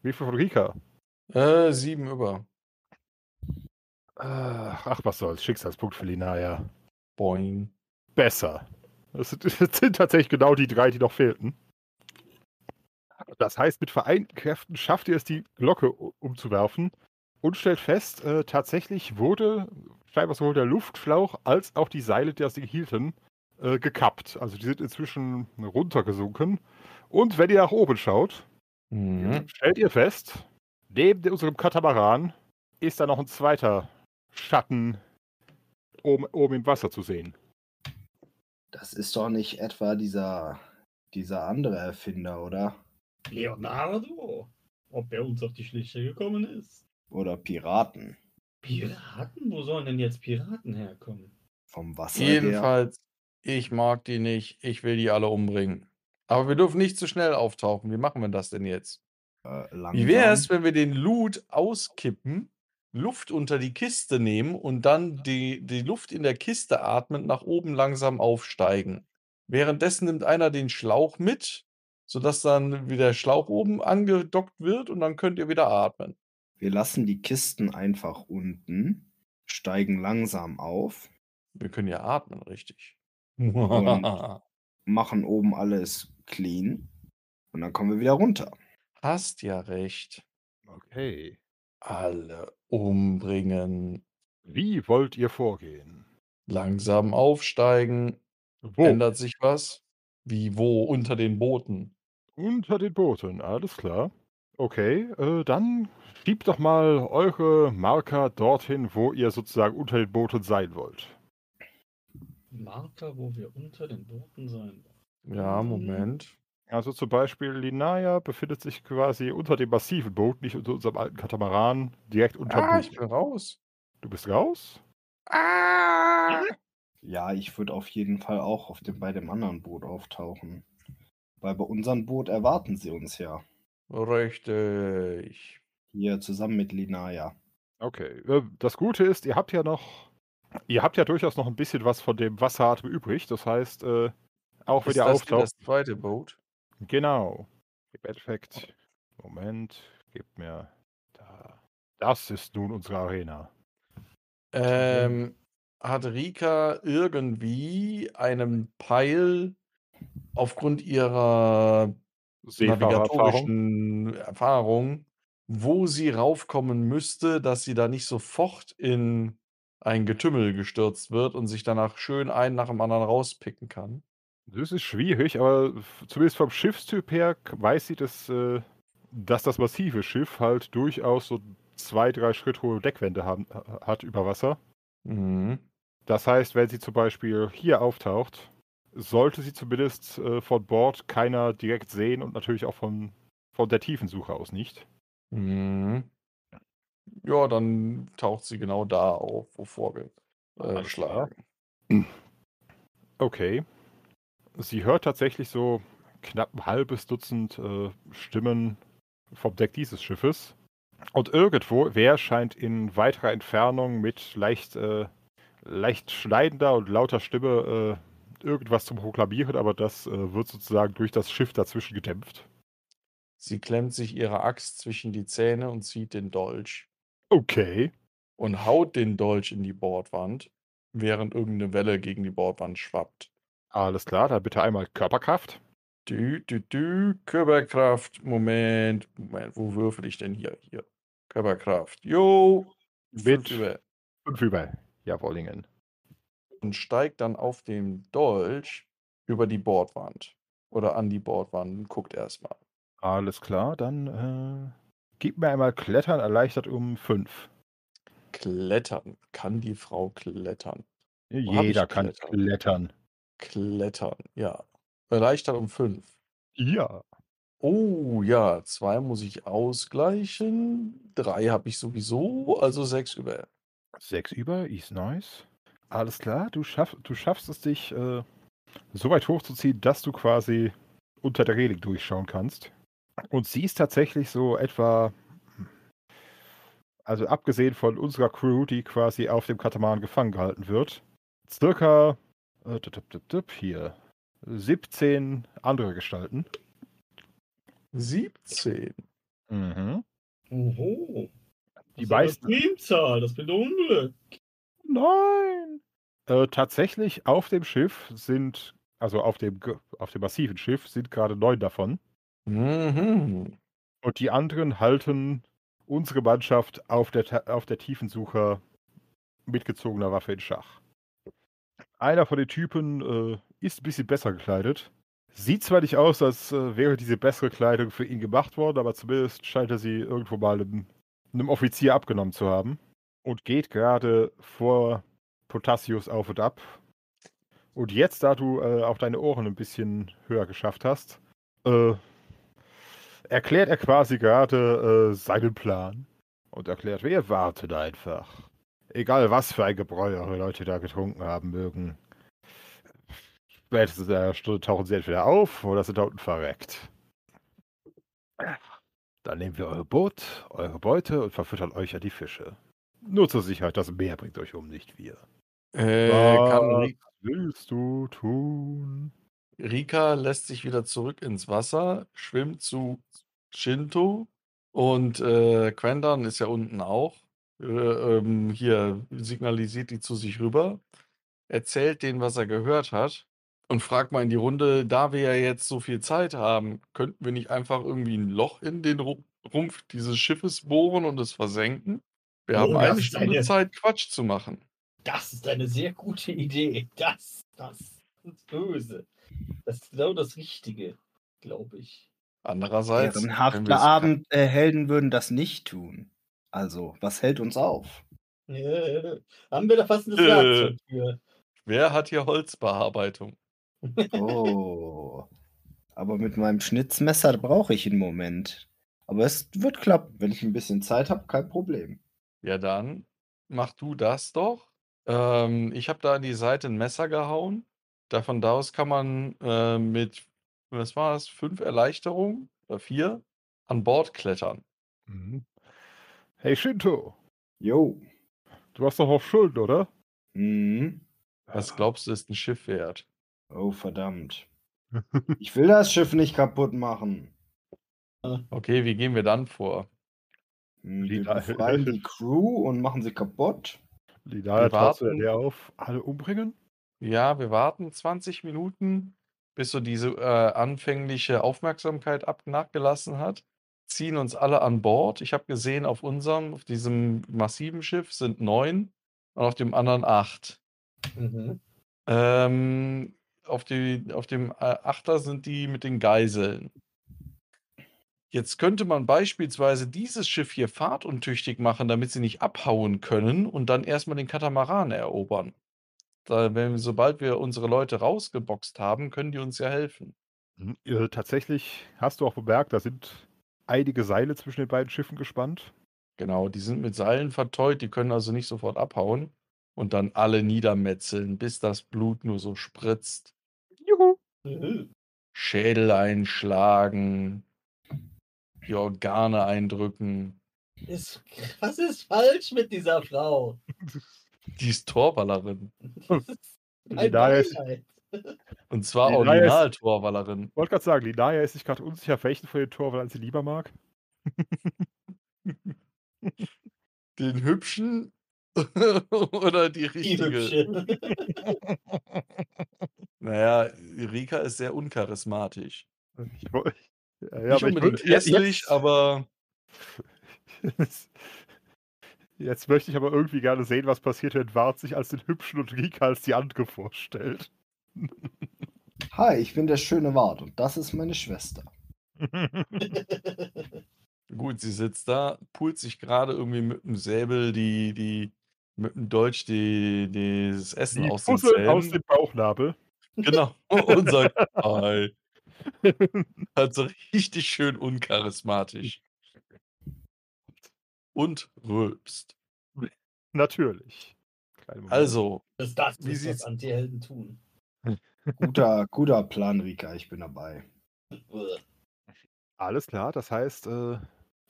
Wie viel von Rika?
Äh, sieben über.
Ach, ach, was soll's. Schicksalspunkt für Linaya.
Boing.
besser. Das sind, das sind tatsächlich genau die drei, die noch fehlten. Das heißt, mit vereinten Kräften schafft ihr es, die Glocke u- umzuwerfen und stellt fest, äh, tatsächlich wurde scheinbar sowohl der Luftschlauch als auch die Seile, die das Ding hielten, äh, gekappt. Also die sind inzwischen runtergesunken. Und wenn ihr nach oben schaut,
Mhm.
stellt ihr fest, neben de- unserem Katamaran ist da noch ein zweiter Schatten oben, oben im Wasser zu sehen.
Das ist doch nicht etwa dieser, dieser andere Erfinder, oder?
Leonardo. Ob er uns auf die Schliche gekommen ist?
Oder Piraten
Piraten? Wo sollen denn jetzt Piraten herkommen?
vom Wasser her.
Jedenfalls, ich mag die nicht. Ich will die alle umbringen. Aber wir dürfen nicht zu schnell auftauchen. Wie machen wir das denn jetzt?
Äh,
Wie
langsam.
wäre es, wenn wir den Loot auskippen Luft unter die Kiste nehmen und dann die, die Luft in der Kiste atmend nach oben langsam aufsteigen. Währenddessen nimmt einer den Schlauch mit, sodass dann wieder der Schlauch oben angedockt wird und dann könnt ihr wieder atmen.
Wir lassen die Kisten einfach unten, steigen langsam auf,
Wir können ja atmen, richtig.
machen oben alles clean und dann kommen wir wieder runter.
Hast ja recht.
Okay.
Alle umbringen,
Wie wollt ihr vorgehen?
langsam aufsteigen.
Wo?
Ändert sich was? Wie wo? Unter den Booten.
Unter den Booten, alles klar. Okay, äh, dann schiebt doch mal eure Marker dorthin, wo ihr sozusagen unter den Booten sein wollt.
Marker, wo wir unter den Booten sein.
Ja,
Mhm.
Moment.
Also zum Beispiel Linaya befindet sich quasi unter dem massiven Boot, nicht unter unserem alten Katamaran, direkt unter
Ah,
ah,
ich bin raus.
Du bist raus?
Ah!
Ja, ich würde auf jeden Fall auch auf dem, bei dem anderen Boot auftauchen. Weil bei unserem Boot erwarten sie uns ja.
Richtig.
Hier zusammen mit Linaya.
Okay. äh, Das Gute ist, ihr habt ja noch, ihr habt ja durchaus noch ein bisschen was von dem Wasseratem übrig. Das heißt, äh, auch wenn
Ist
ihr
das hier
auftaucht.
das zweite Boot?
Genau. Im Endeffekt. Moment, gebt mir da. Das ist nun unsere Arena.
Ähm, hat Rika irgendwie einem Peil aufgrund ihrer
Seefahrererfahrung.
navigatorischen Erfahrung, wo sie raufkommen müsste, dass sie da nicht sofort in ein Getümmel gestürzt wird und sich danach schön einen nach dem anderen rauspicken kann?
Das ist schwierig, aber f- zumindest vom Schiffstyp her k- weiß sie, dass, äh, dass das massive Schiff halt durchaus so zwei, drei Schritt hohe Deckwände haben, ha- hat über Wasser.
Mhm.
Das heißt, wenn sie zum Beispiel hier auftaucht, sollte sie zumindest äh, von Bord keiner direkt sehen und natürlich auch von, von der Tiefensuche aus nicht.
Mhm. Ja, dann taucht sie genau da auf, wo vorgeschlagen. Äh,
Alles klar.
schlagen.
Okay. Sie hört tatsächlich so knapp ein halbes Dutzend äh, Stimmen vom Deck dieses Schiffes. Und irgendwo, wer scheint in weiterer Entfernung mit leicht, äh, leicht schneidender und lauter Stimme äh, irgendwas zu proklamieren, aber das äh, wird sozusagen durch das Schiff dazwischen gedämpft.
sie klemmt sich ihre Axt zwischen die Zähne und zieht den Dolch
Okay.
und haut den Dolch in die Bordwand, während irgendeine Welle gegen die Bordwand schwappt.
Alles klar, dann bitte einmal Körperkraft.
Dü, dü, dü, Körperkraft. Moment, Moment, wo würfel ich denn hier? Hier. Körperkraft. Jo. fünf
Mit-
über-
Fünf über. Jawollingen.
Und steigt dann auf dem Dolch über die Bordwand. Oder an die Bordwand und guckt erstmal.
Alles klar, dann äh, gib mir einmal Klettern erleichtert um fünf.
Klettern. Kann die Frau klettern? Wo hab
Jeder
ich
kann
Klettern?
klettern.
Klettern, ja. Erleichtert um fünf.
Ja.
Oh ja, zwei muss ich ausgleichen. Drei habe ich sowieso, also sechs über.
Sechs über, ist nice. Alles klar, du, schaff, du schaffst es dich äh, so weit hochzuziehen, dass du quasi unter der Reling durchschauen kannst. Und siehst tatsächlich so etwa, also abgesehen von unserer Crew, die quasi auf dem Katamaran gefangen gehalten wird, circa äh, tip, tip, tip, tip, hier 17 andere Gestalten.
17.
Mhm.
Oho. Das
Die
ist
meisten
eine Primzahl, das bin Unglück.
Nein! Äh, tatsächlich auf dem Schiff sind, also auf dem, ge- auf dem massiven Schiff sind gerade neun davon.
Mhm.
Und die anderen halten unsere Mannschaft auf der, Ta- auf der Tiefensucher mit gezogener Waffe in Schach. Einer von den Typen äh, ist ein bisschen besser gekleidet. Sieht zwar nicht aus, als äh, wäre diese bessere Kleidung für ihn gemacht worden, aber zumindest scheint er sie irgendwo mal einem, einem Offizier abgenommen zu haben. Und geht gerade vor Potassius auf und ab. Und jetzt, da du äh, auch deine Ohren ein bisschen höher geschafft hast, äh, erklärt er quasi gerade äh, seinen Plan und erklärt, wir warten einfach. Egal was für ein Gebräu eure Leute da getrunken haben mögen. Spätestens in einer Stunde tauchen sie entweder auf oder sind da unten verreckt. Dann nehmen wir euer Boot, eure Beute und verfüttern euch an die Fische. Nur zur Sicherheit, das Meer bringt euch um, nicht wir.
Äh, kann,
Was
Ri-
willst du tun?
Rika lässt sich wieder zurück ins Wasser, schwimmt zu Shinto und äh, Quendan ist ja unten auch. Äh, ähm, hier signalisiert die zu sich rüber, erzählt denen, was er gehört hat und fragt mal in die Runde, da wir ja jetzt so viel Zeit haben, könnten wir nicht einfach irgendwie ein Loch in den Ru- Rumpf dieses Schiffes bohren und es versenken? Wir
Oh,
haben
das
eine
ist
Stunde
eine-
Zeit, Quatsch zu machen.
Das ist eine sehr gute Idee. Das, das ist böse. Das ist genau das Richtige, glaube ich.
Andererseits. wenn
Ehrenhafte
wir es ka-
Abendhelden äh, würden das nicht tun. Also, was hält uns auf?
Äh, haben wir da passendes
Äh.
Werkzeug für?
Wer hat hier Holzbearbeitung?
Oh. Aber mit meinem Schnitzmesser brauche ich einen Moment. Aber es wird klappen. Wenn ich ein bisschen Zeit habe, kein Problem.
Ja, dann mach du das doch. Ähm, ich habe da an die Seite ein Messer gehauen. Davon aus kann man äh, mit, was war es, fünf Erleichterungen oder vier an Bord klettern.
Mhm. Hey Shinto,
Jo.
du hast doch auch Schulden, oder?
Mhm.
Was glaubst du, ist ein Schiff wert?
Oh, verdammt. Ich will das Schiff nicht kaputt machen.
Okay, wie gehen wir dann vor?
Hm,
Die
Wir
da-
befreien die Crew und machen sie kaputt.
Lidaya
Wir
taucht
warten.
der auf. Alle umbringen?
Ja, wir warten 20 Minuten, bis so diese äh, anfängliche Aufmerksamkeit ab nachgelassen hat. Ziehen uns alle an Bord. Ich habe gesehen, auf unserem, auf diesem massiven Schiff sind neun und auf dem anderen acht.
Mhm.
Ähm, auf, die, auf dem äh, Achter sind die mit den Geiseln. Jetzt könnte man beispielsweise dieses Schiff hier fahrtuntüchtig machen, damit sie nicht abhauen können und dann erstmal den Katamaran erobern. Da, wenn, sobald wir unsere Leute rausgeboxt haben, können die uns ja helfen.
Mhm. Äh, tatsächlich hast du auch bemerkt, da sind einige Seile zwischen den beiden Schiffen gespannt.
Genau, die sind mit Seilen verteut, die können also nicht sofort abhauen und dann alle niedermetzeln, bis das Blut nur so spritzt. Juhu.
Äh,
Schädel einschlagen, die Organe eindrücken.
Ist, was ist falsch mit dieser Frau?
Die ist Torballerin.
Ein
da ist-
Beileid.
Und zwar
Die Reihe ist-
Original-Torballerin.
Wollte gerade sagen, Lidaya ist sich gerade unsicher, welchen von den Torwart sie lieber mag.
Den hübschen oder die
Die
richtige?
hübsche.
naja, Rika ist sehr uncharismatisch.
Ich, woll- ja, ja, aber
Äh, Nicht
ich
unbedingt ne?
würd- ja,
hässlich, aber
Jetzt, jetzt möchte ich aber irgendwie gerne sehen, was passiert, wenn Wart sich als den Hübschen und Rika als die andere vorstellt.
Hi, ich bin der schöne Wart und das ist meine Schwester.
gut, sie sitzt da, pult sich gerade irgendwie mit dem Säbel die, die, mit dem Deutsch die, die das Essen
Die
aus den
Puzzle aus
Zähnen.
dem Bauchnabel.
Genau. Und sagt, hi. Also richtig schön uncharismatisch. Und rülpst.
Natürlich. Kleinen Moment.
Also,
Das darf
Wie
nicht
sieht's-
was Antihelden tun.
Guter, guter Plan, Rika, ich bin dabei.
Uah.
Alles klar, das heißt, äh,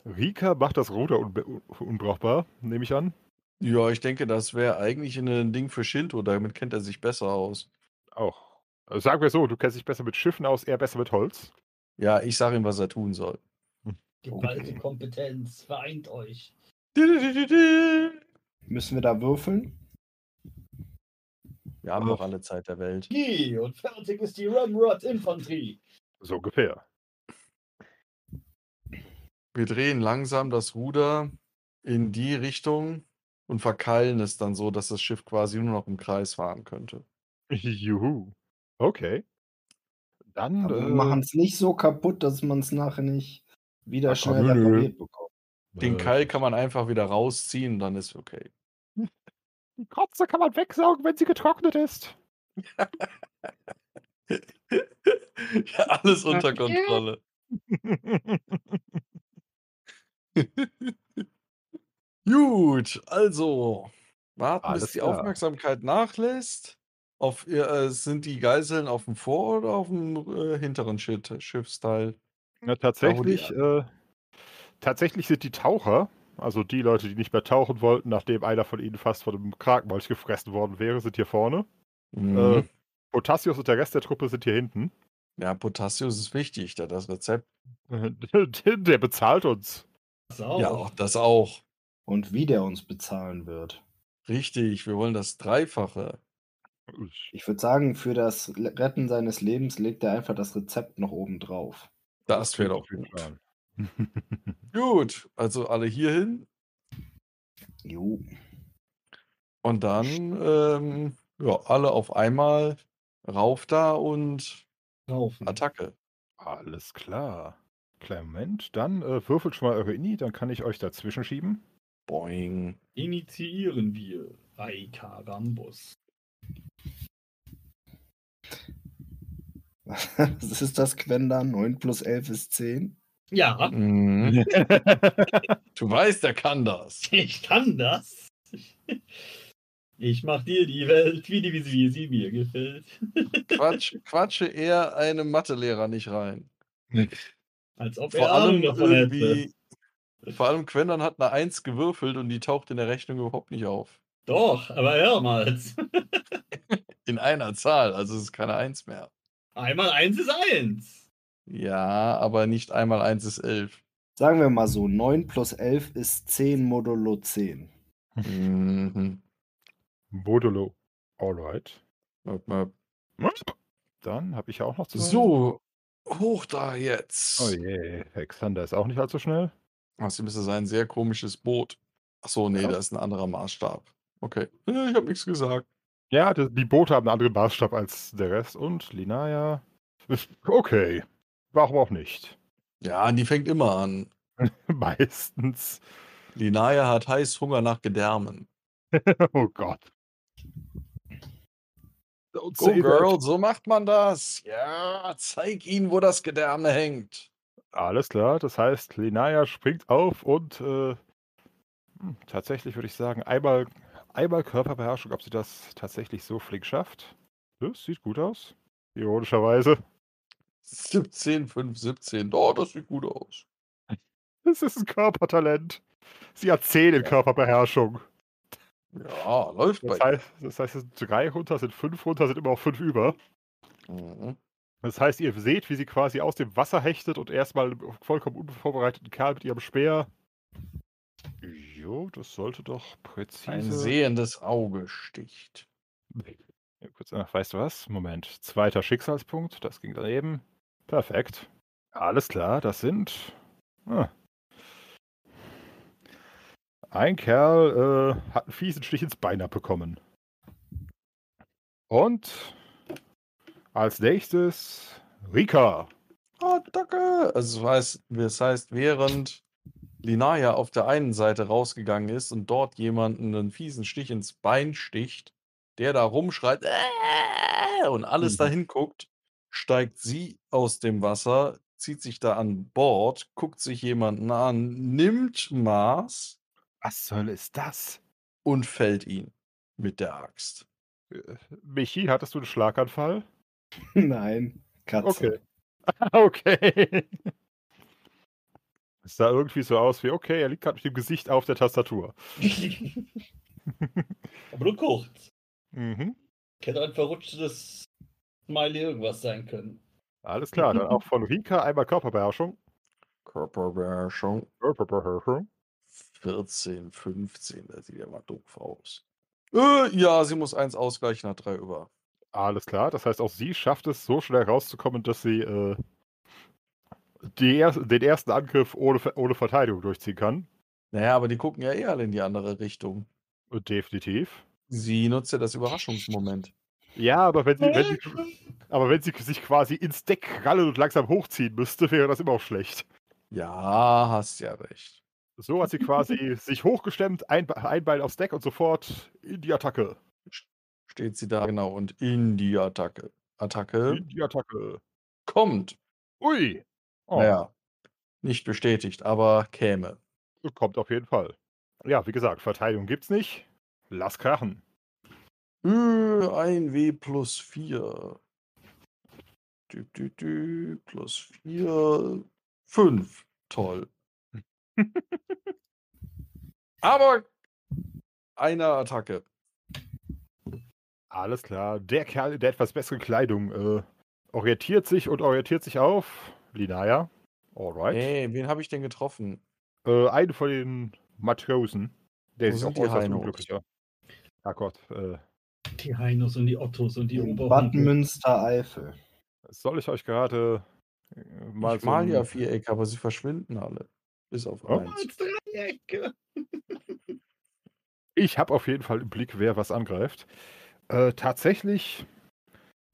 Rika macht das Ruder unbe- un unbrauchbar, nehme ich an.
ja, ich denke, das wäre eigentlich ein äh, Ding für Shinto. Damit kennt er sich besser aus.
Auch. Also sagen wir so, du kennst dich besser mit Schiffen aus, er besser mit Holz.
Ja, ich sage ihm, was er tun soll.
Geballte Kompetenz. Vereint euch.
Müssen wir da würfeln?
Wir haben noch alle Zeit der Welt.
Geh, und fertig ist die Ramrod-Infanterie.
So ungefähr.
Wir drehen langsam das Ruder in die Richtung und verkeilen es dann so, dass das Schiff quasi nur noch im Kreis fahren könnte.
Juhu. Okay. Dann
Aber wir
äh,
machen es nicht so kaputt, dass man es nachher nicht wieder
Ach,
schnell
nö, nö.
repariert bekommt.
Äh.
Den Keil kann man einfach wieder rausziehen, dann ist okay.
Die Kotze kann man wegsaugen, wenn sie getrocknet ist.
ja, alles unter Kontrolle. Gut, also warten, bis
Alles
die
klar.
Aufmerksamkeit nachlässt. Auf, ihr- äh, sind die Geiseln auf dem Vor- oder auf dem äh, hinteren Schiff, Schiffsteil?
Na,
Da, wo die-
tatsächlich, äh, tatsächlich sind die Taucher Also die Leute, die nicht mehr tauchen wollten, nachdem einer von ihnen fast von einem Krakenmolch gefressen worden wäre, sind hier vorne. Äh,
Mhm.
Potassius und der Rest der Truppe sind hier hinten.
Ja, Potassius ist wichtig, da das Rezept.
Äh, der bezahlt uns.
Pass auf.
Ja, auch das auch.
Und wie der uns bezahlen wird.
Richtig, wir wollen das Dreifache.
Ich würde sagen, für das Le- Retten seines Lebens legt er einfach das Rezept noch oben drauf.
Das wäre doch gut. Gut, also alle hierhin
Jo.
und dann ähm, ja, alle auf einmal rauf da und Mhm.
Kaufen.
Attacke.
Alles klar. Kleinen Moment, dann äh, würfelt schon mal eure Inni, dann kann ich euch dazwischen schieben.
Boing.
Initiieren wir Aikarambos.
Was ist das, Quenda? 9 plus 11 ist 10.
Ja,
Mhm. Du weißt, der kann das.
ich kann das. Ich mach dir die Welt, wie, die, wie sie mir gefällt.
Quatsch, quatsche eher einem Mathelehrer nicht rein.
Als ob
Vor
er Ahnung
allem
davon hätte.
irgendwie. Vor allem Quendern hat eine Eins gewürfelt und die taucht in der Rechnung überhaupt nicht auf.
Doch, aber mehrmals.
In einer Zahl, also es ist keine Eins mehr.
Einmal eins ist eins.
Ja, aber nicht einmal eins ist elf.
Sagen wir mal so, 9 plus 11 ist 10 modulo 10.
Mhm.
Modulo. Alright.
Möp, möp.
Dann habe ich ja auch noch zu
So, hoch da jetzt.
Oh je, Hexander ist auch nicht allzu schnell.
Außerdem ist das ein sehr komisches Boot. Achso, nee,
Ja.
da ist ein anderer Maßstab. Okay, Äh, ich habe nichts gesagt.
Ja, das, die Boote haben einen anderen Maßstab als der Rest und Linaya. ist Okay. Warum auch nicht?
Ja, die fängt immer an.
Meistens.
Linaya hat heiß Hunger nach Gedärmen.
Oh Gott. Don't
Go,
say that.
Oh, Girl, so macht man das. Ja, zeig ihnen, wo das Gedärme hängt.
Alles klar, das heißt, Linaya springt auf und äh, hm, tatsächlich würde ich sagen, einmal, einmal Körperbeherrschung, ob sie das tatsächlich so flink schafft. Das sieht gut aus. Ironischerweise.
17, 5, 17. Oh, das sieht gut aus.
Es ist ein Körpertalent. Sie hat 10 in Körperbeherrschung.
Ja, läuft
Das
bei
heißt, das heißt, es sind drei runter, sind fünf runter, sind immer auch fünf über.
ihr. Mhm.
Das heißt, ihr seht, wie sie quasi aus dem Wasser hechtet und erstmal einen vollkommen unvorbereiteten Kerl mit ihrem Speer. Jo, das sollte doch präzise.
Ein sehendes Auge sticht.
Ja, kurz nach, weißt du was? Moment. Zweiter Schicksalspunkt, das ging daneben. Perfekt. Alles klar, das sind. Ah. Ein Kerl äh, hat einen fiesen Stich ins Bein abbekommen. Und als nächstes Rika.
Attacke! Ah, Also das heißt, das heißt, während Linaya auf der einen Seite rausgegangen ist und dort jemanden einen fiesen Stich ins Bein sticht, der da rumschreit "Äh!" und alles
Mhm.
dahin guckt, steigt sie aus dem Wasser, zieht sich da an Bord, guckt sich jemanden an, nimmt Maß
Was soll ist das?
und fällt ihn mit der Axt.
Michi, hattest du einen Schlaganfall?
Nein,
Okay.
Katze.
Okay. Es sah irgendwie so aus wie, okay, er liegt gerade mit dem Gesicht auf der Tastatur.
aber nur kurz.
Mhm.
Hätte ein verrutschtes Smiley irgendwas sein können.
Alles klar, dann auch von Rika einmal Körperbeherrschung.
Körperbeherrschung
Körperbeherrschung.
14, 15, das sieht ja mal doof aus. Äh, ja, sie muss eins ausgleichen, hat drei über.
Alles klar, das heißt, auch sie schafft es, so schnell rauszukommen, dass sie äh, die er den ersten Angriff ohne, Ver- ohne Verteidigung durchziehen kann.
Naja, aber die gucken ja eh alle in die andere Richtung.
Und Definitiv.
Sie nutzt ja das Überraschungsmoment.
Ja, aber wenn sie, wenn sie, aber wenn sie sich quasi ins Deck krallen und langsam hochziehen müsste, wäre das immer auch schlecht.
Ja, hast ja recht.
So hat sie quasi sich hochgestemmt, ein, Be- ein Bein aufs Deck und sofort in die Attacke.
Steht sie da genau und in die Attacke. Attacke
In die Attacke.
kommt.
Ui! Oh,
Naja, nicht bestätigt, aber käme.
kommt auf jeden Fall. Ja, wie gesagt, Verteidigung gibt's nicht. Lass krachen.
Äh, 1W plus 4. Dü, dü, dü, plus 4. 5. Toll. Aber einer Attacke.
Alles klar. Der Kerl in der etwas besseren Kleidung äh, orientiert sich und orientiert sich auf Linaya. Alright.
Hey, wen habe ich denn getroffen?
Äh, einen von den Matrosen. Der
Wo
sich auch
sind die
äußerst
Heinos?
unglücklich war. Ah Gott, äh,
Die Heinos und die Ottos und die
In
Oberhunde.
Badmünster Eifel.
soll ich euch gerade äh, mal
ich mal
so
ja
ein-
Vierecke, aber sie verschwinden alle. Bis auf
Oh.
eins.
Als Dreiecke.
Ich habe auf jeden Fall im Blick, wer was angreift. Äh, tatsächlich,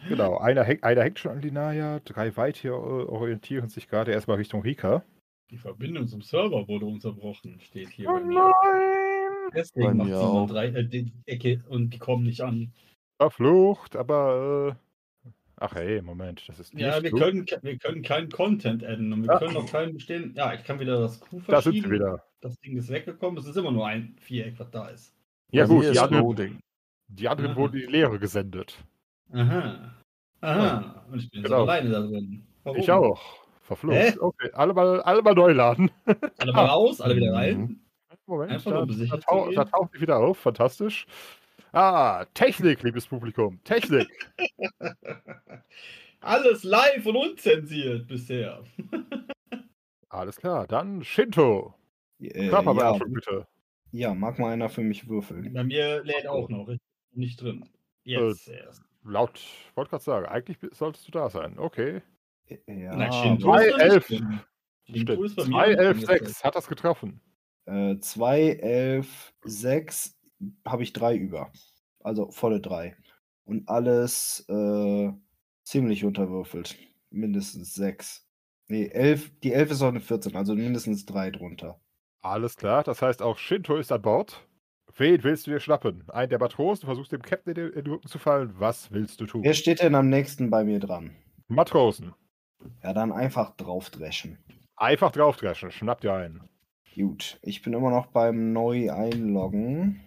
genau, einer, häng, einer hängt schon an Linaya, drei weitere äh, orientieren sich gerade erstmal Richtung Rika.
Die Verbindung zum Server wurde unterbrochen, steht hier bei mir.
nein!
Oh Bei
Deswegen macht
mir
sie nur
auch.
drei äh, die Ecke und die kommen nicht an.
Verflucht, aber. Äh, ach hey, Moment, das ist nicht.
Ja, wir
du-
können, ke- wir können keinen Content adden und wir
Ah.
können auch keinen bestehen. Ja, ich kann wieder das Q verschieben.
da sind sie wieder.
Das Ding ist weggekommen. Es ist immer nur ein Viereck, was da ist.
Ja,
Also
gut,
hier
die
ist
anderen,
Loading.
die anderen
Ah.
wurden in die Leere gesendet.
Aha. Aha. Und ich bin
Genau.
so alleine da drin. Warum?
Ich auch. Verflucht.
Hä?
Okay, alle mal, alle mal neu laden.
Alle
Ah.
mal raus, alle wieder
Mhm.
rein.
Moment,
Einfach
da,
nur, um sicher
da,
zu
tau
gehen.
da taucht ich wieder auf, fantastisch. Ah, Technik, liebes Publikum, Technik.
Alles live und unzensiert bisher.
Alles klar, dann Shinto.
Äh, ja,
Körperbeherrschung, bitte.
Äh, ja, mag mal einer für mich würfeln.
Bei mir lädt auch noch. Ich bin nicht drin. Jetzt erst.
Laut, wollte gerade sagen, eigentlich bi- solltest du da sein. Okay.
Ja,
Nein, Shinto
zwei
ist noch nicht
Elf.
drin. Shinto
Stimmt.
ist bei mir
2,
noch nicht
11, 6 hat das getroffen.
Äh, 2, 11, 6 habe ich 3 über. Also volle 3. Und alles äh, ziemlich unterwürfelt. Mindestens 6. Nee, 11, die 11 ist auch eine 14, also mindestens 3 drunter.
Alles klar, das heißt auch Shinto ist an Bord. Wen willst du dir schnappen? Einen der Matrosen, du versuchst dem Captain in den, in den Rücken zu fallen. Was willst du tun?
Wer steht denn am nächsten bei mir dran?
Matrosen.
Ja, dann einfach draufdreschen.
Einfach draufdreschen, schnapp dir einen.
Gut, ich bin immer noch beim neu einloggen.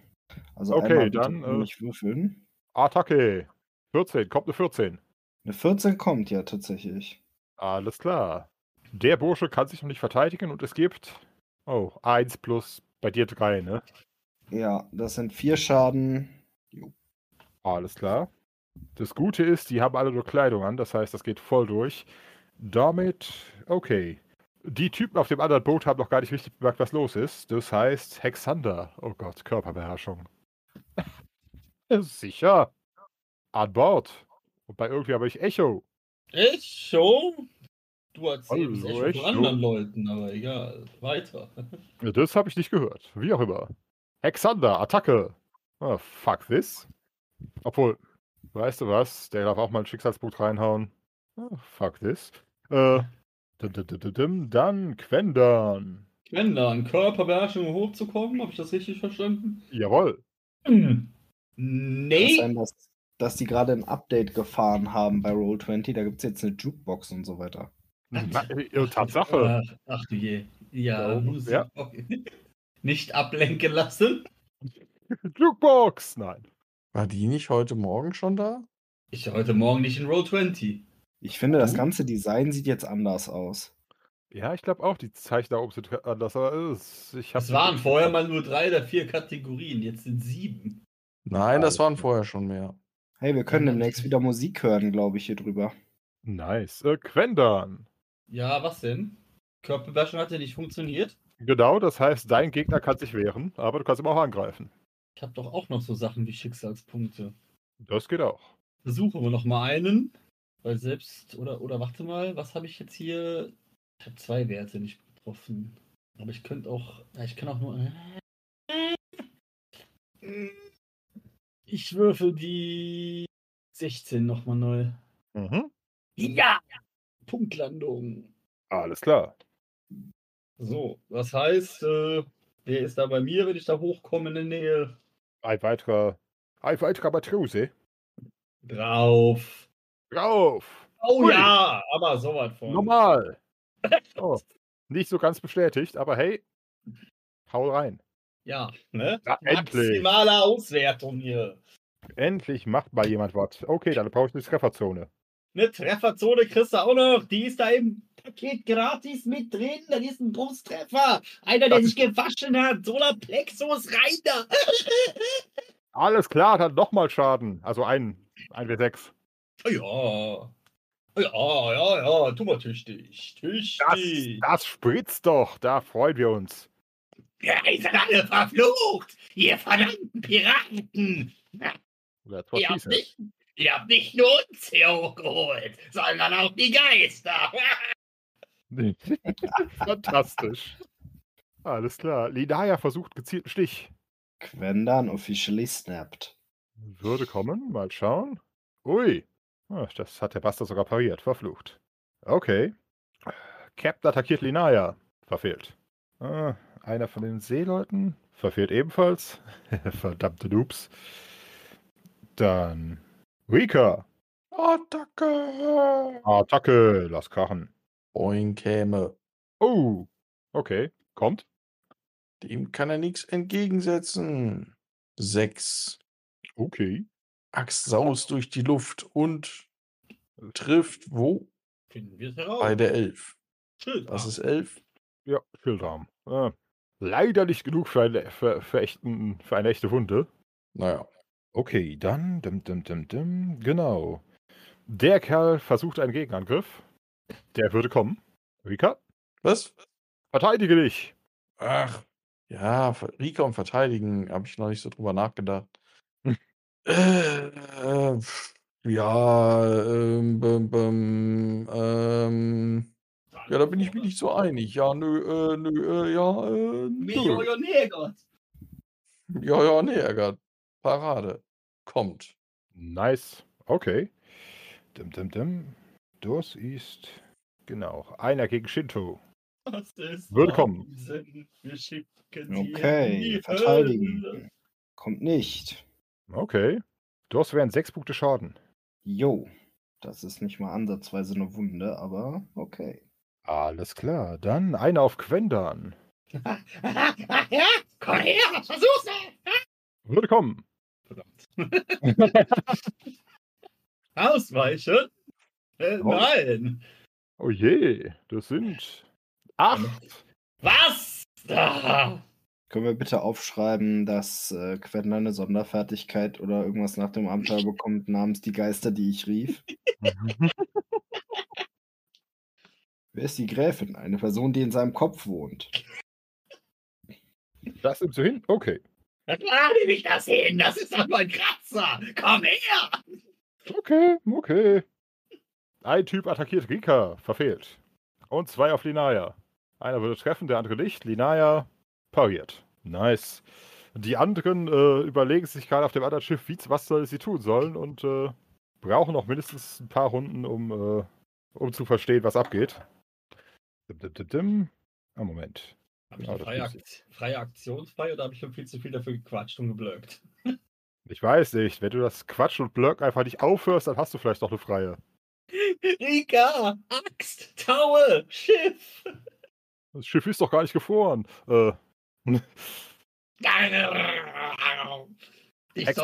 Also
Okay,
einmal bitte
dann, äh,
nicht würfeln.
Attacke. 14, kommt eine 14.
Eine 14 kommt ja tatsächlich.
Alles klar. Der Bursche kann sich noch nicht verteidigen und es gibt. Oh, 1 plus bei dir 3, ne?
Ja, das sind 4 Schaden.
Alles klar. Das Gute ist, die haben alle nur Kleidung an, das heißt, das geht voll durch. Damit, okay. Die Typen auf dem anderen Boot haben noch gar nicht richtig bemerkt, was los ist. Das heißt, Hexander. Oh Gott, Körperbeherrschung. Sicher. An Bord. Und bei irgendwie habe ich Echo.
Echo? Du erzählst
Hallo,
Echo
Echo.
von anderen Leuten, aber egal. Weiter.
Das habe ich nicht gehört. Wie auch immer. Hexander, Attacke. Ah, fuck this. Obwohl, weißt du was? Der darf auch mal einen Schicksalspunkt reinhauen. Ah, fuck this. Äh, dim, dim, dim, dim, dim. dann Quendern.
Wenn da ein Körperbeherrschung um hochzukommen, habe ich das richtig verstanden?
Jawohl. Mhm.
Kann
Nee.
sein, dass, dass die gerade ein Update gefahren haben bei Roll20. Da gibt es jetzt eine Jukebox und so weiter.
Na, äh, Tatsache.
Ach, ach du je. Ja,
Ja,
Musik.
ja.
Nicht ablenken lassen.
Äh, Jukebox. Nein.
War die nicht heute Morgen schon da?
Ich war heute Morgen nicht in Roll 20.
Ich finde, das ganze Design sieht jetzt anders aus.
Ja, ich glaube auch, die Zeichen da oben sind anders. Aber es- ich hab-
Es waren vorher mal nur drei oder vier Kategorien, jetzt sind sieben.
Nein, das
Alles
waren
klar.
vorher schon mehr.
Hey, wir können demnächst wieder Musik hören, glaube ich, hier drüber.
Nice. Äh, Quendern.
Ja, was denn? Körperbeherrschung hat ja nicht funktioniert.
Genau, das heißt, dein Gegner kann sich wehren, aber du kannst ihm auch angreifen.
Ich habe doch auch noch so Sachen wie Schicksalspunkte.
Das geht auch.
Versuchen wir noch mal einen. Weil selbst, oder, oder warte mal, was habe ich jetzt hier? Ich habe zwei Werte nicht getroffen. Aber ich könnte auch, ja, ich kann auch nur. äh, Ich würfel die 16 nochmal neu.
Mhm.
Ja! Punktlandung.
Alles klar.
So, das heißt, äh, wer ist da bei mir, wenn ich da hochkomme in der Nähe?
Ein weiterer, ein weiterer Matrose.
Drauf.
Rauf!
Oh
Ui.
ja, aber sowas von.
Normal! Oh, nicht so ganz bestätigt, aber hey, hau rein.
Ja, ne?
Ja, endlich!
Maximale Auswertung hier.
Endlich macht mal jemand was. Okay, dann brauche ich eine Trefferzone.
Eine Trefferzone kriegst du auch noch. Die ist da im Paket gratis mit drin. Das ist ein Brusttreffer. Einer, der sich gewaschen hat. Solarplexus rein da.
Alles klar, dann nochmal Schaden. Also ein, ein W6.
Ah, Ja. Ah, Ja, ja, ja. Tu mal tüchtig.
Das,
Tüchtig.
das spritzt doch. Da freuen wir uns.
Ja, ihr seid alle verflucht. Ihr verdammten Piraten.
That's what
Ihr
she
habt,
said.
nicht, ihr habt nicht nur uns hier hochgeholt, sondern auch die Geister.
Fantastisch. Alles klar. Linaya versucht gezielten Stich.
Quendan officially snapped.
Würde kommen. Mal schauen. Ui. Ah, Das hat der Buster sogar pariert. Verflucht. Okay. Captain attackiert Linaya. Verfehlt. Ah, einer von den Seeleuten. Verfehlt ebenfalls. Verdammte Noobs. Dann Rika.
Attacke!
Attacke. Lass krachen.
Boing käme.
Oh. Okay. Kommt.
Dem kann er nichts entgegensetzen. Sechs.
Okay.
Axt saust durch die Luft und trifft wo?
Finden wir es heraus.
Bei der Elf.
Schön.
Das ist elf.
Ja, Schildrahmen. Ah, leider nicht genug für, eine für, für, echten, für eine echte Wunde.
Naja.
Okay, dann. Dim, dim, dim, dim. Genau. Der Kerl versucht einen Gegenangriff. Der würde kommen. Rika,
Was?
verteidige dich.
Ach. Ja, Ver- Rika und Verteidigen. Habe ich noch nicht so drüber nachgedacht. äh, äh, pf, ja, ähm, bum, bum, ähm, ja, da bin ich mir nicht so einig. Ja, nö, äh, nö, äh, ja, äh, nö.
Millionär,
Ja, ja, nee, Ärger. Parade. Kommt.
Nice. Okay. Dim, dim, dim. Das ist. Genau. Einer gegen Shinto.
Das ist
Würde kommen.
Wahnsinn. Wir schicken sie in
Okay,
die Hölle.
verteidigen. Kommt nicht.
Okay. Das wären sechs Punkte Schaden.
Jo. Das ist nicht mal ansatzweise eine Wunde, aber okay.
Alles klar. Dann einer auf Quendan.
ja, komm her, versuch's.
Würde kommen.
Ausweichen? Äh,
Oh.
Nein.
Oh je. Das sind. Acht.
Was? Ah.
Können wir bitte aufschreiben, dass äh, Quendan eine Sonderfertigkeit oder irgendwas nach dem Abenteuer bekommt, namens die Geister, die ich rief? Wer ist die Gräfin? Eine Person, die in seinem Kopf wohnt.
Das nimmst du hin? Okay.
Klar nehme ich das hin. Das ist doch nur ein Kratzer. Komm her.
Okay, okay. Ein Typ attackiert Rika, verfehlt. Und zwei auf Linaya. Einer würde treffen, der andere nicht. Linaya pariert. Nice. Die anderen äh, überlegen sich gerade auf dem anderen Schiff, wie, was soll sie tun sollen und äh, brauchen noch mindestens ein paar Runden, um, äh, um zu verstehen, was abgeht. Dim, dim, dim, dim. Ah, Moment.
Habe ich
Ja,
eine
das
freie,
muss
Akt freie Aktion frei oder habe ich schon viel zu viel dafür gequatscht und geblöckt?
Ich weiß nicht, wenn du das Quatsch und Blöck einfach nicht aufhörst, dann hast du vielleicht noch eine freie.
Rika, Axt, Taue, Schiff.
Das Schiff ist doch gar nicht gefroren. Äh,
Ich soll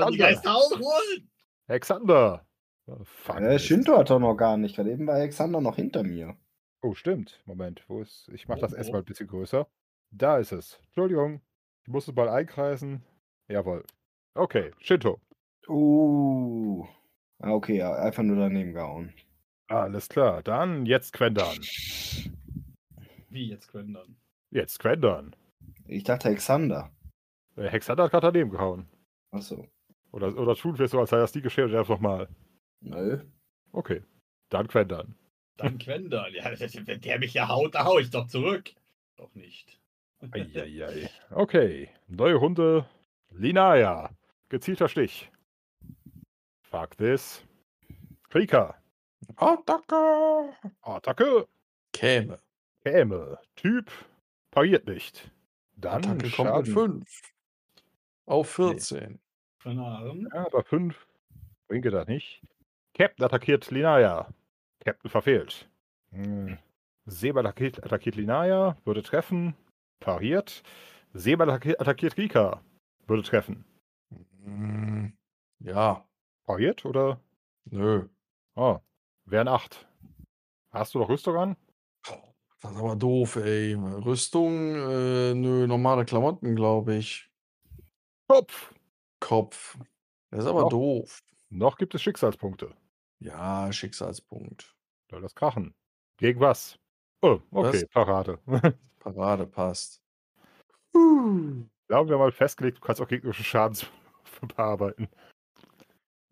Alexander.
die Geister aufholen.
Alexander. Oh, fuck,
Äh,
Mist.
Shinto hat doch noch gar nicht. Gerade eben war Alexander noch hinter mir.
Oh, stimmt. Moment, wo ist. Ich mache
Wo,
das
wo?
erstmal ein bisschen größer. Da ist es. Entschuldigung. Ich muss es mal einkreisen. Jawohl. Okay, Shinto.
Uh. Ah, okay, ja, einfach nur daneben gehauen.
Alles klar. Dann jetzt Quendan.
Wie jetzt Quendan?
Jetzt Quendan.
Ich dachte Alexander.
Äh, Hexander hat gerade daneben gehauen.
Achso.
Oder, oder tun wir so, als sei das nie geschehen und er nochmal.
Nö.
Okay. Dann Quendan.
Dann Quendan. Ja, das ist- wenn der mich ja haut, da hau ich doch zurück. Doch nicht.
Eieiei. Okay. Neue Runde. Linaya. Gezielter Stich. Fuck this. Krika.
Attacke!
Attacke.
Ah, Käme.
Käme. Typ pariert nicht. Dann
Attacke kommt mit
Schaden.
5. Hm, Auf 14.
Von Arm.
Ja, aber 5 bringt ihr das nicht. Captain attackiert Linaya. Captain verfehlt. Hm. Seba attackiert, attackiert Linaya, würde treffen, pariert. Seba attackiert, attackiert Rika, würde treffen.
Mm, Ja,
Pariert oder?
nö.
Ah, Wären acht. Hast du noch Rüstung an?
Das ist aber doof, ey. Rüstung, äh, nö, normale Klamotten, glaube ich.
Kopf!
Kopf. Das ist aber
Doch.
doof.
Noch gibt es Schicksalspunkte.
Ja, Schicksalspunkt.
Soll das krachen? Gegen was? Oh, okay,
Was?
Parade.
Parade passt.
Da haben wir mal festgelegt, du kannst auch gegnerischen Schaden bearbeiten.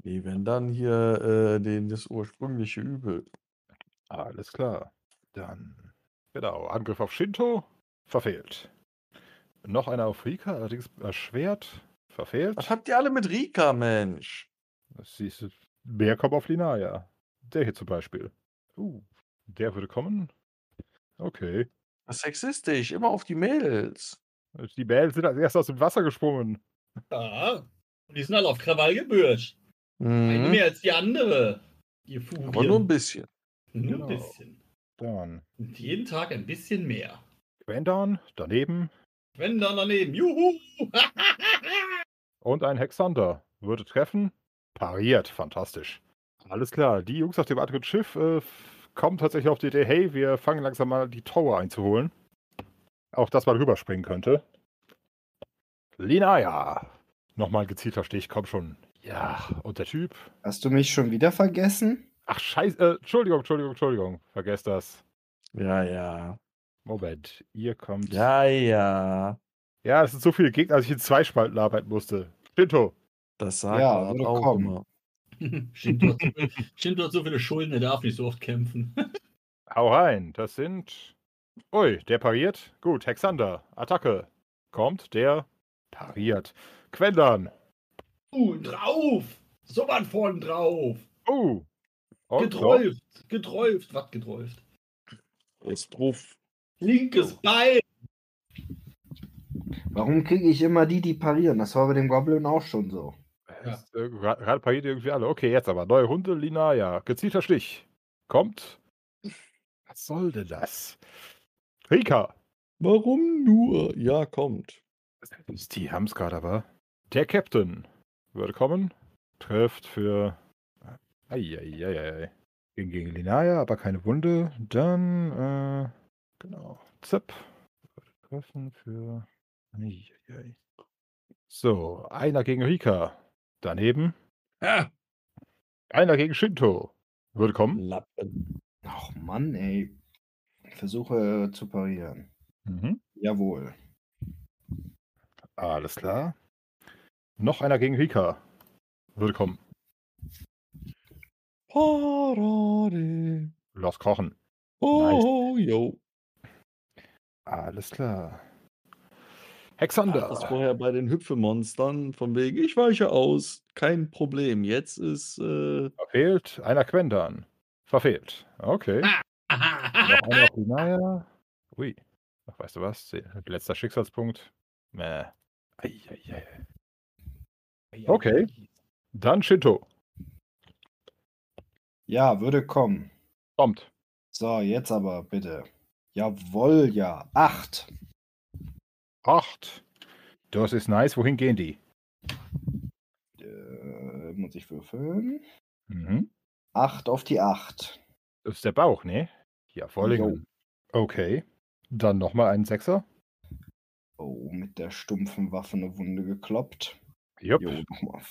Nee, wenn dann hier äh, den, das ursprüngliche Übel.
Alles klar. Dann. Genau, Angriff auf Shinto, verfehlt. Noch einer auf Rika, allerdings erschwert, verfehlt.
Was habt ihr alle mit Rika, Mensch?
Das siehst du. Mehr kommt auf Linaya. Der hier zum Beispiel. Uh, der würde kommen. Okay.
Das ist Sexistisch, immer auf die Mädels.
Die Bälle sind als erstes aus dem Wasser gesprungen.
Ja. Und die sind alle auf Krawall gebürscht. Eine mehr als die andere. Ihr Furien.
Mhm. Aber nur ein bisschen.
Nur
Genau.
ein bisschen.
Dann
Und jeden Tag ein bisschen mehr.
Gwendan, daneben.
Wenn dann daneben. Juhu!
Und ein Hexander. Würde treffen. Pariert. Fantastisch. Alles klar. Die Jungs auf dem anderen Schiff äh, f- kommen tatsächlich auf die Idee, hey, wir fangen langsam mal die Tower einzuholen. Auch dass man rüberspringen könnte. Linaya. Nochmal ein gezielter Stich, komm schon. Ja, und der Typ.
Hast du mich schon wieder vergessen?
Ach, scheiße. Äh, Entschuldigung, Entschuldigung, Entschuldigung. Vergesst das.
Ja, ja.
Moment, ihr kommt.
Ja, ja.
ja, es sind so viele Gegner, dass ich in zwei Spalten arbeiten musste. Shinto.
Das sagt
Ja,
man
würde
auch
kommen.
immer.
Shinto hat, so viel- Shinto hat so viele Schulden, er darf nicht so oft kämpfen.
Hau rein, das sind. Ui, der pariert. Gut, Hexander, Attacke. Kommt, der pariert. Quendan.
Uh, drauf! So was von drauf!
Oh. Und dort
Geträuft! Geträuft! Was geträuft?
Ist drauf.
Linkes Bein!
Warum kriege ich immer die, die parieren? Das war bei dem Goblin auch schon so.
ist, äh, gra- Gerade pariert irgendwie alle. Okay, jetzt aber. Neue Runde, Linaya. Gezielter Stich. Kommt. Was soll denn das? Rika.
Warum nur? Ja, kommt.
Die haben es gerade aber. Der Captain würde kommen. Trifft für. äh, Eieieiei. Ging gegen Linaya, aber keine Wunde. Dann, äh, genau. Zip. Würde treffen für. Eieiei. So, einer gegen Rika. Daneben.
Ah,
Einer gegen Shinto. Würde kommen.
Lappen.
Ach Mann, ey. Versuche äh, zu parieren.
Mhm.
Jawohl.
Alles klar. Noch einer gegen Rika. Würde kommen.
Parade.
Los kochen.
Oh, yo.
Alles klar.
Ach,
Hexander.
das vorher bei den Hüpfemonstern von wegen, ich weiche aus, kein Problem. Jetzt ist äh,
Verfehlt. Einer Quendan. Verfehlt. Okay. Noch einer auf Linaya. Ui. Ach, weißt du was? Se- Letzter Schicksalspunkt. Mäh. Ei, ei, ei. Okay. Dann Shinto.
Ja, würde kommen.
Kommt.
So, jetzt aber bitte. Jawohl, ja. Acht.
Acht. Das ist nice. Wohin gehen die?
Äh, muss ich würfeln?
Mhm.
Acht auf die acht.
Das ist der Bauch, ne? Ja,
Jo.
Vollingen. Okay. Dann nochmal einen Sechser.
Oh, mit der stumpfen Waffe eine Wunde gekloppt.
Jupp.
Jo, nochmal.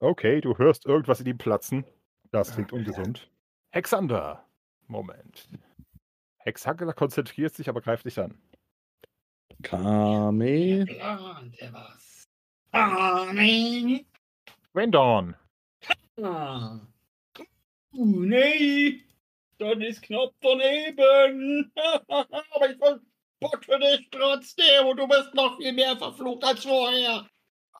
Okay, du hörst irgendwas in ihm platzen. Das klingt ungesund. Hexander. Moment. Hexander konzentriert sich, aber greift dich an.
Kame.
Ja, der war's. Ah, nee.
Gwendorn.
Ah. Uh, nee. Dann ist knapp daneben. Aber ich verpotte dich trotzdem und du bist noch viel mehr verflucht als vorher.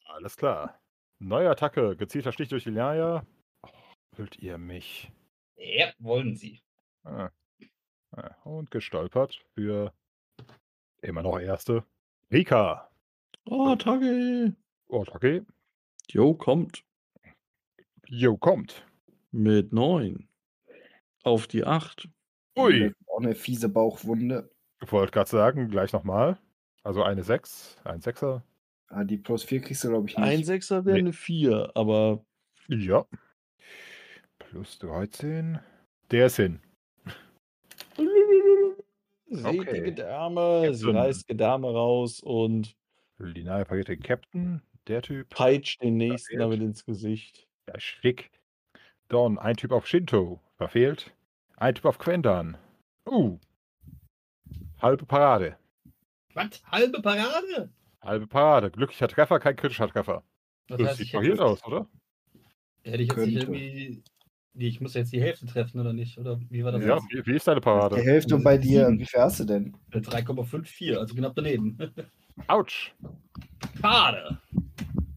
Alles klar. Neue Attacke. Gezielter Stich durch Ilaria. Oh, hüllt ihr mich?
Ja, wollen sie.
Ah. Ah, Und gestolpert für immer noch Erste. Rika.
Oh, Tage.
Oh, okay.
Jo, kommt.
Jo, kommt.
Mit neun. Auf die acht.
Ui.
Auch eine fiese Bauchwunde.
Wollte gerade sagen, gleich nochmal. Also eine Sechs. Ein Sechser.
Ah, die plus vier kriegst du, glaube ich, nicht.
Ein Sechser wäre
Nee.
eine vier, aber
Ja. Plus 13. Der ist hin.
Seht
Okay.
die Gedärme, sie
Captain.
reißt Gedärme raus und
Lineare Pakete Captain, der Typ.
peitscht den nächsten
Verfehlt.
damit ins Gesicht.
Ja, schick. Dann ein Typ auf Shinto. Verfehlt. Ein Typ auf Quendan. Uh. Halbe Parade.
Was? Halbe Parade?
Halbe Parade. Glücklicher Treffer, kein kritischer Treffer.
Das
Das
heißt,
sieht
ich
verheert
hätte,
aus, oder?
hätte ich jetzt nicht
Könnte.
irgendwie. Nee, ich muss jetzt die Hälfte treffen, oder nicht? Oder wie war das
Ja,
jetzt?
wie, wie ist deine
Die
Parade?
Hälfte bei dir.
Sieben.
Wie viel hast du denn?
Äh,
3,54, also knapp daneben.
Autsch.
Parade.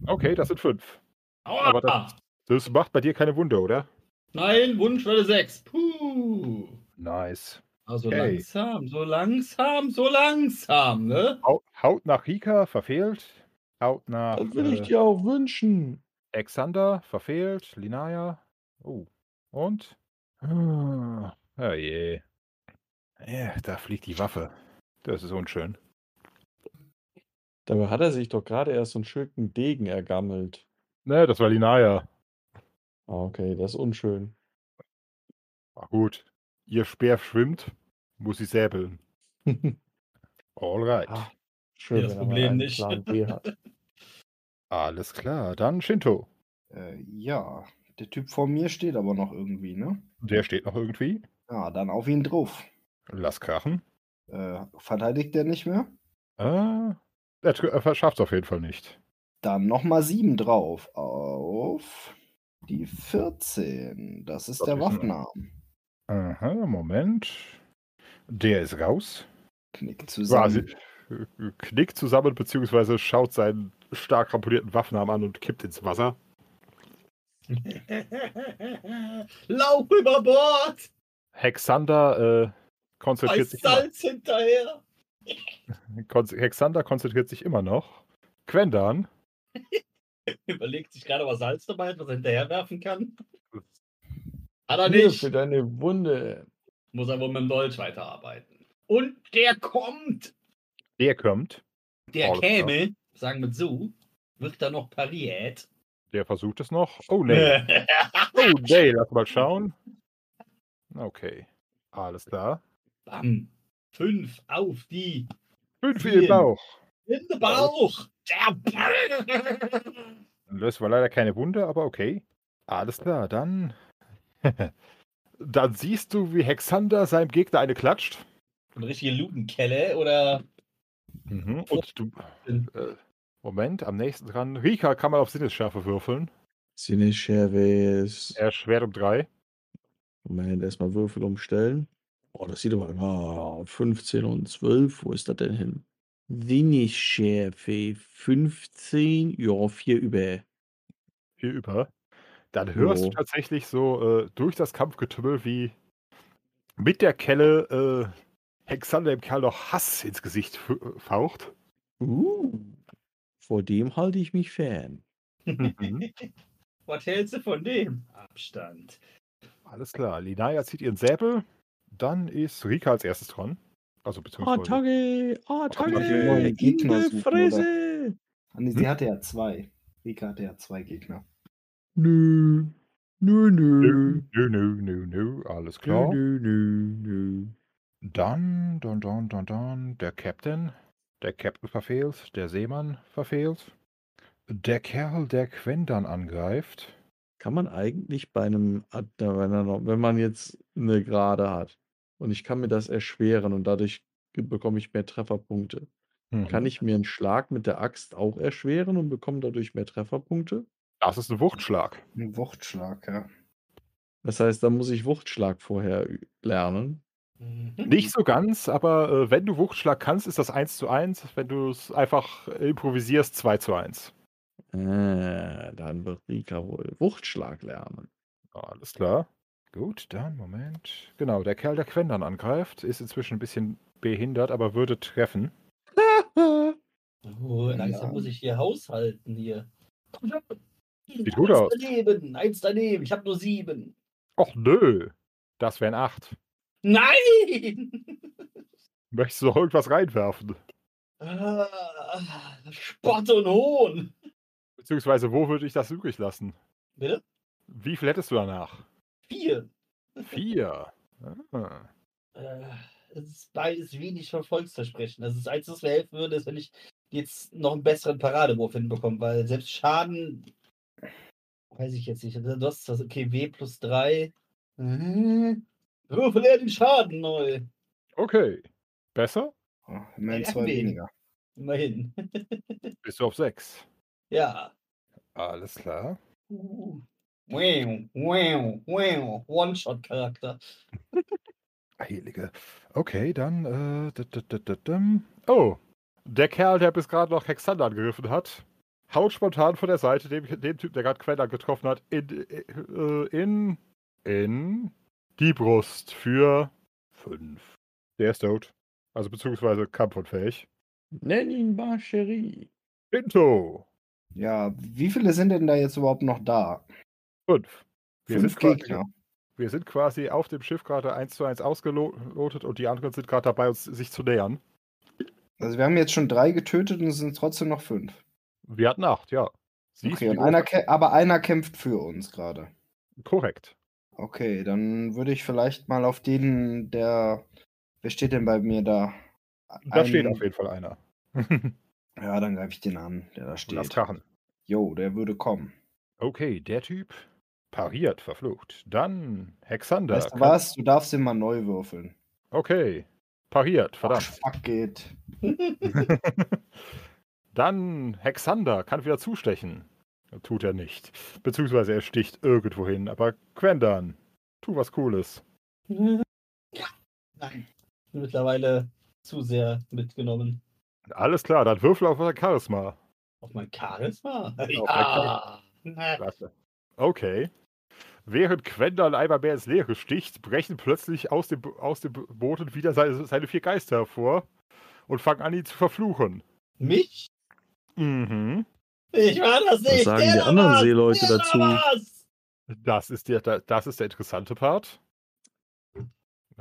Okay, das sind fünf.
Aua.
Aber Das macht bei dir keine Wunde, oder?
Nein, Wunschwelle 6. Puh.
Nice.
Also
Okay.
langsam, so langsam, so langsam, ne?
Hau- Haut nach Rika, verfehlt. Haut nach
Das würde ich
äh,
dir auch wünschen.
Exander, verfehlt. Linaya. Oh. Und? Ah, Oh je. Ja, da fliegt die Waffe. Das ist unschön.
Dabei hat er sich doch gerade erst so einen schönen Degen ergammelt.
Ne, das war Linaya.
Ah, Okay, das ist unschön.
Ach Ah, gut. Ihr Speer schwimmt, muss sie säbeln. Alright.
Ah, Schön,
Ja, das
wenn er mal
Problem
einen
nicht.
Plan B hat.
Alles klar. Dann Shinto.
Äh, ja. Der Typ vor mir steht aber noch irgendwie, ne?
Der steht noch irgendwie.
Ja, dann auf ihn drauf.
Lass krachen.
Äh, verteidigt er nicht mehr?
Ah, er tr- er schafft's auf jeden Fall nicht.
Dann nochmal 7 drauf. Auf die 14. Das ist
Das
der
ist ein-
Waffenarm.
Aha, Moment. Der ist raus.
Knickt
Quasi
zusammen.
äh, knickt zusammen, beziehungsweise schaut seinen stark ramponierten Waffenarm an und kippt ins Wasser.
Lauf über Bord!
Hexander, äh,
Bei
konzentriert, sich immer,
Salz hinterher!
konz Hexander konzentriert sich immer noch. Quendan,
Überlegt sich gerade, ob er Salz dabei hat, was er hinterherwerfen kann. Hat er
Hier
nicht.
für deine Wunde.
Muss er wohl mit dem Dolch weiterarbeiten. Und der kommt!
der kommt.
Der
Alles klar.
käme, sagen wir so, wird da noch pariert.
Der versucht es noch. Oh nee. Oh nee, lass mal schauen. Okay. Alles klar.
Bam. Fünf auf die
Fünf
Vielen.
im Bauch.
in den Bauch. Der
Löst war leider keine Wunde, aber okay. Alles klar, dann. dann siehst du, wie Hexander seinem Gegner eine klatscht.
Eine richtige Lutenkelle oder
Mhm, Und du. Äh, Moment, am nächsten dran. Rika kann man auf Sinnesschärfe würfeln.
Sinischervis.
Er ist schwer um drei.
Moment, erstmal Würfel umstellen. Oh, das sieht aber ah, 15 und 12. Wo ist das denn hin? Sinnesschärfe 15. Ja, 4 über.
Hier über. Dann hörst
Jo.
du tatsächlich so äh, durch das Kampfgetümmel, wie mit der Kelle äh, Hexander dem Kerl noch Hass ins Gesicht fü- äh, faucht.
Uh, vor dem halte ich mich fern.
Mhm.
was hältst du von dem? Abstand.
Alles klar. Linaya zieht ihren Säbel. Dann ist Rika als erstes dran. Also
Ah,
beziehungsweise.
Attacke!
Attacke, neue
Attacke! Ah, In
Gegner
die
suchen,
Fresse!
Ah, nee, Sie hatte ja zwei. Rika hatte ja zwei Gegner.
Nö.
Nö,
Nö, nö.
nö, nö, nö, nö, alles
Nö,
klar.
nö, nö, nö.
Dann, dann, dann, dann, dann, der Captain. Der Captain verfehlt, der Seemann verfehlt. Der Kerl, der Quendan angreift.
Kann man eigentlich bei einem, Ad- na, wenn er noch- wenn man jetzt eine Gerade hat und ich kann mir das erschweren und dadurch ge- bekomme ich mehr Trefferpunkte, kann
Mhm.
ich mir einen Schlag mit der Axt auch erschweren und bekomme dadurch mehr Trefferpunkte?
Das ist ein Wuchtschlag.
Ein Wuchtschlag, ja.
Das heißt, da muss ich Wuchtschlag vorher ü- lernen.
Mhm.
Mhm.
Nicht so ganz, aber äh, wenn du Wuchtschlag kannst, ist das 1 zu 1. Wenn du es einfach improvisierst, 2 zu 1.
Ah, dann wird Rika wohl Wuchtschlag lernen.
Alles klar. Gut, dann, Moment. Genau, der Kerl, der Quendan angreift, ist inzwischen ein bisschen behindert, aber würde treffen.
Oh, langsam
Ja.
muss ich hier haushalten hier. Komm schon. Sieht
gut aus.
Daneben, eins daneben, ich habe nur sieben.
Och nö, das wären 8.
Nein!
Möchtest du noch irgendwas reinwerfen?
Ah, Spott und Hohn.
Beziehungsweise, wo würde ich das übrig lassen?
Bitte?
Wie viel hättest du danach?
Vier.
Vier. Ah.
Äh, es ist beides wenig von Volksversprechen. Also das Einzige, was mir helfen würde, ist, wenn ich jetzt noch einen besseren Paradewurf hinbekomme, weil selbst Schaden weiß ich jetzt nicht. Also Du hast das, okay, W plus 3. Würfel er den Schaden neu.
Okay. Besser?
Oh, immerhin
Ja,
zwei
wegen.
weniger.
Immerhin.
Bist du auf sechs.
ja.
Alles klar.
Uh. Wow, wow, wow. One-Shot-Charakter.
Heilige. Okay, dann. Äh, da, da, da, da, dam. Oh, der Kerl, der bis gerade noch Hexander angegriffen hat, haut spontan von der Seite dem, dem Typ, der gerade Queller getroffen hat, in, äh, in. in. die Brust für. fünf. Der ist tot. Also beziehungsweise kampfunfähig.
Nenn ihn Barcherie.
Pinto!
Ja, wie viele sind denn da jetzt überhaupt noch da?
Fünf. Wir
Fünf
sind quasi-
Gegner.
Wir sind quasi auf dem Schiff gerade eins zu eins ausgelotet und die anderen sind gerade dabei, uns sich zu nähern.
Also wir haben jetzt schon drei getötet und es sind trotzdem noch fünf.
Wir hatten acht, ja. Siehst
Okay,
du
und
die
einer
Ober-
kä- aber einer kämpft für uns gerade.
Korrekt.
Okay, dann würde ich vielleicht mal auf den, der. Wer steht denn bei mir da?
Da steht
Ein-
auf jeden Fall einer.
Ja, dann greife ich den an, der da
Lass
steht.
krachen.
Jo, der würde kommen.
Okay, der Typ pariert, verflucht. Dann Hexander.
weißt du
kann-
was? Du darfst ihn mal neu würfeln.
Okay, pariert, verdammt.
Fuck geht.
Dann Hexander kann wieder zustechen. Tut er nicht. Beziehungsweise er sticht irgendwo hin. Aber Quendan, tu was Cooles.
Nein. Ich bin mittlerweile zu sehr mitgenommen.
Alles klar, dann würfel auf euer Charisma.
Auf mein Charisma.
Ja.
Na,
Klasse. Okay. Während Quendan einmal mehr ins Leere sticht, brechen plötzlich aus dem, aus dem Boden wieder seine, seine vier Geister hervor und fangen an, ihn zu verfluchen.
Mich?
Mhm.
Ich war das nicht.
Was sagen
Der
die
da
anderen
war's.
Seeleute
Der da
dazu?
war's.
Das ist der, das ist der interessante Part.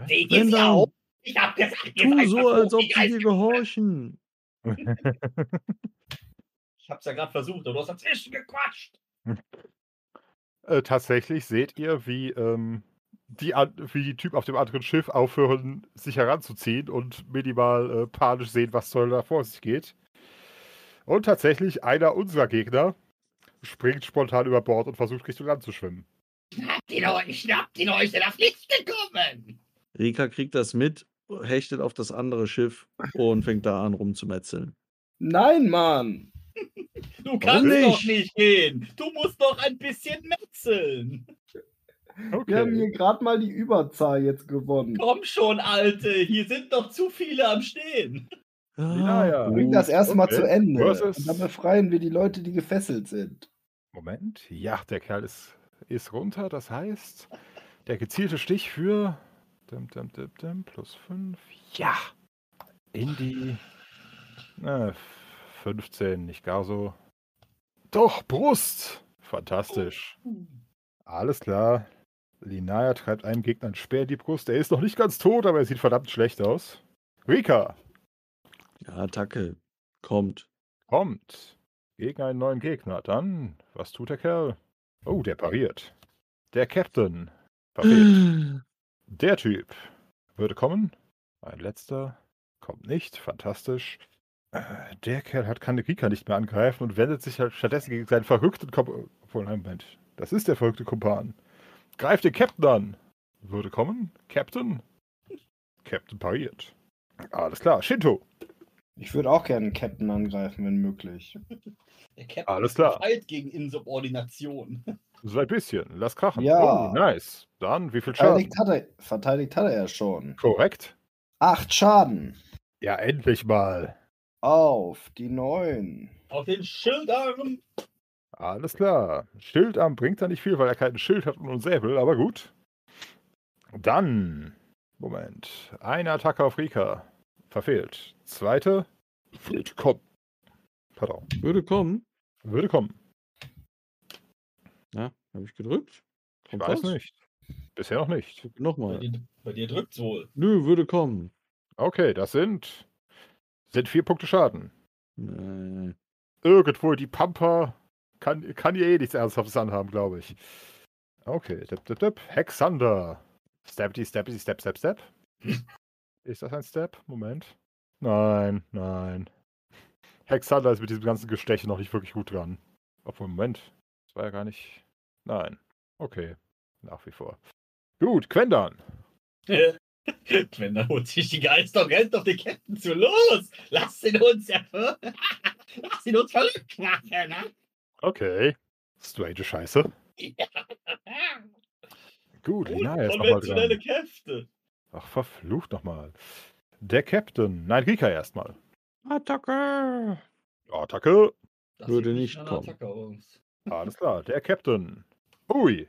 Seht ihr
Wenn
sie
dann,
auch? Ich hab gesagt, ihr
tu
seid
so, als
verflucht,
ob
die
sie dir
Geister.
gehorchen.
Ich hab's ja gerade versucht, aber du hast dazwischen gequatscht.
Äh, tatsächlich seht ihr, wie, ähm, die, an- wie die Typ auf dem anderen Schiff aufhören, sich heranzuziehen und minimal äh, panisch sehen, was soll da vor sich geht. Und tatsächlich einer unserer Gegner springt spontan über Bord und versucht Richtung Land zu schwimmen.
Habt ihn euch, schnappt ihn euch, der darf nichts bekommen.
Rika kriegt das mit, hechtet auf das andere Schiff und fängt da an rumzumetzeln.
Nein, Mann!
Du kannst doch
nicht?
nicht gehen. Du musst doch ein bisschen metzeln.
Wir haben hier gerade mal die Überzahl jetzt gewonnen.
Komm schon, Alte, hier sind doch zu viele am Stehen.
Ja, ja.
Bring das erstmal
okay.
zu Ende.
Versus-
Und dann befreien wir die Leute, die gefesselt sind.
Moment. Ja, der Kerl ist, ist runter. Das heißt, der gezielte Stich für dim, dim, dim, dim, plus 5. Ja. In die äh, 15, nicht gar so. Doch, Brust. Fantastisch. Alles klar. Linaya treibt einem Gegner ein Speer in die Brust. Er ist noch nicht ganz tot, aber er sieht verdammt schlecht aus. Rika
ja, Attacke. Kommt.
kommt gegen einen neuen Gegner. Dann, was tut der Kerl? Oh, der pariert. Der Captain pariert.
Hm.
der Typ würde kommen. Ein letzter kommt nicht. Fantastisch. Äh, Der Kerl hat keine Rika nicht mehr angreifen und wendet sich halt stattdessen gegen seinen verrückten Kumpan. Obwohl, nein, Moment. Das ist der verrückte Kumpan. Greift den Captain an. Würde kommen. Captain. Captain pariert. Alles klar. Shinto.
Ich würde auch gerne einen Captain angreifen, wenn möglich.
Der Captain
Alles
Ah,
klar.
Fight gegen Insubordination.
So ein bisschen. Lass krachen.
Ja.
Oh, nice. Dann, wie viel Schaden?
Verteidigt hat, er, verteidigt hat er ja schon.
Korrekt.
Acht Schaden
Ja, endlich mal.
auf die neun.
Auf den Schildarm.
Alles klar. Schildarm bringt da nicht viel, weil er kein Schild hat und einen Säbel, aber gut. Dann. Moment. Eine Attacke auf Rika. Verfehlt. Zweite. Würde kommen. Pardon.
Würde kommen.
Würde kommen.
Ja, habe ich gedrückt.
Ich
Kommt
weiß
was?
nicht. Bisher noch nicht.
Guck Nochmal.
Bei dir, bei dir drückt's wohl.
Nö, würde kommen.
Okay, das sind. Sind vier Punkte Schaden.
Nee.
Irgendwo die Pampa kann, kann ihr eh nichts Ernsthaftes anhaben, glaube ich. Okay, dip, dip, dip. Hexander. Steppity, steppity, step, step, step. ist das ein Step? Moment. Nein, nein. Hexander ist mit diesem ganzen Gesteche noch nicht wirklich gut dran. Obwohl, Moment. Das war ja gar nicht. Nein. Okay. Nach wie vor. Gut, Quendan.
Wenn dann holt sich die Geister und rennt auf den Captain zu. Los! Lasst ihn uns erfüllen! Lasst ihn uns verrückt
ne?
machen!
Okay. Strange Scheiße.
Ja.
Gut, Lina ist nochmal
Konventionelle
dran.
Kräfte!
Ach, verflucht nochmal. Der Captain. Nein, Rika erstmal.
Attacke!
Attacke.
Das
Würde
sieht
nicht
nach einer
kommen.
Attacke aus.
Alles klar, der Captain. Ui.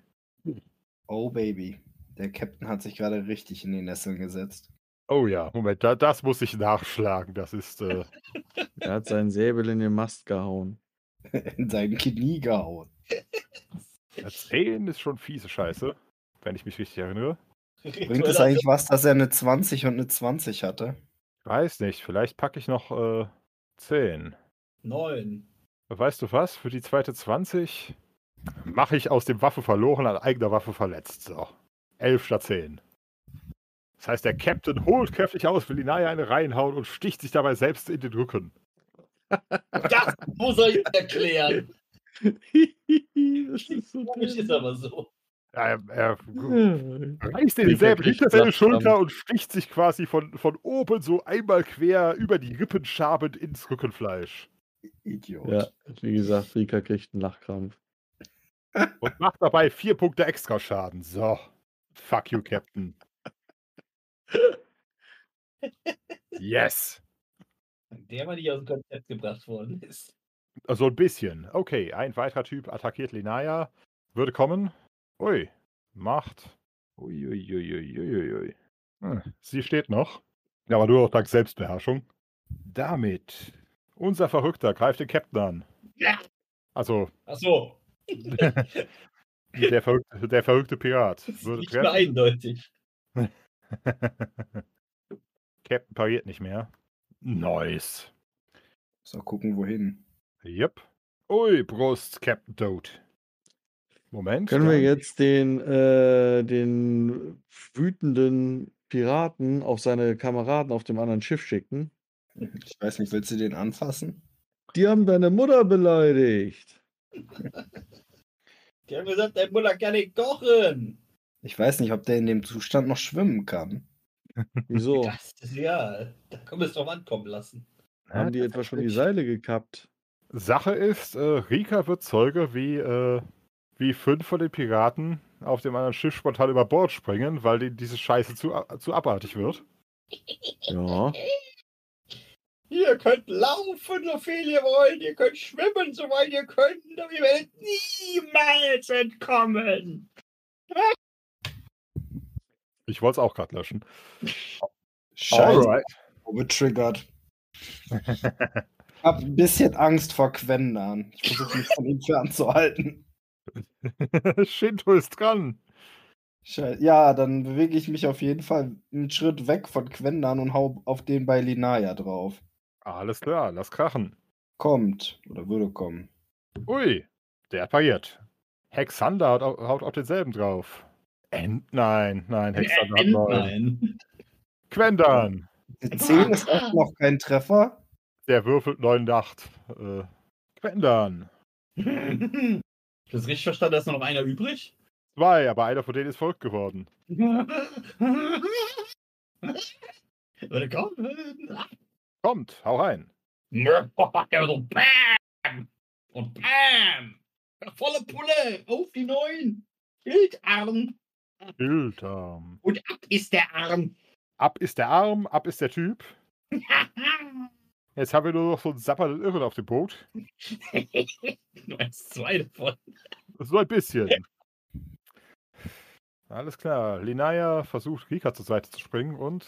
Oh, Baby. Der Captain hat sich gerade richtig in die Nesseln gesetzt.
Oh ja, Moment, da, das muss ich nachschlagen. Das ist. Äh,
Er hat seinen Säbel in den Mast gehauen.
In sein Knie gehauen.
ja, 10 ist schon fiese Scheiße, wenn ich mich richtig erinnere.
Bringt es eigentlich was, dass er eine 20 und eine 20 hatte?
Ich weiß nicht, vielleicht packe ich noch äh, 10.
Neun.
Weißt du was? Für die zweite 20 mache ich aus dem Waffe verloren an eigener Waffe verletzt. So. 11 statt 10. Das heißt, der Captain holt kräftig aus, will Inaya eine reinhauen und sticht sich dabei selbst in den Rücken.
Das muss er jetzt erklären.
das ist so
Komisch ist
dämlich.
aber so.
Er,
Ja.
er reißt den
Wie
Säbel
wirklich
hinter seine
Platz
Schulter
haben.
und sticht sich quasi von, von oben so einmal quer über die Rippen schabend ins Rückenfleisch.
Idiot.
ja, wie gesagt, Rika kriegt einen Lachkrampf.
Und macht dabei vier Punkte extra Schaden. So. Fuck you, Captain. Yes.
Der mal nicht aus dem Konzept gebracht worden ist.
Äh, So ein bisschen. Okay, ein weiterer Typ attackiert Linaya. Würde kommen. Ui, macht. Uiuiuiuiuiui. Hm, sie steht noch. Ja, aber nur noch dank Selbstbeherrschung. Damit. Unser Verrückter greift den Captain an.
Ja.
Also,
Ach so,
der verrückte, der verrückte Pirat.
Das ist
Würde
nicht mehr
treffen.
eindeutig.
Captain pariert nicht mehr. Nice.
So, gucken, wohin.
Yep. Ui, Brust, Captain Toad. Moment.
Können wir
dann-
jetzt den, äh, den wütenden Piraten auf seine Kameraden auf dem anderen Schiff schicken?
Ich weiß nicht, willst du den anfassen?
Die haben deine Mutter beleidigt.
Die haben gesagt, dein Mutter kann nicht kochen.
Ich weiß nicht, ob der in dem Zustand noch schwimmen kann.
Wieso?
Das ist ja. Da kann man es drauf ankommen lassen.
haben die
Ja,
etwa schon die
tatsächlich.
Seile gekappt?
Sache ist, äh, Rika wird Zeuge, wie, äh, wie fünf von den Piraten auf dem anderen Schiff spontan über Bord springen, weil denen diese Scheiße zu, a- zu abartig wird.
Ja.
Ihr könnt laufen, so viel ihr wollt. Ihr könnt schwimmen, so weit ihr könnt. Aber ihr werdet niemals entkommen.
Ich wollte es auch gerade löschen.
Scheiße, getriggert. Ich hab ein bisschen Angst vor Quendan. Ich versuche mich von ihm fernzuhalten.
Shinto ist dran.
Scheiße. Ja, dann bewege ich mich auf jeden Fall einen Schritt weg von Quendan und hau auf den bei Linaya drauf.
Alles klar, lass krachen.
Kommt. Oder würde kommen.
Ui, der pariert. Hexander haut, au- haut auf denselben drauf. End, nein, nein,
Äh,
Hexander hat neun.
Nein.
Quendan,
Eine 10 ist auch noch kein Treffer.
der würfelt neun Nacht. Äh, Quendan,
Ich hab's richtig verstanden, da ist nur noch einer übrig.
zwei, aber einer von denen ist verrückt geworden.
Würde kommen.
Kommt, hau rein.
Motherfucker, so BAM! Und BAM! Volle Pulle! Auf die neuen! Bildarm!
Bildarm.
Und ab ist der Arm!
Ab ist der Arm, ab ist der Typ. Jetzt haben wir nur noch so einen sappernden Irren auf dem Boot.
Nur eins, zwei davon.
So ein bisschen. Alles klar. Linaya versucht, Rika zur Seite zu springen und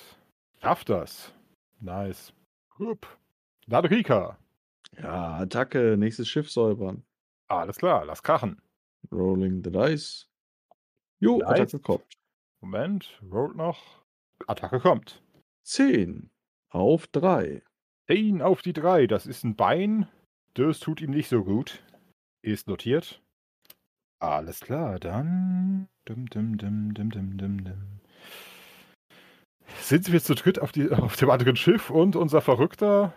schafft das. Nice. Gut. Dann Rika.
Ja, Attacke, nächstes Schiff säubern.
Alles klar, lass krachen.
Rolling the dice. Jo,
Nice.
Attacke kommt.
Moment, rollt noch. Attacke kommt.
10 auf 3.
10 auf die 3, das ist ein Bein. Das tut ihm nicht so gut. Ist notiert. Alles klar, dann. Dum, dum, dum, dum, dum, dum, dum. Sind wir zu dritt auf, die, auf dem anderen Schiff und unser Verrückter?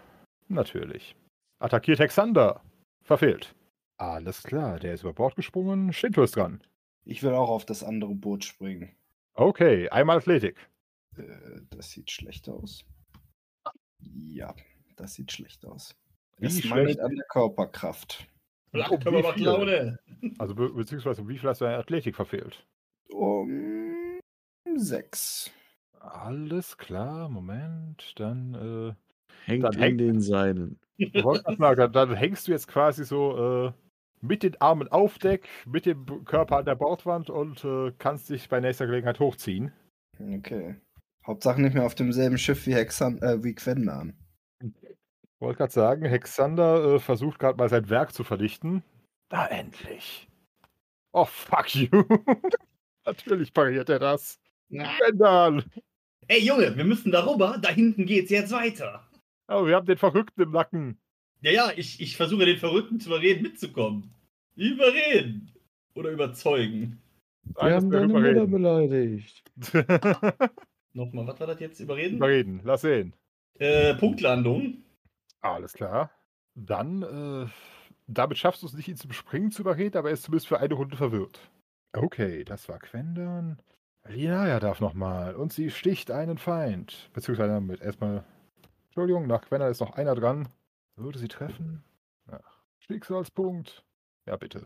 Natürlich. Attackiert Hexander. Verfehlt. Alles klar, der ist über Bord gesprungen. Shinto ist dran.
Ich will auch auf das andere Boot springen.
Okay, einmal Athletik.
Äh, das sieht schlecht aus. Ja, das sieht schlecht aus.
Wie
Es
schlecht?
mangelt an der Körperkraft.
Lacht,
wie
aber macht
viel?
Laune.
Also be beziehungsweise wie viel hast du deine Athletik verfehlt?
Um sechs.
Alles klar, Moment. Dann, äh,
Hängt
Dann
an
hängt-
den Seilen.
äh, wollte grad sagen, dann, dann hängst du jetzt quasi so äh, mit den Armen auf Deck, mit dem B- Körper an der Bordwand und äh, kannst dich bei nächster Gelegenheit hochziehen.
Okay. Hauptsache nicht mehr auf demselben Schiff wie Hexan, äh, wie Quendan.
Wollte gerade sagen, Hexander äh, versucht gerade mal sein Werk zu verdichten. Da endlich. Oh, fuck you. Natürlich pariert er das. Bändern.
Ey Junge, wir müssen darüber. Da hinten geht's jetzt weiter.
Oh, wir haben den Verrückten im Nacken.
Ja, ja, ich, ich versuche den Verrückten zu überreden, mitzukommen. Überreden. Oder überzeugen.
Wir haben deine Mutter
überreden.
beleidigt.
Nochmal, was war das jetzt? Überreden?
überreden, lass sehen.
Äh, Punktlandung.
Alles klar. Dann, äh, damit schaffst du es nicht, ihn zum Springen zu überreden, aber er ist zumindest für eine Runde verwirrt. Okay, das war Quendan. Linaya darf nochmal. Und sie sticht einen Feind. Beziehungsweise damit erstmal. Entschuldigung, nach Quendan ist noch einer dran. Würde sie treffen? Ach, Schicksalspunkt. Ja, bitte.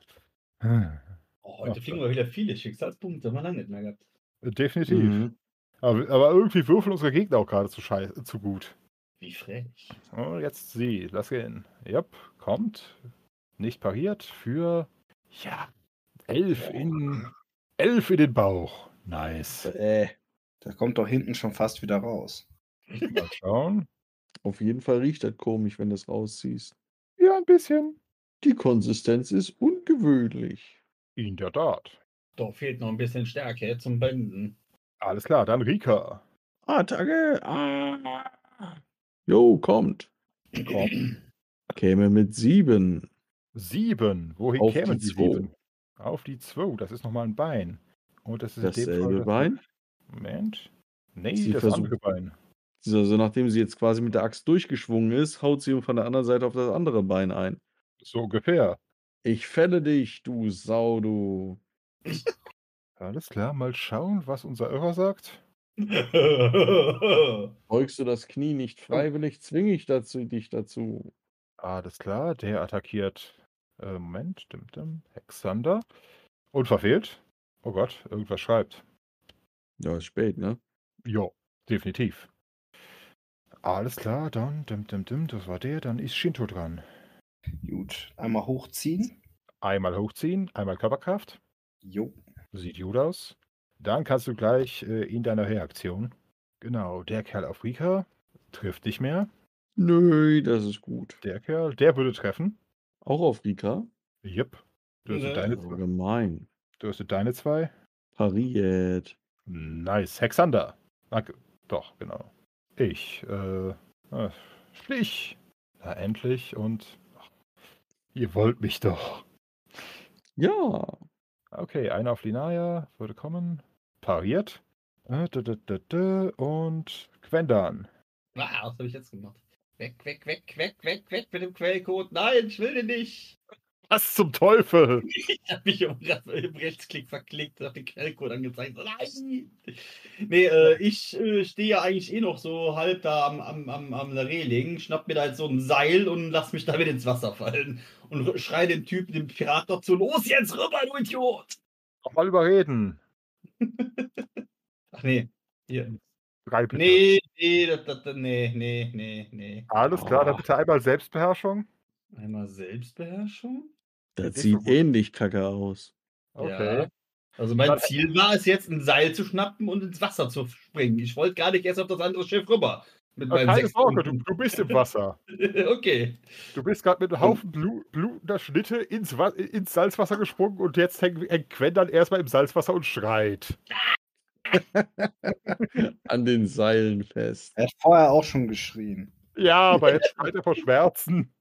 Hm,
Oh,
Ach,
heute
da.
fliegen wir wieder viele Schicksalspunkte. Haben wir lange nicht mehr gehabt.
Definitiv.
Mhm.
Aber, aber irgendwie würfeln unsere Gegner auch gerade zu, schei- zu gut.
Wie frech.
Oh, jetzt sie, lass gehen. Yep, kommt. Nicht pariert für ja, elf in elf in den Bauch. Nice.
Äh,
Der kommt doch hinten schon fast wieder raus.
Mal schauen.
auf jeden Fall riecht das komisch, wenn du es rausziehst.
Ja, ein bisschen.
Die Konsistenz ist ungewöhnlich.
In der Tat.
Doch, fehlt noch ein bisschen Stärke zum Bänden.
Alles klar, dann Rika.
Attacke! Ah. Jo, kommt. Käme mit sieben.
Sieben. Wohin
Auf die
kämen die
zwei.
sieben? Auf die zwei. Das ist nochmal ein Bein. Und das ist in dem Fall
Dasselbe
das-
Bein.
Moment. Nee,
Sie
das
versucht-
andere Bein.
Also nachdem sie jetzt quasi mit der Axt durchgeschwungen ist, haut sie von der anderen Seite auf das andere Bein ein.
So ungefähr.
Ich fälle dich, du Sau, du.
Alles klar, mal schauen, was unser Irrer sagt.
Beugst du das Knie nicht freiwillig, zwinge ich dazu, dich dazu.
Alles klar, der attackiert. Äh, Moment, dim, dim, Hexander. Und verfehlt. Oh Gott, irgendwas schreibt.
Ja, ist spät, ne?
Jo, definitiv. Alles klar, dann, dim, dim, dim, das war der, dann ist Shinto dran.
Gut. Einmal hochziehen.
Einmal hochziehen, einmal Körperkraft.
Jo.
Sieht gut aus. Dann kannst du gleich äh, in deiner Reaktion. Genau, der Kerl auf Rika trifft nicht mehr.
Nö, das ist gut.
Der Kerl, der würde treffen.
Auch auf Rika?
Jep. Du hast
Nee.
deine,
Oh, gemein.
du hast deine zwei.
Pariert.
Nice. Hexander. Danke. Doch, genau. Ich. Äh, äh, Stich. Na, endlich. Und. Ach, ihr wollt mich doch.
Ja.
Okay, einer auf Linaya. Würde kommen. Pariert. Äh, dö, dö, dö, dö. Und Quendan.
Ah, was habe ich jetzt gemacht? Weg, weg, weg, weg, weg, weg mit dem Quellcode. Nein, ich will den nicht.
Was zum Teufel?
Ich habe mich im, Re- im Rechtsklick verklickt, habe den Quellcode angezeigt. So, Nein! Nee, äh, ich äh, stehe ja eigentlich eh noch so halb da am, am, am, am Reling, schnapp mir da jetzt so ein Seil und lass mich damit ins Wasser fallen. Und r- schrei dem Typen, dem Pirat noch zu, los jetzt rüber, du Idiot!
Nochmal überreden.
Ach nee, hier.
Drei bitte.
Nee, nee, das, das, das- nee, nee, nee, nee.
Alles klar,
Oh.
dann
Ah.
bitte einmal Selbstbeherrschung.
Einmal Selbstbeherrschung?
Das
ist
sieht
so gut.
ähnlich kacke aus.
Okay.
Ja. Also mein
Dann-
Ziel war es jetzt, ein Seil zu schnappen und ins Wasser zu springen. Ich wollte gar nicht erst auf das andere Schiff rüber. Mit
Aber
meinen
Keine
sechs
Sorge, du,
Punkten.
du bist im Wasser.
okay.
Du bist gerade mit einem Haufen Blu blutender Schnitte ins, Wa- ins Salzwasser gesprungen und jetzt hängt häng Quen dann erstmal im Salzwasser und schreit.
An den Seilen fest.
Er hat vorher auch schon geschrien.
Ja, aber jetzt schreit er vor Schmerzen.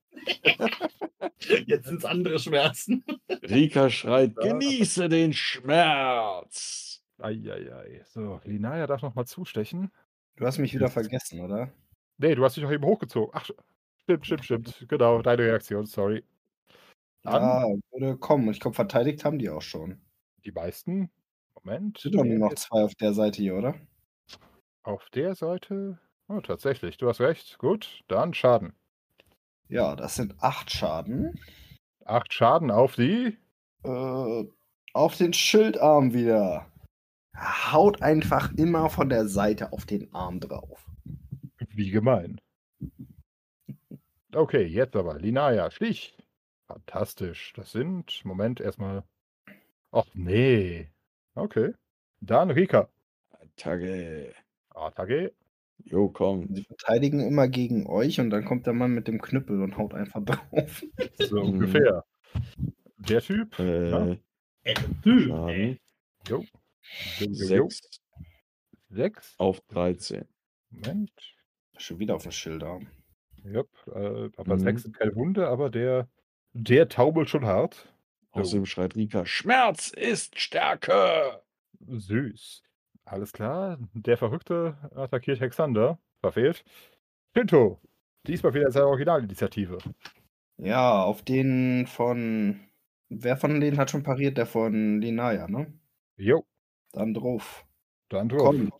Jetzt sind es andere Schmerzen.
Rika schreit, genieße den Schmerz.
Eieiei. So, Linaya darf nochmal zustechen.
Du hast mich wieder vergessen, oder?
Nee, du hast dich auch eben hochgezogen. Ach, stimmt, stimmt, stimmt. Genau, deine Reaktion, sorry. Dann
Ah, würde kommen. Ich glaube, verteidigt haben die auch schon.
die meisten. Moment.
Sind doch nur
wer
noch
ist
zwei auf der Seite hier, oder?
Auf der Seite. Oh, tatsächlich, du hast recht. Gut, dann Schaden.
Ja, das sind acht Schaden.
Acht Schaden auf die.
Äh, auf den Schildarm wieder. Haut einfach immer von der Seite auf den Arm drauf.
Wie gemein. Okay, jetzt aber. Linaya, Stich. Fantastisch. Das sind. Moment, erstmal. Ach nee. Okay. Dann Rika.
Tage.
Atage.
Jo, komm.
Sie verteidigen immer gegen euch und dann kommt der Mann mit dem Knüppel und haut einfach drauf.
So
Mhm.
ungefähr. Der Typ.
Äh,
Ey, du, ey.
Schaden.
Jo. Jo, jo, jo.
6
Sechs.
auf 13.
Moment.
Schon wieder auf dem Schildarm.
Jupp, äh, aber
Mhm.
sechs sind keine Wunde, aber der, der taumelt schon hart. Jo.
Außerdem schreit Rika, Schmerz ist Stärke.
Süß. Alles klar. Der Verrückte attackiert Hexander. Verfehlt. Shinto. Diesmal wieder seine Originalinitiative.
Ja, auf den von. Wer von denen hat schon pariert? Der von Linaya, ne?
Jo,
Dann drauf.
dann drauf.
Komm.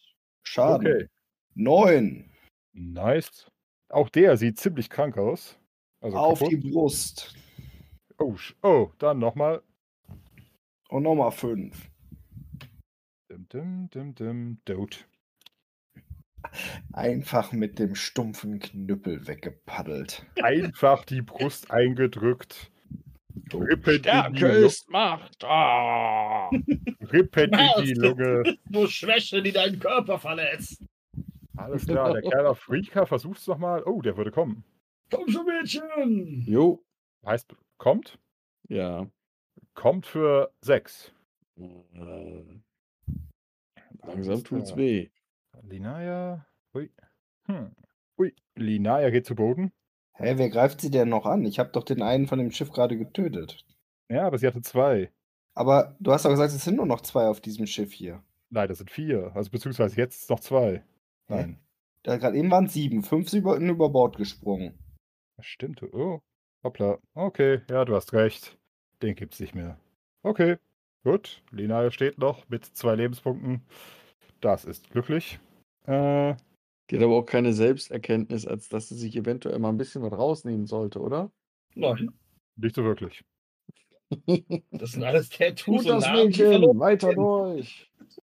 Schaden.
Okay.
Neun.
Nice. Auch der sieht ziemlich krank aus. Also
auf
kaputt.
die Brust.
Oh, sch- oh, dann nochmal.
Und nochmal fünf.
Dim, dim, dim, dim, Dude.
Einfach mit dem stumpfen Knüppel weggepaddelt.
Einfach die Brust eingedrückt. Rippen in die
Stärke
Lu-
ist Macht. Ah.
Rippen in
Schmerz.
die Lunge.
Nur Schwäche, die deinen Körper verletzt.
Alles klar, der kleine Freaker versucht's nochmal. Oh, der würde kommen.
Komm schon, Mädchen.
Jo,
Heißt, kommt?
ja.
Kommt für 6.
Äh, Langsam tut's weh.
Linaya. Ui. Hm. Ui. Linaya geht zu Boden.
Hä, wer greift sie denn noch an? Ich habe doch den einen von dem Schiff gerade getötet.
Ja, aber sie hatte zwei.
Aber du hast doch gesagt, es sind nur noch zwei auf diesem Schiff hier.
Nein, das sind vier. Also beziehungsweise jetzt noch zwei.
Hä?
Nein.
Da gerade eben waren es sieben. Fünf sind über, über Bord gesprungen.
Das stimmt. Oh. Hoppla. Okay, ja, du hast recht. Den gibt's nicht mehr. Okay. Gut. Linaya steht noch mit zwei Lebenspunkten. Das ist glücklich. Äh,
Die hat aber auch keine Selbsterkenntnis, als dass sie sich eventuell mal ein bisschen was rausnehmen sollte, oder?
Nein,
nicht so wirklich.
das sind alles Tattoos
Tut
und
das
Namen, die verloren
Mädchen, weiter durch.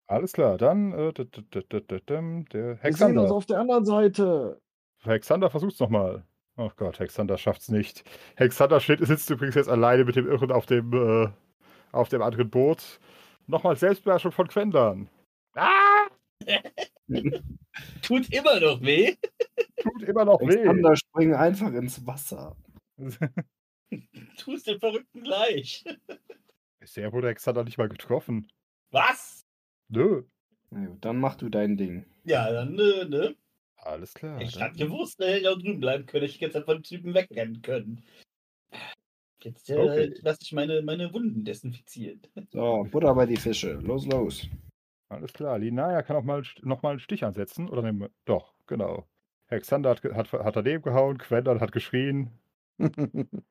Alles klar, dann äh, d- d- d- d- d- däm, der
Wir sehen uns
Hexander.
auf der anderen Seite.
Hexander versucht's nochmal. Oh Gott, Hexander schafft's nicht. Hexander steht, sitzt übrigens jetzt alleine mit dem Irren auf dem, äh, auf dem anderen Boot. Nochmal Selbstbeherrschung von Quendan. Ah!
Tut immer noch weh.
Tut immer noch weh.
Alexander springen einfach ins Wasser.
Tu es dem Verrückten gleich.
Bisher wurde Hexander nicht mal getroffen.
Was?
Nö.
Na gut, dann mach du dein Ding.
Ja, dann, ne, ne.
Alles klar.
Ich
Ah, dann-
hab gewusst, da hätte ich auch drüben bleiben können. Ich hätte jetzt einfach den Typen wegrennen können. Jetzt äh,
Okay.
lasse ich meine, meine Wunden desinfizieren.
So, Butter bei die Fische. Los, los.
Alles klar, Linaya kann auch mal, st- noch mal einen Stich ansetzen. Oder nehmen wir- Doch, genau. Hexander hat, ge- hat, hat daneben gehauen, Quendan hat geschrien.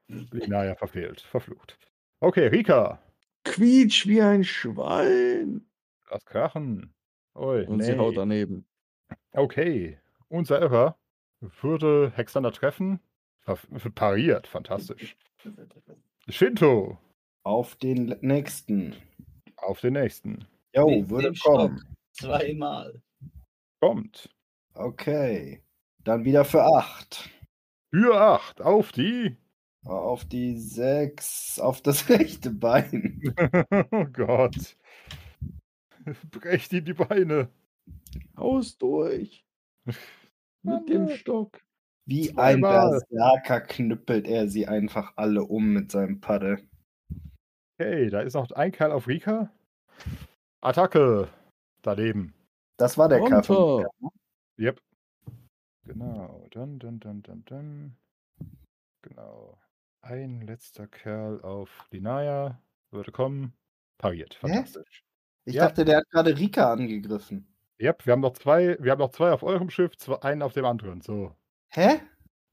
Linaya verfehlt, verflucht. Okay, Rika,
Quietsch wie ein Schwein.
das Krachen. Ui,
Und
nee.
sie haut daneben.
Okay, unser Irrer würde Hexander treffen. Verf- Pariert, fantastisch. Shinto,
Auf den le- nächsten.
auf den nächsten.
Jo,
Mit
würde
dem Stock.
kommen.
Zweimal.
Kommt.
Okay. Dann wieder für acht.
Für 8 auf die.
Auf die sechs. Auf das rechte Bein.
oh Gott. Brecht ihm die Beine.
Haus durch. Mit dem Stock.
Wie ein
Zweimal.
Berserker knüppelt er sie einfach alle um mit seinem Paddel.
Okay, da ist noch ein Kerl auf Rika. Attacke. Daneben.
Das war der Kaffee.
Runter.
Yep. Genau. Dann, dann, dann, dann, dann. Genau. Ein letzter Kerl auf Linaya würde kommen. Pariert. Fantastisch.
Ich
Ja.
dachte, der hat gerade Rika angegriffen.
Yep, wir haben noch zwei, wir haben noch zwei auf eurem Schiff, zwei, einen auf dem anderen. So.
Hä?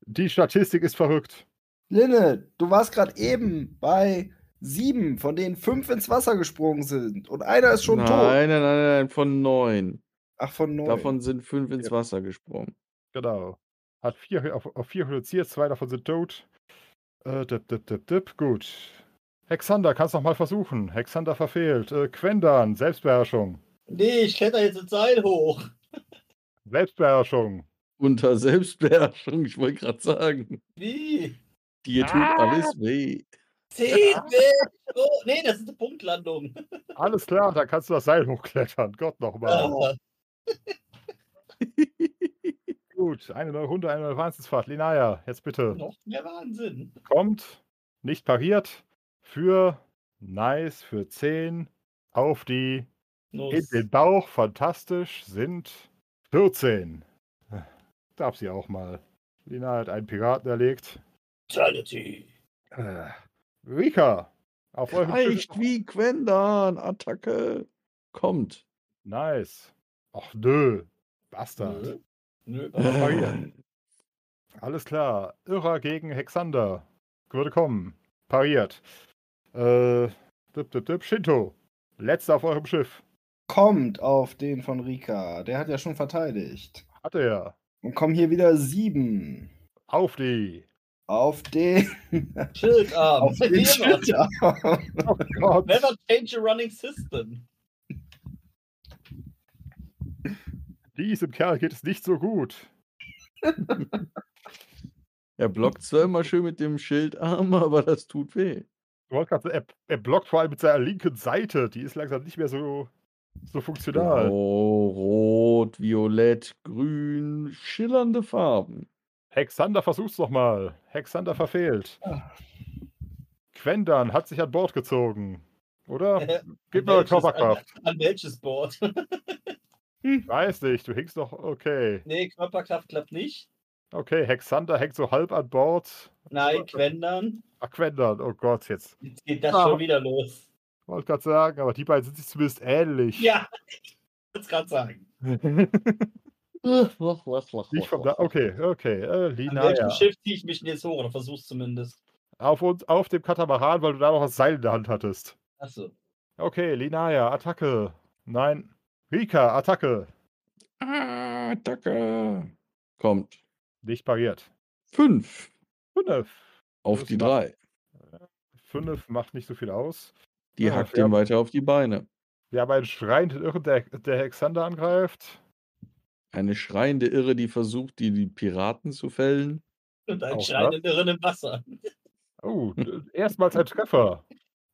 Die Statistik ist verrückt.
Linne, du warst gerade eben bei sieben, von denen fünf ins Wasser gesprungen sind. Und einer ist schon
nein,
tot.
nein, nein, nein, von neun.
Ach, von neun.
Davon sind fünf ins
Ja.
Wasser gesprungen.
Genau. Hat vier auf, auf vier reduziert, zwei davon sind tot. Äh, dip, dip, dip, dip. Gut. Hexander, kannst noch mal versuchen. Hexander verfehlt. Äh, Quendan, Selbstbeherrschung.
Nee, ich kletter jetzt ins Seil hoch.
Selbstbeherrschung.
Unter Selbstbeherrschung, ich wollte gerade sagen.
Wie?
Dir tut alles weh.
Zehn, ne? Oh, nee, das ist eine Punktlandung.
Alles klar, da kannst du das Seil hochklettern. Gott nochmal.
Ah,
Gut, eine neue Runde, eine neue Wahnsinnsfahrt. Linaya, jetzt bitte.
noch mehr Wahnsinn.
Kommt, nicht pariert, für nice, für 10, auf die, in
Los.
den Bauch, fantastisch, sind 14. Darf sie auch mal. Linaya hat einen Piraten erlegt.
Fatality.
Äh, Rika, auf eurem Schiff.
Reicht wie Quendan, Attacke. Kommt.
Nice. Och, nö. Bastard.
Nö. Nö.
Oh,
Pariert. Alles klar. Irrer gegen Hexander. Würde kommen. Pariert. Äh, dip, dip, dip. Shinto. Letzter auf eurem Schiff.
Kommt auf den von Rika. Der hat ja schon verteidigt.
Hat er.
Und kommen hier wieder sieben.
Auf die.
Auf den.
Schildarm.
Auf den
Never.
Schildarm.
Oh Gott.
Never change a running system.
Diesem Kerl geht es nicht so gut.
Er blockt zwar immer schön mit dem Schildarm, aber das tut weh.
Du hast grad- Er, er blockt vor allem mit seiner linken Seite. Die ist langsam nicht mehr so, so funktional.
Genau. Blau, rot, violett, grün, schillernde Farben.
Hexander versucht's nochmal. Hexander verfehlt. Quendan hat sich an Bord gezogen. Oder? Gib mir eure
Äh, Welches
Körperkraft.
An, an welches Board?
Weiß nicht, du hängst doch. Okay.
nee, Körperkraft klappt nicht.
Okay, Hexander hängt so halb an Bord.
Nein, Quendern.
Ach, Quendan, oh Gott, jetzt.
Jetzt geht das
Ah.
schon wieder los.
Wollte gerade sagen, aber die beiden sind sich zumindest ähnlich.
Ja, ich wollte es gerade sagen.
Nicht vom da okay, okay. Äh,
An
Lina,
welchem
ja.
Schiff ziehe ich mich denn jetzt hoch? Oder versuch's zumindest.
auf, uns, auf dem Katamaran, weil du da noch das Seil in der Hand hattest.
Achso.
Okay, Linaya, Attacke. Nein. Rika, Attacke.
Ah, Attacke. Kommt.
Nicht pariert.
Fünf
Fünf.
auf
Das
die
macht-
drei.
Fünf macht nicht so viel aus.
Die
Ja,
hackt
wir
ihm
haben-
weiter auf die Beine.
Wir haben einen schreienden Irren, der, der Hexander angreift.
Eine schreiende Irre, die versucht, die, die Piraten zu fällen.
Und
Auch
ein
das?
schreiender Irren im Wasser.
Oh, erstmals ein Treffer.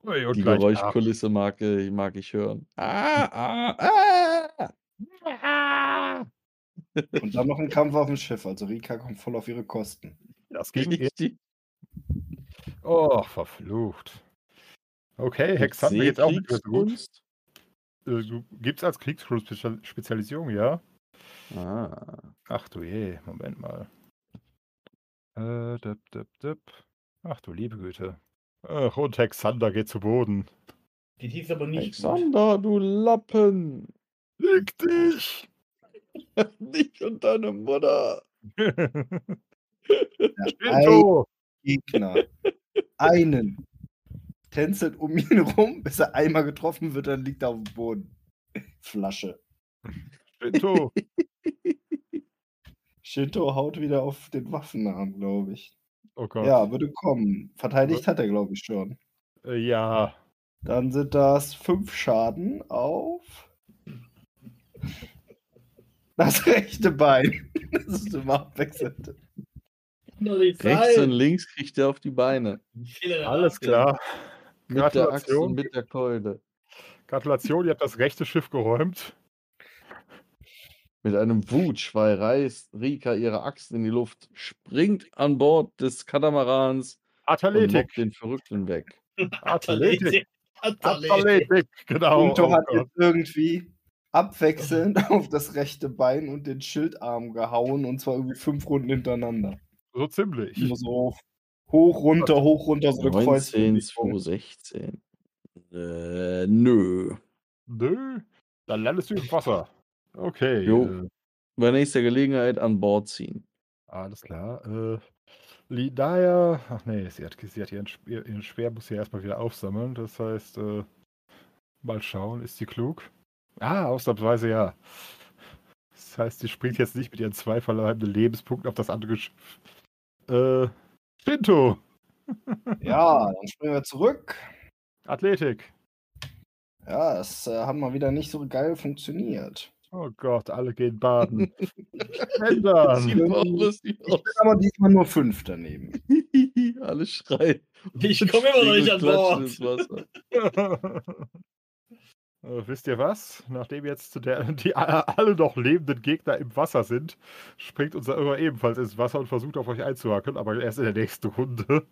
Ui, und
die
gleich
Geräuschkulisse mag, äh, mag ich hören. Ah, ah, ah.
Ah.
Und dann noch ein Kampf auf dem Schiff. Also Rika kommt voll auf ihre Kosten.
Das ging ihr.
Richtig.
Oh, verflucht. Okay, Hexander geht auch nicht mehr so gut.
Seekriegskunst.
Äh, du gibt's als Kriegskunst-Spezialisierung, ja?
Ah.
Ach du je, Moment mal. Äh, dip, dip, dip. Ach du liebe Güte. Ach, und Hexander geht zu Boden.
Geht hieß aber nicht. gut.
Alexander, du Lappen.
Leg dich!
Dich und deine Mutter.
Shinto!
Gegner. Einen. Tänzelt um ihn rum, bis er einmal getroffen wird, dann liegt er auf dem Boden. Flasche.
Shinto!
Shinto haut wieder auf den Waffenarm, glaube ich.
Oh Gott.
Ja, würde kommen. Verteidigt hat er, glaube ich, schon.
Äh, ja.
Dann sind das fünf Schaden auf das rechte Bein. Das ist immer abwechselnd.
Rechts und links kriegt er auf die Beine.
Alles klar.
Mit der Axt
Gratulation.
und mit der Keule.
Gratulation, ihr habt das rechte Schiff geräumt.
Mit einem Wutschwei reißt Rika ihre Axt in die Luft, springt an Bord des Katamarans und
Athletik.
mobbt den Verrückten weg.
Athletik.
Athletik.
Athletik, genau.
Punto
oh
hat
Gott.
jetzt irgendwie abwechselnd auf das rechte Bein und den Schildarm gehauen und zwar irgendwie fünf Runden hintereinander.
So ziemlich.
Immer so Hoch, runter, hoch, runter, so eine
19,
Kreuzbewegung.
216. Äh, nö.
Nö, dann landest du im Wasser. Okay.
Jo.
Äh,
Bei nächster Gelegenheit an Bord ziehen.
Alles klar. Äh, Linaya, ach nee, sie hat, sie hat ihren, Sp- ihr- ihren Speer, muss sie erstmal wieder aufsammeln. Das heißt, äh, mal schauen, ist sie klug? Ah, ausnahmsweise ja. Das heißt, sie springt jetzt nicht mit ihren zwei verbleibenden Lebenspunkten auf das andere Schiff. Äh, Shinto,
Ja, dann springen wir zurück.
Athletik.
Ja, das äh, hat mal wieder nicht so geil funktioniert.
Oh Gott, alle gehen baden. Ändern.
Sieht auch lustig
Oh.
Ich bin aber diesmal nur fünf daneben.
aus. Alle schreien.
Ich komme immer noch nicht an
Klatschen
Bord.
ins Wasser.
Äh, Wisst ihr was? Nachdem jetzt der, die a- alle noch lebenden Gegner im Wasser sind, springt unser Irrer ebenfalls ins Wasser und versucht auf euch einzuhacken, aber erst in der nächsten Runde.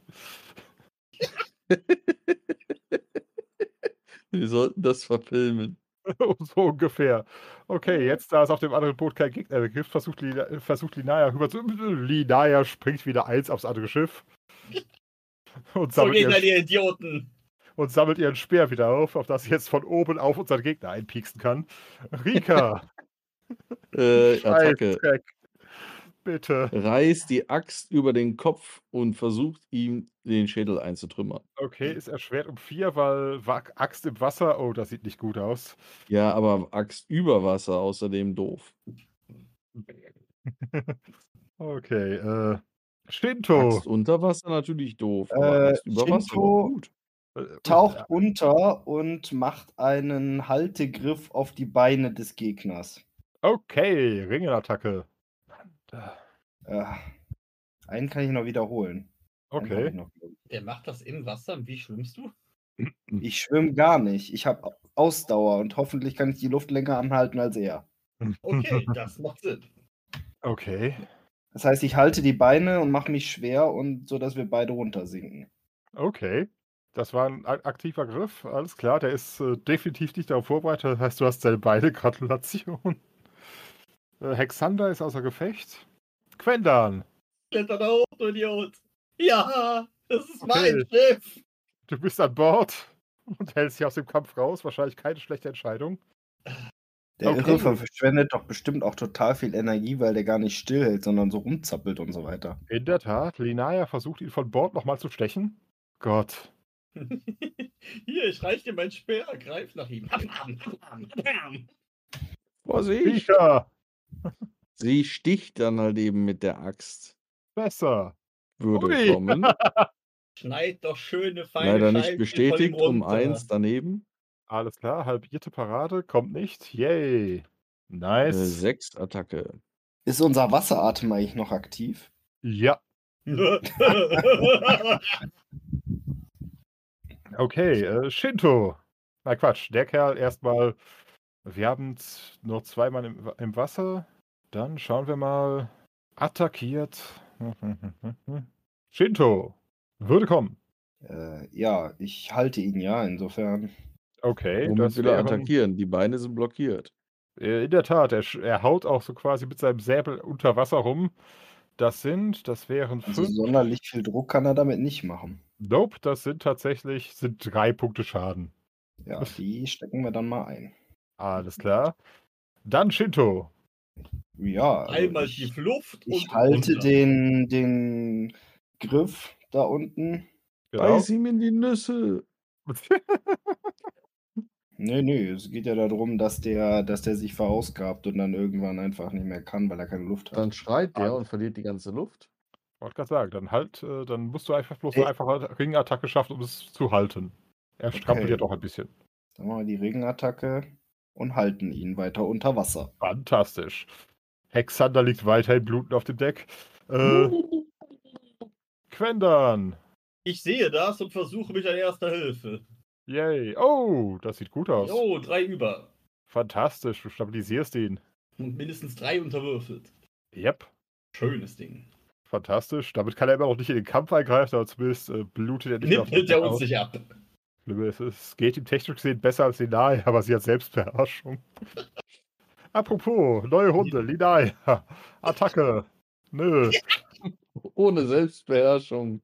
Wir sollten das verfilmen.
so ungefähr. Okay, jetzt da es auf dem anderen Boot kein Gegner mehr gibt, versucht, Lina, äh, versucht Linaya rüber zu. Linaya springt wieder eins aufs andere Schiff. Und
So
sammelt,
geht halt
ihren,
ihr Idioten.
und sammelt ihren Speer wieder auf, auf das sie jetzt von oben auf unseren Gegner einpieksen kann. Rika,
Äh, Attacke.
Scheißdreck. Bitte.
Reißt die Axt über den Kopf und versucht ihm den Schädel einzutrümmern.
Okay, ist erschwert um vier, weil Wa- Axt im Wasser. Oh, das sieht nicht gut aus.
Ja, aber Axt über Wasser außerdem doof.
Okay, äh. Shinto.
Axt unter Wasser natürlich doof.
Äh,
Axt über Wasser
Shinto-
war gut.
Äh,
Taucht unter und macht einen Haltegriff auf die Beine des Gegners.
Okay, Ringenattacke.
Äh, einen kann ich noch wiederholen. Einen hab ich,
Okay.
noch.
Der macht das im Wasser. Wie schwimmst du?
ich schwimme gar nicht. Ich habe Ausdauer und hoffentlich kann ich die Luft länger anhalten als er.
Okay, das macht Sinn.
Okay.
Das heißt, ich halte die Beine und mache mich schwer und so, dass wir beide runtersinken.
Okay. Das war ein ak- aktiver Griff. Alles klar, der ist äh, definitiv nicht darauf vorbereitet. Das heißt, du hast deine Beine. Gratulation. Äh, Hexander ist außer Gefecht. Quendan,
Kletter da hoch, du Idiot. Ja, das ist mein
Okay.
Schiff.
du bist an Bord und hältst dich aus dem Kampf raus. Wahrscheinlich keine schlechte Entscheidung.
Der
Okay.
Irre verschwendet doch bestimmt auch total viel Energie, weil der gar nicht stillhält, sondern so rumzappelt und so weiter.
In der Tat, Linaya versucht ihn von Bord nochmal zu stechen. Gott.
Hier, ich reiche dir meinen Speer. Greif nach ihm. Abhaben, abhaben, abhaben.
Vorsicht!
Rika,
Sie sticht dann halt eben mit der Axt.
besser.
Würde
Ui.
kommen.
Schneid doch schöne, feine
Leider
Scheiben
nicht
von ihm
bestätigt. Um
runter.
eins daneben.
Alles klar, halbierte Parade, kommt nicht. Yay.
Äh,
Nice.
sechs Attacke.
Ist unser Wasseratem eigentlich noch aktiv?
ja. Okay, äh, Shinto. Na Quatsch, der Kerl erstmal. Wir haben z- noch zwei Mann im, Wa- im Wasser. Dann schauen wir mal. Attackiert. Shinto. Würde kommen.
Äh, ja, ich halte ihn ja, insofern.
Okay,
Womit
das
will er
wären-
attackieren? Die Beine sind blockiert.
Äh, In der Tat, er, sch- er haut auch so quasi mit seinem Säbel unter Wasser rum. Das sind, das wären
Also
fünf.
sonderlich viel Druck kann er damit nicht machen.
Nope, das sind tatsächlich sind drei Punkte Schaden.
Ja, die stecken wir dann mal ein.
Alles klar. Dann Shinto.
Ja, also
Einmal
ich,
tief Luft
ich
und
halte
runter.
den, den Griff da unten.
Genau.
Beiß ihm in die Nüsse.
Nee, nee, es geht ja darum, dass der, dass der sich verausgabt und dann irgendwann einfach nicht mehr kann, weil er keine Luft hat.
Dann schreit der
Alles.
und verliert die ganze Luft.
Wollte gerade sagen, dann halt, äh, dann musst du einfach bloß
Ey.
eine einfache Ringattacke schaffen, um es zu halten. Er strampelt
Okay.
ja doch ein bisschen.
Dann machen wir die Regenattacke und halten ihn weiter unter Wasser.
Fantastisch. Hexander liegt weiterhin blutend auf dem Deck. Äh, Quendan.
Ich sehe das und versuche mich an erster Hilfe.
Yay. Oh, das sieht gut aus.
Oh, drei über.
Fantastisch. Du stabilisierst ihn.
Und mindestens drei unterwürfelt.
Yep.
Schönes Ding.
Fantastisch. Damit kann er immer noch nicht in den Kampf eingreifen, aber zumindest äh, blutet er nicht mehr auf
Nippelt
den
er
Deck
uns
aus.
nicht ab.
Schlimme ist, es geht ihm technisch gesehen besser als Linai, aber sie hat Selbstbeherrschung. Apropos, neue Runde, Linai. Attacke. Nö.
Ohne Selbstbeherrschung.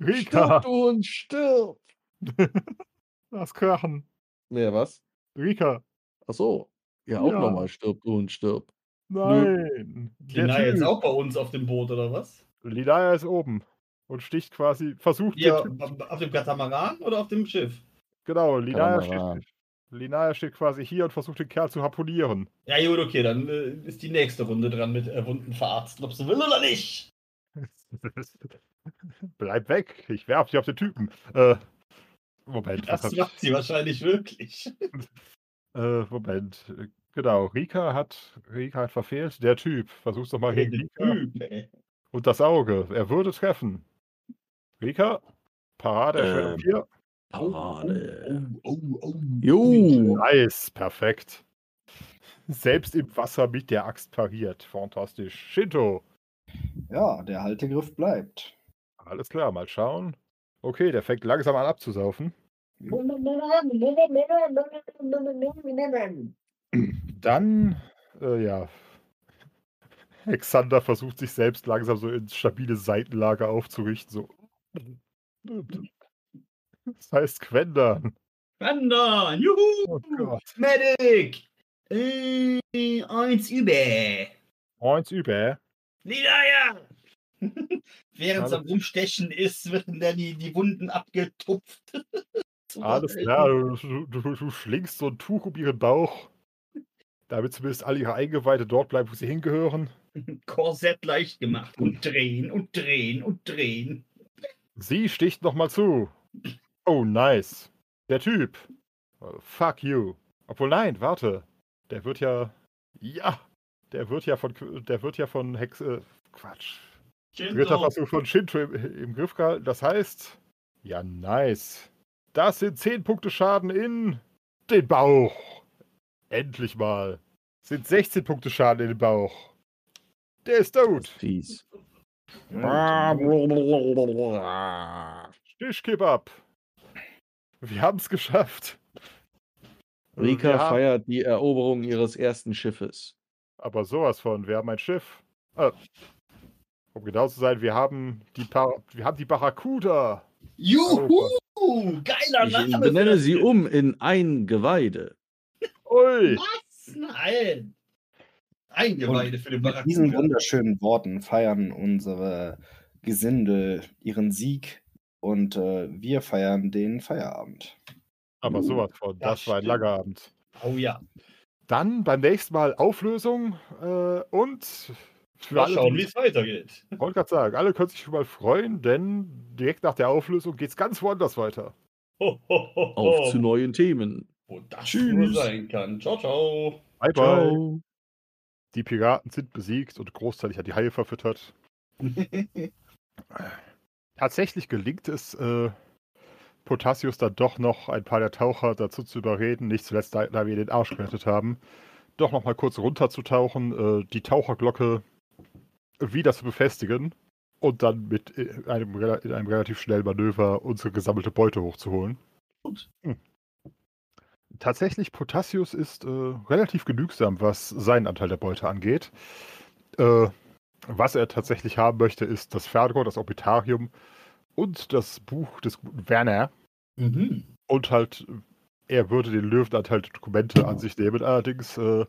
Rika,
du und stirb!
lass krachen.
Nee, was?
Rika,
Ach so. Ja, auch
Ja.
nochmal stirb, du und stirb.
nein. Der
Lina jetzt
Typ.
auch bei uns auf dem Boot, oder was?
Lilaya ist oben und sticht quasi, versucht
Ja,
den Typ,
auf dem Katamaran oder auf dem Schiff?
genau, Linaya
Katamaran.
steht, Linaya steht quasi hier und versucht den Kerl zu harponieren.
Ja, gut, okay, dann äh, ist die nächste Runde dran mit äh, Wunden verarzten, ob sie will oder nicht.
Bleib weg, ich werf dich auf den Typen. Äh, Moment, was
Das
hab
macht sie wahrscheinlich wirklich.
Äh, Moment. äh, Genau, Rika hat, Rika hat verfehlt. Der Typ. Versuch's doch mal gegen Rika.
Üb, ey.
Und das Auge. Er würde treffen. Rika, Parade
Ähm.
erschwert 4.
Parade.
Oh, oh, oh, oh.
Jo!
Nice, perfekt. Selbst im Wasser mit der Axt pariert. Fantastisch. Shinto.
Ja, der Haltegriff bleibt.
Alles klar, mal schauen. Okay, der fängt langsam an abzusaufen. Dann, äh, ja. Alexander versucht sich selbst langsam so ins stabile Seitenlager aufzurichten. So. Das heißt Quendern.
Wander, juhu!
Oh Gott.
Medic! Äh, eins über.
Eins über.
Niederja! Während es
Alles-
am Rumstechen ist, werden dann die, die Wunden abgetupft. Zum
Alles
Beispiel.
klar, du, du, du, du schlingst so ein Tuch um ihren Bauch. Damit zumindest alle ihre Eingeweide dort bleiben, wo sie hingehören.
Korsett leicht gemacht. Und drehen und drehen und drehen.
Sie sticht nochmal zu. Oh, nice. Der Typ. Oh, Fuck you. Obwohl, nein, warte. Der wird ja. Ja! Der wird ja von. Qu- Der wird ja von Hex. Äh, Quatsch. Dritter
Shinto,
Versuch von Shinto im, im Griff gehalten. Das heißt. Ja, nice. Das sind 10 Punkte Schaden in. Den Bauch. Endlich mal. Sind 16 Punkte Schaden in den Bauch. Der ist tot.
Peace.
Stischkebab. Wir haben es geschafft.
Rika
Äh, Wir haben-
feiert die Eroberung ihres ersten Schiffes.
Aber sowas von, wir haben ein Schiff. Äh, um genau zu sein, wir haben die, pa wir haben die Barracuda.
Juhu! Geiler
Ich
Name!
benenne
für-
sie um in Eingeweide.
Ui,
Was? Nein! Eingeweide für den
Mit diesen
Barracuda.
wunderschönen Worten feiern unsere Gesindel ihren Sieg und äh, wir feiern den Feierabend.
aber sowas von, das,
Das
war ein
stimmt.
langer Abend.
Oh ja.
Dann beim nächsten Mal Auflösung äh, und für
Mal
alle,
schauen, wie
die,
es weitergeht.
ich wollte gerade sagen, alle können sich schon mal freuen, denn direkt nach der Auflösung geht es ganz woanders weiter.
Ho, ho, ho,
Auf
ho.
zu neuen Themen.
Wo das
Tschüss.
nur sein kann. Ciao, ciao.
Bye, bye.
Ciao.
Die Piraten sind besiegt und großteilig hat die Haie verfüttert. Tatsächlich gelingt es äh, Potassius dann doch noch ein paar der Taucher dazu zu überreden, nicht zuletzt da, da wir den Arsch gerettet haben, doch noch mal kurz runterzutauchen, äh, die Taucherglocke wieder zu befestigen und dann mit äh, einem, rela- in einem relativ schnellen Manöver unsere gesammelte Beute hochzuholen.
Gut.
Hm. Tatsächlich, Potassius ist äh, relativ genügsam, was seinen Anteil der Beute angeht. Äh, was er tatsächlich haben möchte, ist das Fergo, das Orbitarium und das Buch des guten Werner.
Mhm.
Und halt, er würde den Löwenanteil der Dokumente an sich nehmen. Allerdings äh,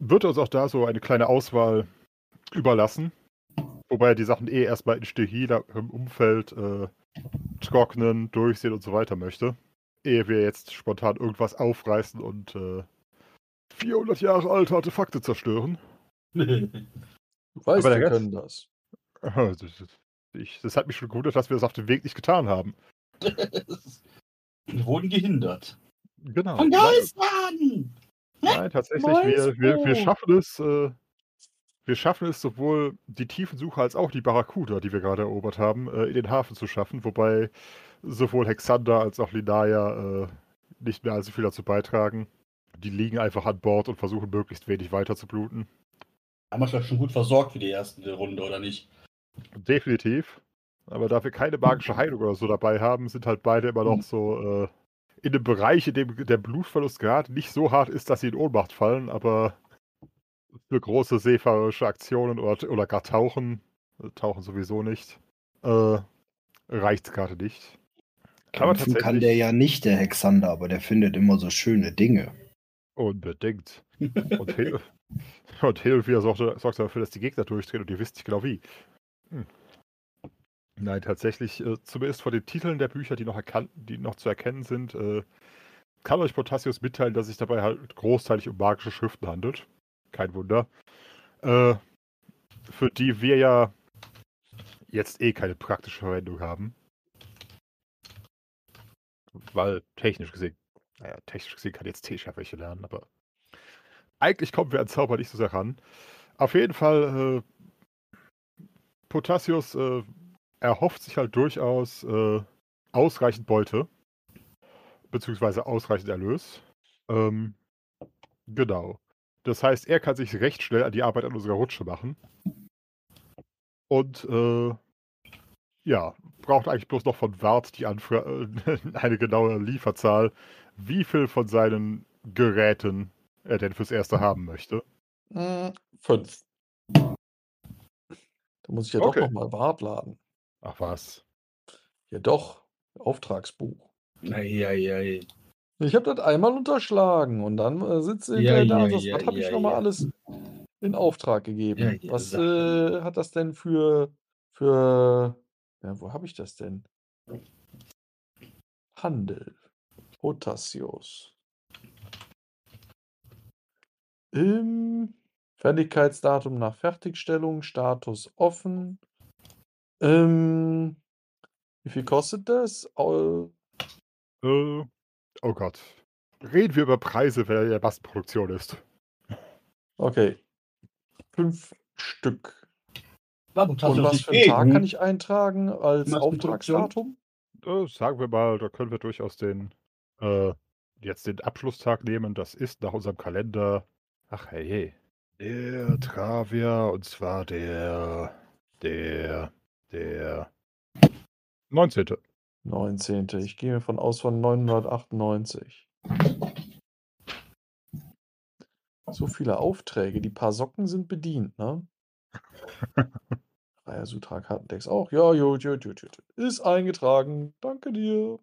wird uns auch da so eine kleine Auswahl überlassen. Wobei er die Sachen eh erstmal in stabilem Umfeld äh, trocknen, durchsehen und so weiter möchte. Ehe wir jetzt spontan irgendwas aufreißen und äh, 400 Jahre alte Artefakte zerstören.
Du weißt,
Aber der
wir
Rest-
können das.
Aha, Das, das, ich, das hat mich schon gewundert, dass wir das auf dem Weg nicht getan haben.
Wir wurden gehindert.
Genau.
Von
nein,
Geistern!
nein, tatsächlich, wir, wir, wir
Geistern!
schaffen es. Äh, wir schaffen es sowohl die Tiefensuche als auch die Barracuda, die wir gerade erobert haben, äh, in den Hafen zu schaffen, wobei sowohl Hexander als auch Linaya äh, nicht mehr allzu viel dazu beitragen. Die liegen einfach an Bord und versuchen möglichst wenig weiter zu bluten.
Haben wir schon gut versorgt für die erste Runde, oder nicht?
Definitiv. Aber da wir keine magische Heilung oder so dabei haben, sind halt beide immer
Mhm.
noch so äh, in einem Bereich, in dem der Blutverlust gerade nicht so hart ist, dass sie in Ohnmacht fallen, aber für große seefahrerische Aktionen oder, oder gar Tauchen, äh, tauchen sowieso nicht, äh, reicht gerade nicht. Aber
Kämpfen kann
tatsächlich-
der ja nicht, der Hexander, aber der findet immer so schöne Dinge.
Unbedingt. Und Hel und Hel und wieder sorgt, sorgt dafür, dass die Gegner durchdrehen und ihr wisst nicht genau wie. Hm. Nein, tatsächlich, äh, zumindest von den Titeln der Bücher, die noch, erkan- die noch zu erkennen sind, äh, kann euch Potassius mitteilen, dass sich dabei halt großteilig um magische Schriften handelt. Kein Wunder. Äh, für die wir ja jetzt eh keine praktische Verwendung haben. Weil technisch gesehen naja, technisch gesehen kann jetzt T-Chef welche lernen, aber eigentlich kommen wir an Zauber nicht so sehr ran. Auf jeden Fall, äh, Potassius äh, erhofft sich halt durchaus äh, ausreichend Beute, beziehungsweise ausreichend Erlös. Ähm, genau. Das heißt, er kann sich recht schnell an die Arbeit an unserer Rutsche machen. Und äh, ja, braucht eigentlich bloß noch von Wart die Anfra eine genaue Lieferzahl, wie viel von seinen Geräten er denn fürs Erste haben möchte.
Äh, fünf. Da muss ich ja
Okay.
doch nochmal Bart laden.
Ach was.
Ja doch, Auftragsbuch.
Eieiei.
Ich habe das einmal unterschlagen und dann äh, sitze ich
Ja,
hinterher da
ja,
und sag,
ja,
was habe ich
ja,
nochmal
ja.
alles in Auftrag gegeben?
Ja, ja,
was
sag
äh, hat das denn für, für, ja, wo habe ich das denn? Handel. Potassius. Im Fertigkeitsdatum nach Fertigstellung, Status offen. Ähm, wie viel kostet das? Au-
Äh, oh Gott. Reden wir über Preise, wenn er in der Massenproduktion ist.
Okay. Fünf Stück.
Warum hast
Und
du das
was
nicht
für einen Tag
gegen?
kann ich eintragen als
Massenproduktion?
Auftragsdatum?
Äh, sagen wir mal, da können wir durchaus den äh, jetzt den Abschlusstag nehmen. Das ist nach unserem Kalender. Ach hey. Der Travia, und zwar der, der, der 19.
19. Ich gehe von aus von 998. So viele Aufträge. Die paar Socken sind bedient, ne? Raya Sutra Kartentext auch. Ja, gut, gut, gut, gut. Ist eingetragen. Danke dir.